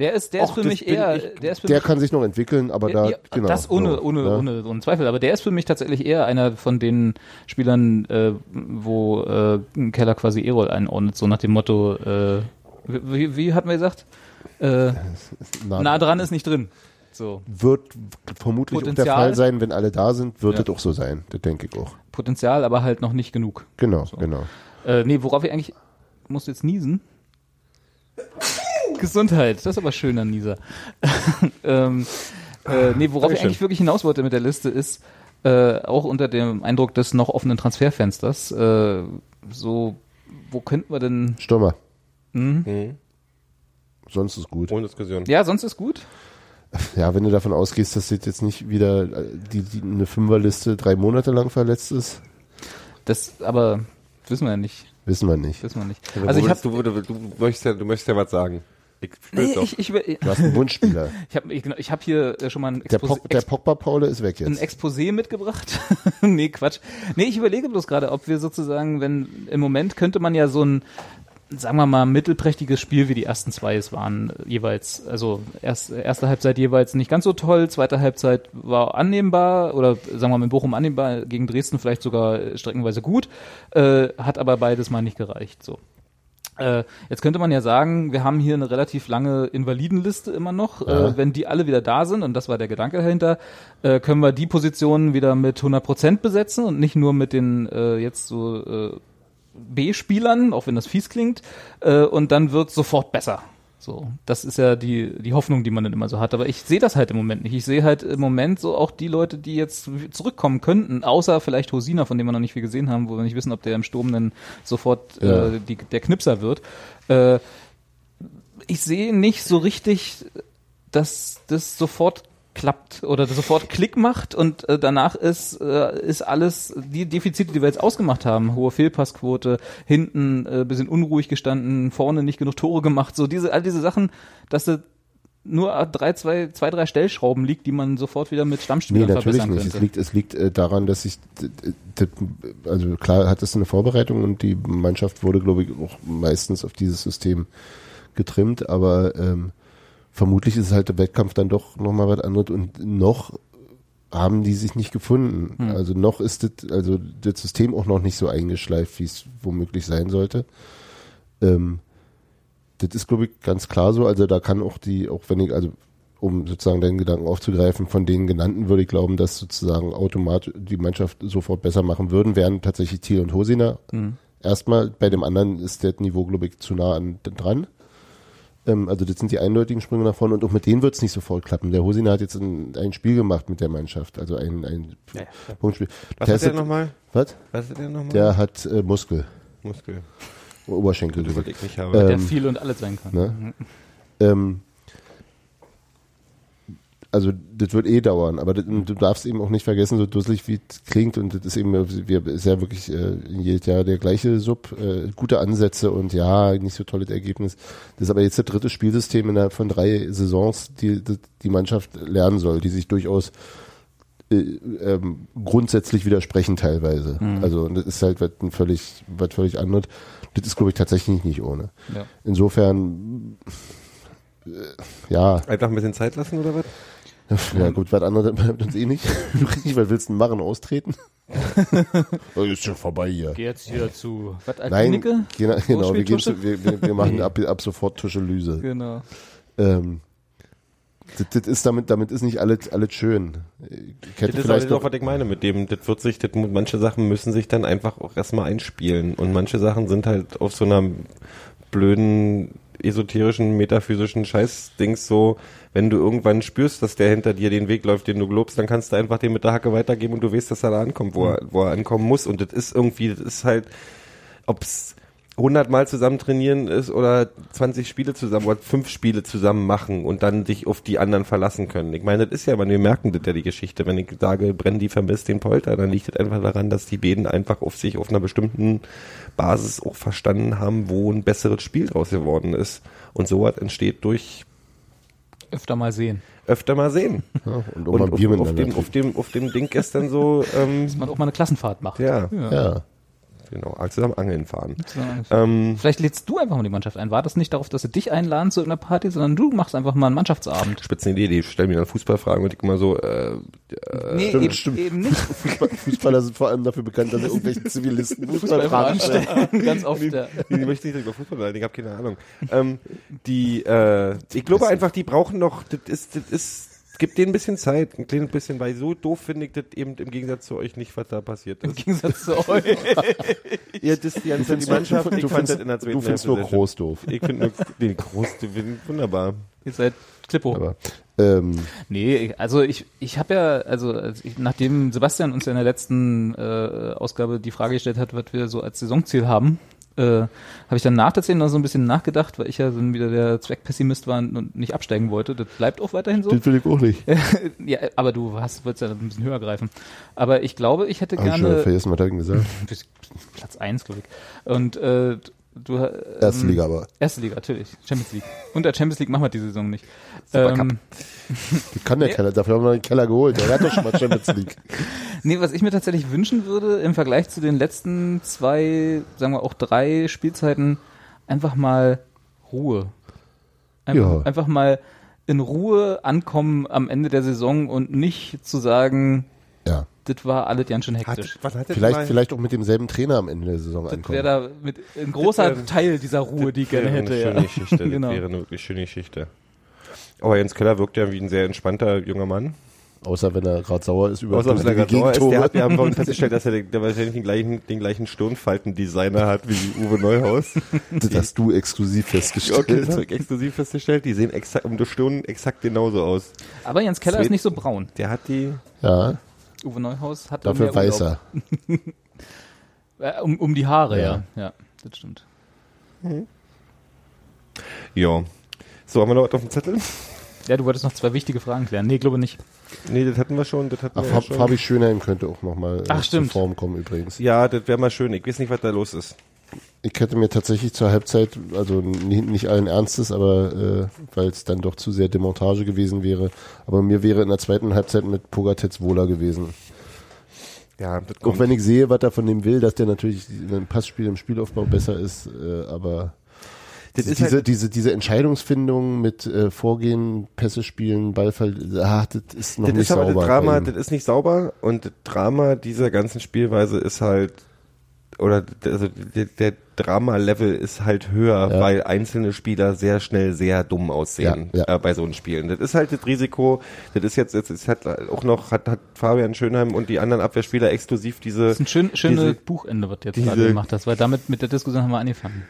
A: Der ist, der
B: Och,
A: ist für
B: das
A: mich
B: bin
A: eher,
B: ich-
A: der ist für
C: Der
A: mich,
C: kann sich noch entwickeln, aber da,
A: ja,
C: genau.
A: das ohne,
C: so,
A: ohne,
C: ne?
A: ohne so einen Zweifel. Aber der ist für mich tatsächlich eher einer von den Spielern, äh, wo äh, ein Keller quasi Erol einordnet, so nach dem Motto, äh, wie, wie hat man gesagt?
C: <laughs>
A: Äh,
C: Na,
A: nah dran ist nicht drin. So.
C: wird vermutlich auch der
A: Potenzial.
C: Fall sein, wenn alle da sind, wird
A: Ja.
C: das auch so sein. Das denke ich auch.
A: Potenzial, aber halt noch nicht genug.
C: Genau, genau.
A: Äh, nee, worauf ich eigentlich, muss jetzt niesen. Gesundheit. Das ist aber schön an Nisa. <laughs> ähm, äh, nee, worauf ich
B: Dankeschön.
A: eigentlich wirklich hinaus wollte mit der Liste ist, äh, auch unter dem Eindruck des noch offenen Transferfensters, äh, so, wo könnten wir denn,
C: Stürmer.
B: Mhm.
C: Sonst ist gut.
B: Ohne Diskussion.
A: ja, sonst ist gut.
C: Ja, wenn du davon ausgehst, dass jetzt nicht wieder äh, die, die eine Fünferliste drei Monate lang verletzt ist,
A: Das, aber, das wissen wir ja nicht,
C: wissen wir nicht.
A: wissen wir nicht.
B: Also
A: Also ich
B: du,
A: habe
B: du, du, du, möchtest ja, du möchtest ja was sagen. Ich spür's
A: nee,
B: doch.
A: ich, ich, ich,
C: Du hast
A: <laughs>
C: einen Wunschspieler.
A: ich habe ich, genau, ich hab hier äh, schon mal ein
C: Der,
A: Expos
C: po der Pogba-Paule ist weg
A: ein
C: jetzt.
A: Exposé mitgebracht. <laughs> nee, Quatsch. Nee, ich überlege bloß gerade, ob wir sozusagen, wenn im Moment könnte man ja so ein, sagen wir mal, mittelprächtiges Spiel wie die ersten zwei es waren äh, jeweils. Also erst, erste Halbzeit jeweils nicht ganz so toll, zweite Halbzeit war annehmbar oder sagen wir mal mit Bochum annehmbar, gegen Dresden vielleicht sogar äh, streckenweise gut, äh, hat aber beides mal nicht gereicht. So. Äh, jetzt könnte man ja sagen, wir haben hier eine relativ lange Invalidenliste immer noch. Äh, wenn die alle wieder da sind, und das war der Gedanke dahinter, äh, können wir die Positionen wieder mit 100% besetzen und nicht nur mit den äh, jetzt so äh, B-Spielern, auch wenn das fies klingt, äh, und dann wird sofort besser. So, das ist ja die, die Hoffnung, die man dann immer so hat. Aber ich sehe das halt im Moment nicht. Ich sehe halt im Moment so auch die Leute, die jetzt w- zurückkommen könnten, außer vielleicht Hosina, von dem wir noch nicht viel gesehen haben, wo wir nicht wissen, ob der im Sturm dann sofort
C: Ja.
A: äh, die, der Knipser wird. Äh, ich sehe nicht so richtig, dass das sofort klappt oder das sofort Klick macht und äh, danach ist äh, ist alles die Defizite, die wir jetzt ausgemacht haben, hohe Fehlpassquote, hinten äh, bisschen unruhig gestanden, vorne nicht genug Tore gemacht, so diese all diese Sachen, dass da nur drei, zwei, zwei, drei Stellschrauben liegt, die man sofort wieder mit
C: Nee,
A: Stammspielern
C: natürlich
A: verbessern
C: nicht. Es
A: könnte.
C: liegt, es liegt äh, daran, dass ich, d- d- d- also klar hat es eine Vorbereitung und die Mannschaft wurde, glaube ich, auch meistens auf dieses System getrimmt, aber ähm, vermutlich ist halt der Wettkampf dann doch nochmal was anderes und noch haben die sich nicht gefunden. Also noch ist das, also das System auch noch nicht so eingeschleift, wie es womöglich sein sollte. Ähm, das ist, glaube ich, ganz klar so. Also da kann auch die, auch wenn ich, also um sozusagen deinen Gedanken aufzugreifen, von den genannten würde ich glauben, dass sozusagen automatisch die Mannschaft sofort besser machen würden, wären tatsächlich Thiel und Hosina.
B: Mhm.
C: Erstmal, bei dem anderen ist das Niveau, glaube ich, zu nah an, dran. Ähm, also das sind die eindeutigen Sprünge nach vorne und auch mit denen wird es nicht sofort klappen. Der Hosina hat jetzt ein, ein Spiel gemacht mit der Mannschaft, also ein, ein Punktspiel.
B: Was hat der
C: ist-
B: nochmal?
C: Was?
B: Was hat der nochmal?
C: Der hat äh, Muskel,
B: Muskel.
C: Oberschenkel.
B: Das, was
C: drückt.
B: ich nicht habe.
A: Der
C: ähm,
A: viel und alles sein kann.
C: Ne? Ähm, also das wird eh dauern, aber das, du darfst eben auch nicht vergessen, so dusselig wie es klingt und das ist eben, wir ist ja wirklich äh, jedes Jahr der gleiche Sub, äh, gute Ansätze und ja, nicht so tolles Ergebnis. Das ist aber jetzt das dritte Spielsystem innerhalb von drei Saisons, die die, die Mannschaft lernen soll, die sich durchaus äh, ähm, grundsätzlich widersprechen teilweise. Also und das ist halt was ein völlig, was völlig anderes. Das ist glaube ich tatsächlich nicht ohne.
A: Ja.
C: Insofern, äh, ja,
B: Einfach ein bisschen Zeit lassen oder was?
C: ja gut, was anderes <laughs> bleibt uns eh nicht. Richtig, was willst du denn machen? <laughs> Austreten? Oh, ist schon vorbei hier.
A: Geh jetzt hier zu. Was, als
C: Nein,
A: Knicke?
C: genau, genau wir, gehen
A: Vorspieltusche?
C: zu, wir, wir, wir machen ab, ab sofort Tuschelüse.
A: Genau.
C: Ähm, das, das ist damit, damit ist nicht alles, alles schön. Ich hätte
B: Das ist
C: vielleicht
B: halt
C: noch,
B: auch, was ich meine mit dem, das wird sich, das, mu- manche Sachen müssen sich dann einfach auch erstmal einspielen und manche Sachen sind halt auf so einer blöden, esoterischen, metaphysischen Scheißdings so, wenn du irgendwann spürst, dass der hinter dir den Weg läuft, den du globst, dann kannst du einfach den mit der Hacke weitergeben und du weißt, dass er da ankommt,
C: Mhm.
B: wo er, wo er ankommen muss und das ist irgendwie, das ist halt, ob's 100 Mal zusammen trainieren ist oder 20 Spiele zusammen oder 5 Spiele zusammen machen und dann dich auf die anderen verlassen können. Ich meine, das ist ja, man, wir merken das ja die Geschichte. Wenn ich sage, brenn die vermisst den Polter, dann liegt das einfach daran, dass die beiden einfach auf sich auf einer bestimmten Basis auch verstanden haben, wo ein besseres Spiel draus geworden ist. Und sowas entsteht durch
A: Öfter mal sehen.
B: öfter mal sehen.
C: ja, und auch
B: Und
C: mal
B: auf,
C: Bier
B: auf,
C: miteinander.
B: dem, auf, dem, auf dem Ding gestern so, ähm,
A: Dass man auch mal eine Klassenfahrt macht.
B: ja,
C: ja.
B: genau, zusammen angeln fahren.
A: Sozusagen.
B: Ähm,
A: Vielleicht lädst du einfach mal die Mannschaft ein. War das nicht darauf, dass sie dich einladen zu einer Party, sondern du machst einfach mal einen Mannschaftsabend.
B: Spitzenidee, die stellen mir dann Fußballfragen und ich immer so, äh,
A: nee,
C: stimmt,
A: eben,
C: stimmt.
A: eben <laughs> nicht.
C: Fußball, Fußballer sind vor allem dafür bekannt, dass sie irgendwelchen Zivilisten Fußballfragen
A: Fußballfragen
C: stellen.
A: stellen. <laughs> Ganz oft. ja.
B: Ich möchte nicht über Fußball reden, ich habe keine Ahnung. Ähm, die, äh, ich glaube einfach, die brauchen noch, das ist, das ist, Gib denen ein bisschen Zeit, ein kleines bisschen, weil so doof finde ich das eben im Gegensatz zu euch nicht, was da passiert
A: Im
B: ist. <laughs>
A: Gegensatz <laughs> zu euch.
B: Ihr disst die ganze Zeit die Mannschaft, ich fand das in der zweiten
C: du findest
B: Hälfte
C: nur
B: sehr schön.
C: groß doof.
B: Ich finde nur <laughs> den groß, den finde ich wunderbar.
A: Ihr seid Klippo.
C: Aber ähm,
A: Nee, ich- also ich, ich habe ja, also als ich, nachdem Sebastian uns ja in der letzten äh, Ausgabe die Frage gestellt hat, was wir so als Saisonziel haben, äh, habe ich dann nach der 10 noch so ein bisschen nachgedacht, weil ich ja dann wieder der Zweckpessimist war und nicht absteigen wollte. Das bleibt auch weiterhin so.
C: das will ich auch nicht.
A: <laughs> ja, aber du hast, wolltest ja ein bisschen höher greifen. Aber ich glaube, ich hätte
C: Hab ich schon wieder
A: gerne
C: vergessen, was hat er denn gesagt?
A: Platz eins, glaube ich. Und äh, du äh,
B: Ähm,
C: Erste Liga aber.
A: Erste Liga, natürlich. Champions League. Unter Champions League machen wir die Saison nicht.
C: Cup.
A: Ähm,
C: Das kann der Keller, dafür haben wir den Keller geholt. Der hat
B: <laughs>
C: doch schon mal Champions League.
A: Nee, was ich mir tatsächlich wünschen würde, im Vergleich zu den letzten zwei, sagen wir auch drei Spielzeiten, einfach mal Ruhe. Einfach,
C: Ja.
A: einfach mal in Ruhe ankommen am Ende der Saison und nicht zu sagen,
C: Ja.
A: das war alles ganz schön hektisch.
B: was hat das
C: Vielleicht,
B: mal-
C: vielleicht auch mit demselben Trainer am Ende der Saison
A: das wäre
C: ankommen.
A: da mit, ein großer
B: ähm,
A: Teil dieser Ruhe, die ich gerne
B: wäre
A: hätte.
B: Eine
A: Ja.
B: schöne Geschichte, <laughs>
A: <laughs>
B: das
A: Genau.
B: wäre eine wirklich schöne Geschichte. Aber Jens Keller wirkt ja wie ein sehr entspannter junger Mann.
C: Außer wenn er gerade sauer ist über
B: Außer ob es der
C: duselige
B: Gador ist,
C: Gegentore.
B: der hat, wir haben vorhin festgestellt, dass er den- der wahrscheinlich den gleichen, den gleichen Stirnfaltendesigner hat wie Uwe <laughs> Neuhaus.
C: Das hast du exklusiv festgestellt.
B: Okay, das habe ich exklusiv festgestellt. Die sehen exakt, um die Stirn exakt genauso aus.
A: Aber Jens Keller ist nicht so braun.
B: Der hat die,
C: Ja,
A: Uwe Neuhaus hat
C: dafür
A: mehr
C: weiß
A: Urlaub.
C: er.
A: Äh, um, um die Haare, ja.
C: Ja.
A: ja. das stimmt.
B: ja. So, haben wir noch was auf dem Zettel?
A: Ja, du wolltest noch zwei wichtige Fragen klären. Nee, glaube nicht.
B: Nee, das hatten wir schon, das hatten
C: Ach,
B: wir
C: Fab,
B: schon.
C: Fabi Schönheim könnte auch nochmal
A: Ach,
C: äh, zur
A: stimmt.
C: Form kommen übrigens.
B: Ja, das wäre mal schön. Ich weiß nicht, was da los ist.
C: Ich hätte mir tatsächlich zur Halbzeit, also nicht, nicht allen Ernstes, aber äh, weil es dann doch zu sehr Demontage gewesen wäre, aber mir wäre in der zweiten Halbzeit mit Pogatets wohler gewesen.
B: Ja, das
C: Auch
B: kommt.
C: wenn ich sehe, was er von dem will, dass der natürlich im Passspiel, im Spielaufbau besser ist, äh, aber
B: das ist
C: diese,
B: halt,
C: diese, diese Entscheidungsfindung mit äh, Vorgehen, Pässe spielen, Ballfall, ah, das ist noch
B: das
C: nicht
B: ist aber
C: sauber.
B: das Drama,
C: bei
B: das
C: ihm.
B: ist nicht sauber und das Drama dieser ganzen Spielweise ist halt, oder d- also der, der Drama-Level ist halt höher,
C: Ja.
B: weil einzelne Spieler sehr schnell sehr dumm aussehen
C: Ja, ja.
B: Äh, bei so einem Spielen. Das ist halt das Risiko, das ist jetzt, jetzt ist hat auch noch, hat, hat Fabian Schönheim und die anderen Abwehrspieler exklusiv diese
A: Das ist ein schön, schönes
B: diese-
A: Buchende, was du jetzt
B: diese-
A: gerade gemacht hast, weil damit mit der Diskussion haben wir angefangen.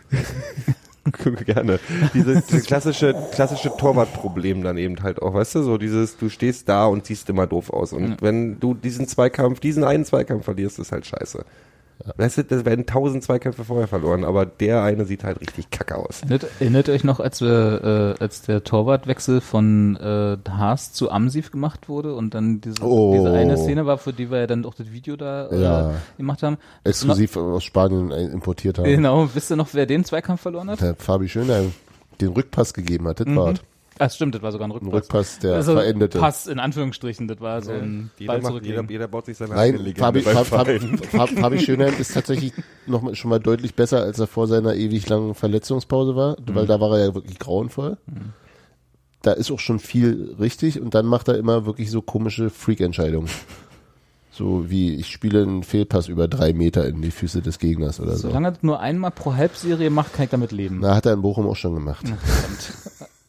B: <laughs> Gerne. Dieses dieses klassische, klassische Torwartproblem dann eben halt auch, weißt du, so dieses, du stehst da und siehst immer doof aus. Und wenn du diesen Zweikampf, diesen einen Zweikampf verlierst, ist halt scheiße. Weißt du, das werden tausend Zweikämpfe vorher verloren, aber der eine sieht halt richtig kacke aus.
C: Ähm,
A: Erinnert, erinnert ihr euch noch, als wir, äh, als der Torwartwechsel von äh, Haas zu Amsiv gemacht wurde und dann diese,
C: Oh.
A: diese eine Szene war, für die wir ja dann auch das Video da äh,
C: Ja.
A: gemacht haben.
C: Exklusiv aus Spanien äh, importiert haben.
A: No, genau, wisst ihr noch, wer den Zweikampf verloren hat?
C: Der Fabi Schönheim den Rückpass gegeben hat, das
B: Mhm.
C: war es.
A: Ah, stimmt, das war sogar ein Rückpass. Also
C: Ein Rückpass, der verendete.
A: Pass in Anführungsstrichen, das war so ein
B: Jeder,
A: Ball
B: macht, jeder,
A: zurücklegen.
B: jeder baut sich seine eigene
C: Nein, Fabi,
B: beim
C: Fabi, Fabi,
B: Verein.
C: Fabi, Fabi Schönheim ist tatsächlich noch mal, schon mal deutlich besser, als er vor seiner ewig langen Verletzungspause war, weil da war er ja wirklich grauenvoll. Da ist auch schon viel richtig und dann macht er immer wirklich so komische Freak-Entscheidungen. So wie, ich spiele einen Fehlpass über drei Meter in die Füße des Gegners oder so.
A: Solange er das nur einmal pro Halbserie macht, kann ich damit leben.
C: Also. Na, hat er in Bochum auch schon gemacht.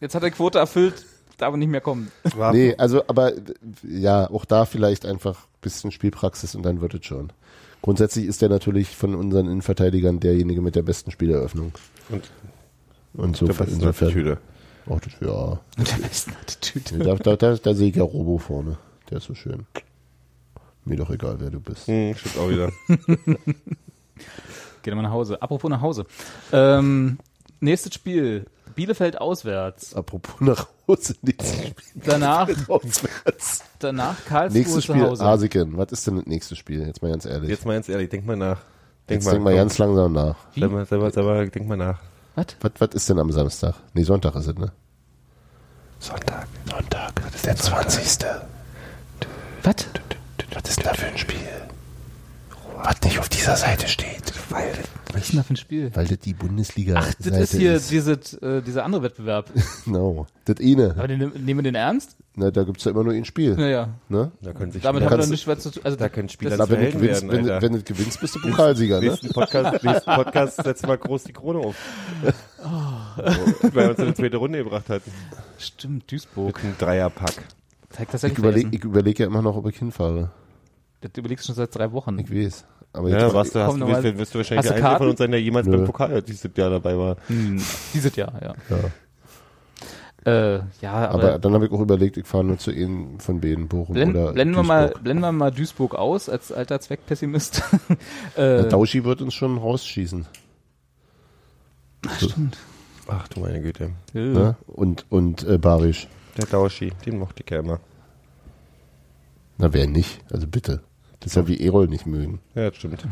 A: Jetzt hat er Quote erfüllt, darf er nicht mehr kommen.
B: War-
C: Nee, also, aber äh, ja, auch da vielleicht einfach ein bisschen Spielpraxis und dann wird es schon. Grundsätzlich ist er natürlich von unseren Innenverteidigern derjenige mit der besten Spieleröffnung.
B: Und
C: Und so
B: der Pass ist
C: insofern.
B: natürlich Hüde.
C: Ach, das, ja.
A: Und <laughs> der besten Attitüde.
C: Nee, da, da, da, da sehe ich ja Robo vorne. Der ist so schön. Mir doch egal, wer du bist.
B: Hm, stimmt auch wieder.
A: Geht mal nach Hause. Apropos nach Hause. Ähm, nächstes Spiel. Bielefeld auswärts.
C: <laughs> Apropos nach Hause, nächstes Spiel
A: Danach,
C: auswärts.
A: danach Karlsruhe
C: Nächstes
A: zu
C: Spiel,
A: Hause.
C: Asiken. Was ist denn das nächste Spiel? Jetzt mal ganz ehrlich. Jetzt,
B: Jetzt mal ganz ehrlich, denk mal nach. Denk
C: denk mal
B: komm.
C: ganz langsam nach.
B: Sag mal, sag mal, sag mal, denk mal nach.
A: Was?
C: Was, was ist denn am Samstag? Nee, Sonntag ist es, ne?
B: Sonntag.
C: Sonntag, das ist der 20.
A: Was?
C: Was ist denn da für ein Spiel? Was nicht auf dieser Seite steht. Weil,
A: Was ist denn da für ein Spiel?
C: weil das die Bundesliga
A: Ach, das ist hier dieses, äh, dieser andere Wettbewerb.
C: <laughs> Genau. Das eine.
A: Aber den, nehmen wir den ernst?
C: Na, da gibt's ja immer nur ein Spiel.
A: Naja.
C: Ne?
B: Da können sich
A: Damit
C: Da
A: haben wir
C: kannst-
A: doch nicht was zu tun. Also,
B: da können Spieler
A: das-
C: Na, wenn, du
B: Helden
C: gewinnst,
B: werden,
C: wenn, du-
B: Alter.
C: wenn du gewinnst, bist du Pokalsieger, ne?
B: Nächsten Podcast, nächsten <laughs> Podcast setzen wir groß die Krone auf. Oh. So, weil er uns in die zweite Runde gebracht hat.
A: Stimmt,
B: Mit
A: Duisburg.
B: einem Dreierpack.
A: Teig
C: Ich
A: tatsächlich
C: überlege
A: vergessen.
C: ich überleg ja immer noch, ob ich hinfahre.
A: Das überlegst du schon seit drei Wochen.
C: Ich weiß. Aber
B: Ja,
C: jetzt,
B: warst du, hast,
A: Komm,
B: du,
A: nochmal.
B: wirst, wirst du wahrscheinlich
A: Hast du
B: der Einzige
A: Karten?
B: von uns sein, der jemals
C: Nö.
B: beim Pokal dieses Jahr dabei war.
A: Hm, dieses Jahr, ja.
C: Ja.
A: Äh, ja, aber,
C: aber dann habe ich auch überlegt, ich fahre nur zu Ihnen von Beden, Bochum
A: blend,
C: oder
A: blenden, wir mal,
C: Duisburg.
A: blenden wir mal Duisburg aus, als alter Zweckpessimist. <laughs> äh,
C: Der Dauschi wird uns schon rausschießen.
A: stimmt.
B: Ach du meine Güte.
A: Äh.
C: Ne? Und, und äh, Barisch.
B: Der Dauschi, den mochte ich ja immer.
C: Na, wer nicht? Also bitte. Das ist ja wie Erol nicht mögen.
B: Ja, das stimmt.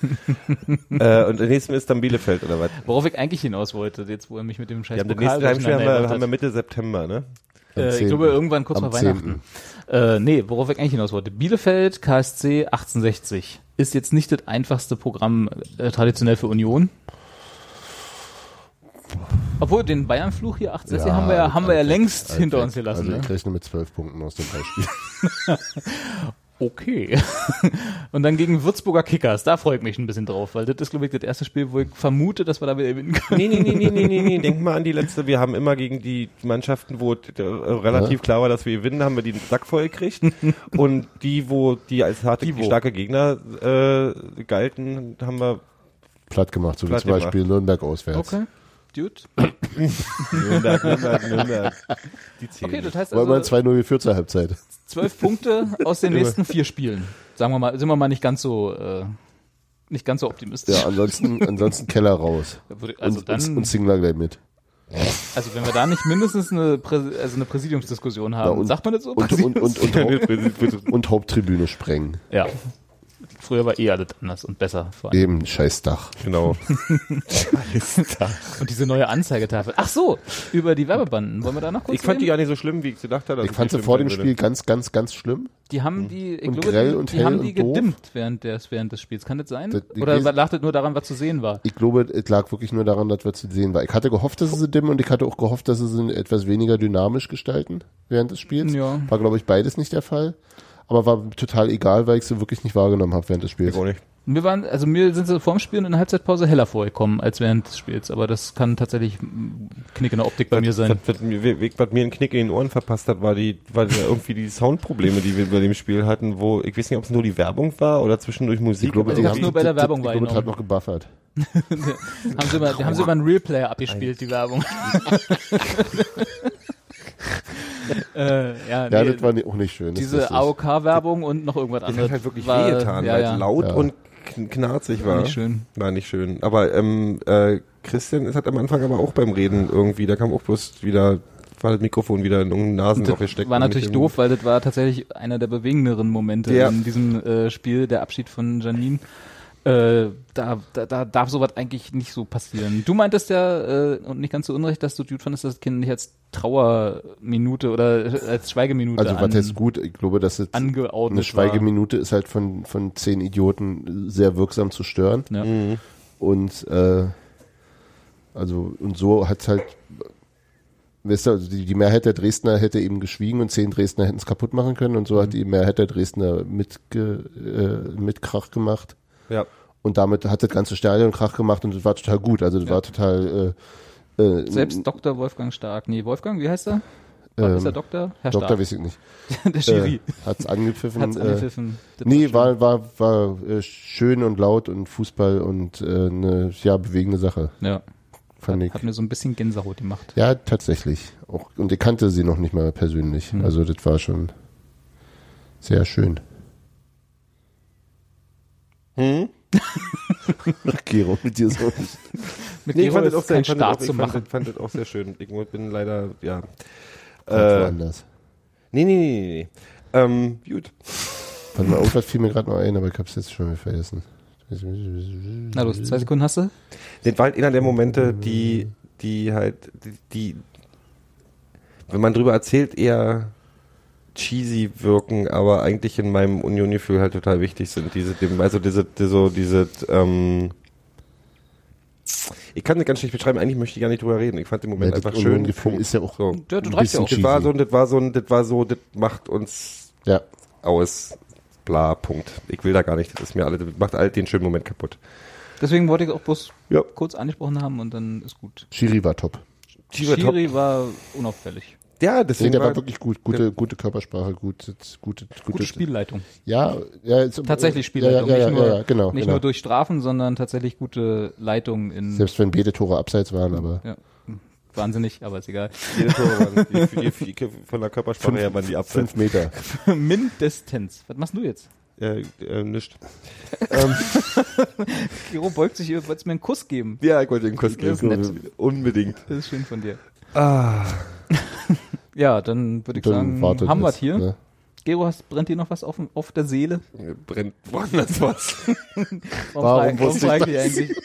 B: <laughs> äh, und der nächste ist dann Bielefeld, oder was?
A: Worauf ich eigentlich hinaus wollte, jetzt wo er mich mit dem scheiß
B: Ja, den
A: Pokal
B: nächsten Heimspiel haben wir,
A: durcheinander
B: haben wir
A: gebracht
B: Mitte September, ne?
A: hat.
C: Am
A: äh, Ich
C: 10..
A: glaube, irgendwann kurz
C: Am
A: vor Weihnachten. Äh, nee, worauf ich eigentlich hinaus wollte. Bielefeld, KSC 1860. Ist jetzt nicht das einfachste Programm äh, traditionell für Union. Obwohl, den Bayern-Fluch hier 1860 haben wir ja, haben wir ja
C: Altweg,
A: längst <laughs>
C: Altweg.
A: hinter uns gelassen.
C: Also
A: ne?
C: ich rechne mit zwölf Punkten aus dem Beispiel. <laughs>
A: Okay. <laughs> Und dann gegen Würzburger Kickers, da freue ich mich ein bisschen drauf, weil das ist, glaube ich, das erste Spiel, wo ich vermute, dass wir da wieder gewinnen können.
B: Nee, nee, nee, nee, nee, nee, nee. Denk mal an die letzte. Wir haben immer gegen die Mannschaften, wo t- äh, relativ klar war, dass wir gewinnen, haben wir die den Sack voll
A: <laughs>
B: gekriegt. Und die, wo die als harte,
A: Die, wo.
B: starke Gegner äh, galten, haben wir
C: Platt gemacht, so wie
B: Platt
C: zum Beispiel Nürnberg auswärts.
A: Okay.
C: <clears throat>
A: Dude.
B: Nürnberg, Nürnberg, Nürnberg. Die E. zählen. <laughs>
A: Okay, das heißt
C: Weil man
A: also
C: 2-0 geführt zur Halbzeit.
A: zwölf Punkte aus den nächsten vier Spielen. Sagen wir mal, sind wir mal nicht ganz so, äh, nicht ganz so optimistisch.
C: Ja, ansonsten, <laughs> ansonsten Keller raus.
A: Würde- Also
C: und,
A: dann,
C: und, und Singler gleich mit.
A: also wenn wir da nicht mindestens eine, Prä also eine Präsidiumsdiskussion haben,
C: Ja, und-
A: sagt man das so?
C: Und, und, und,
A: <laughs>
C: und, Haupt,
B: nicht.
C: und Haupttribüne sprengen.
A: ja. Früher war eh alles anders und besser. Vor allem.
C: Eben, scheiß Dach.
B: Genau.
A: <laughs> Und diese neue Anzeigetafel. Ach so, über die Werbebanden. Wollen wir da noch kurz
B: Ich fand die
A: reden?
B: gar nicht so schlimm, Also wie ich gedacht habe. dass
C: Ich fand sie
B: schlimm
C: vor
B: sein
C: dem
B: würde.
C: Spiel ganz, ganz, ganz schlimm.
A: Die haben die, ich
C: Und
A: glaube,
C: grell
A: die,
C: und
A: die
C: hell
A: haben die
C: und doof.
A: gedimmt während des, während des Spiels. Kann das sein?
C: Das- die-
A: Oder
C: die-
A: lag das nur daran, was zu sehen war?
C: Ich glaube, es lag wirklich nur daran, dass wir zu sehen war. Ich hatte gehofft, dass sie sie dimm und ich hatte auch gehofft, dass sie sie etwas weniger dynamisch gestalten während des Spiels.
A: Ja.
C: War, glaube ich, beides nicht der Fall. Aber war total egal, weil ich sie wirklich nicht wahrgenommen habe während des Spiels.
B: Ich auch nicht.
A: Mir waren, also mir sind sie vorm Spiel und in der Halbzeitpause heller vorgekommen als während des Spiels. Aber das kann tatsächlich mm, Knick in der Optik bei mir sein.
B: Das, was, mir, was mir einen Knick in den Ohren verpasst hat, war die, war die irgendwie die Soundprobleme, die wir bei dem Spiel hatten, wo ich weiß nicht, ob es nur die Werbung war oder zwischendurch Musik. aber
A: die
B: irgendwie-
A: haben
C: Also
A: nur bei der
C: das- das-
A: Werbung
C: Ich glaube, das hat
A: wahrgenommen.
C: noch gebuffert.
A: haben sie mal, haben sie mal einen Realplayer abgespielt, die
B: <laughs>
A: Werbung. äh, ja,
C: Ja,
A: nee,
C: das war ni- auch nicht schön. das weiß
A: diese
C: ich.
A: AOK-Werbung und noch irgendwas
B: Das
A: anderes.
B: hat halt wirklich
A: war-
B: wehgetan,
A: ja,
B: weil
A: ja.
B: es laut
C: Ja.
B: und kn- knarzig war.
A: Nicht schön.
B: War nicht schön. Aber ähm, äh, Christian ist hat am Anfang aber auch beim Reden irgendwie, da kam auch bloß wieder, war das Mikrofon wieder in irgendeinen Nasenloch gesteckt.
A: War
B: und
A: natürlich
B: nicht im-
A: doof, weil das war tatsächlich einer der bewegenderen Momente
B: Ja.
A: in diesem äh, Spiel, der Abschied von Janine. Äh, da, da, da darf sowas eigentlich nicht so passieren. Du meintest ja, äh, und nicht ganz so unrecht, dass du gut fandest, dass das Kind nicht als Trauerminute oder als Schweigeminute
C: Also, was heißt gut? Ich glaube, dass es
A: angeordnet
C: eine Schweigeminute ist halt von, von zehn Idioten sehr wirksam zu stören.
A: war. Ja.
C: Und äh, also und so hat's halt, weißt du, also die, die Mehrheit der Dresdner hätte eben geschwiegen und zehn Dresdner hätten es kaputt machen können und so
A: Mhm.
C: hat die Mehrheit der Dresdner mitge, äh, mit Krach gemacht.
B: Ja.
C: Und damit hat das ganze Stadion Krach gemacht und das war total gut. Also das war total äh, äh,
A: Selbst Dr. Wolfgang Stark, nee, Wolfgang, wie heißt er?
C: ähm,
A: ist er Doktor? Herr
C: Doktor
A: Stark,
C: weiß ich nicht.
A: <laughs>
C: äh,
A: der Schiri,
C: Hat's
A: <laughs>
C: angepfiffen.
A: hat's
C: äh,
A: angepfiffen. Das
C: Nee,
A: schön.
C: war, war, war äh, schön und laut und Fußball und äh, eine ja, bewegende Sache,
A: Ja,
C: fand ich.
A: hat mir so ein bisschen Gänsehaut gemacht.
C: Ja, tatsächlich. Auch, und ich kannte sie noch nicht mal persönlich.
A: Hm.
C: Also das war schon sehr schön.
B: Hm?
C: Gero, mit dir <laughs> so.
A: Mit
B: Nee, ich
A: Gero
B: fand das
A: ist
B: auch sehr,
A: kein
B: ich fand das
A: Start
B: auch,
A: zu
B: ich fand,
A: machen.
B: das- fand das auch sehr schön. Ich bin leider, ja. Äh,
C: woanders.
B: nee, nee, nee, nee, nee. Ähm, gut.
C: Warte mal, irgendwas fiel mir gerade noch ein, aber ich hab's jetzt schon wieder vergessen.
A: Na los, zwei Sekunden hast du?
B: Das war halt einer der Momente, die, die halt, die, die wenn man drüber erzählt, eher cheesy wirken, aber eigentlich in meinem Union-Gefühl halt total wichtig sind. Diese, dem, also diese, die- so diese, ähm, ich kann das ganz schlecht beschreiben, eigentlich möchte ich gar nicht drüber reden. Ich fand den Moment
C: Ja, das
B: einfach schön.
C: Union-Gefühl ist ja auch
B: so.
A: Ja,
C: Ein
A: das reicht ja
C: bisschen
A: auch.
B: Das war so, das war so, das war so, das macht uns
C: Ja,
B: aus. Bla, Punkt. Ich will da gar nicht. Das ist mir alle, das macht all den schönen Moment kaputt.
A: Deswegen wollte ich auch bloß
B: Ja.
A: kurz angesprochen haben und dann ist gut.
C: Schiri war top.
B: Schiri war
A: Schiri war unauffällig.
B: Ja,
C: Nee,
B: deswegen
C: der
B: war,
C: war wirklich gut. Gute, gute Körpersprache, gute, gute,
A: Gute Spielleitung.
C: Ja, ja jetzt,
A: Tatsächlich
C: Ja,
A: Spielleitung.
C: ja, ja,
A: nicht nur,
C: ja, ja, genau.
A: nicht
C: genau.
A: nur durch Strafen, sondern tatsächlich gute Leitung in
C: Selbst wenn Betetore abseits waren, aber
A: ja, wahnsinnig, aber ist egal. <laughs>
B: jede Tore waren, die, die, die, von der Körpersprache her waren die abseits.
C: fünf Meter.
A: Mindestens. Was machst du jetzt?
B: Äh, äh, nicht.
A: Giro beugt sich, ihr wollt mir einen Kuss geben.
B: Ja, ich wollte den Kuss
A: Das ist
B: geben. Unbedingt.
A: Das ist schön von dir. <laughs> ja, dann würde ich
C: Ah. Dann
A: sagen,
C: wartet
A: haben wir
C: jetzt,
A: es hier.
C: ne?
A: Gero, hast, brennt dir noch was auf, dem- auf der Seele?
B: Mir Brennt woanders was.
C: Warum
A: frage-
C: wusste ich
A: frage ich dich eigentlich?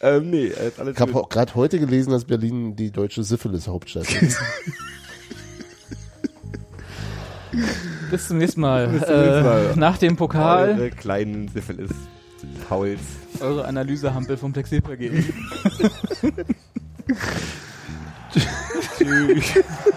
B: ähm, nee, äh, ist alles
C: Ich habe
B: gut.
C: auch gerade heute gelesen, dass Berlin die deutsche Syphilis-Hauptstadt ist.
A: Bis zum nächsten Mal.
B: nächsten
A: äh,
B: Mal.
A: Nach dem Pokal,
B: Eure kleinen Syphilis. Pauls.
A: eure Analysehampel vom Textilvergehen.
B: Tschüss.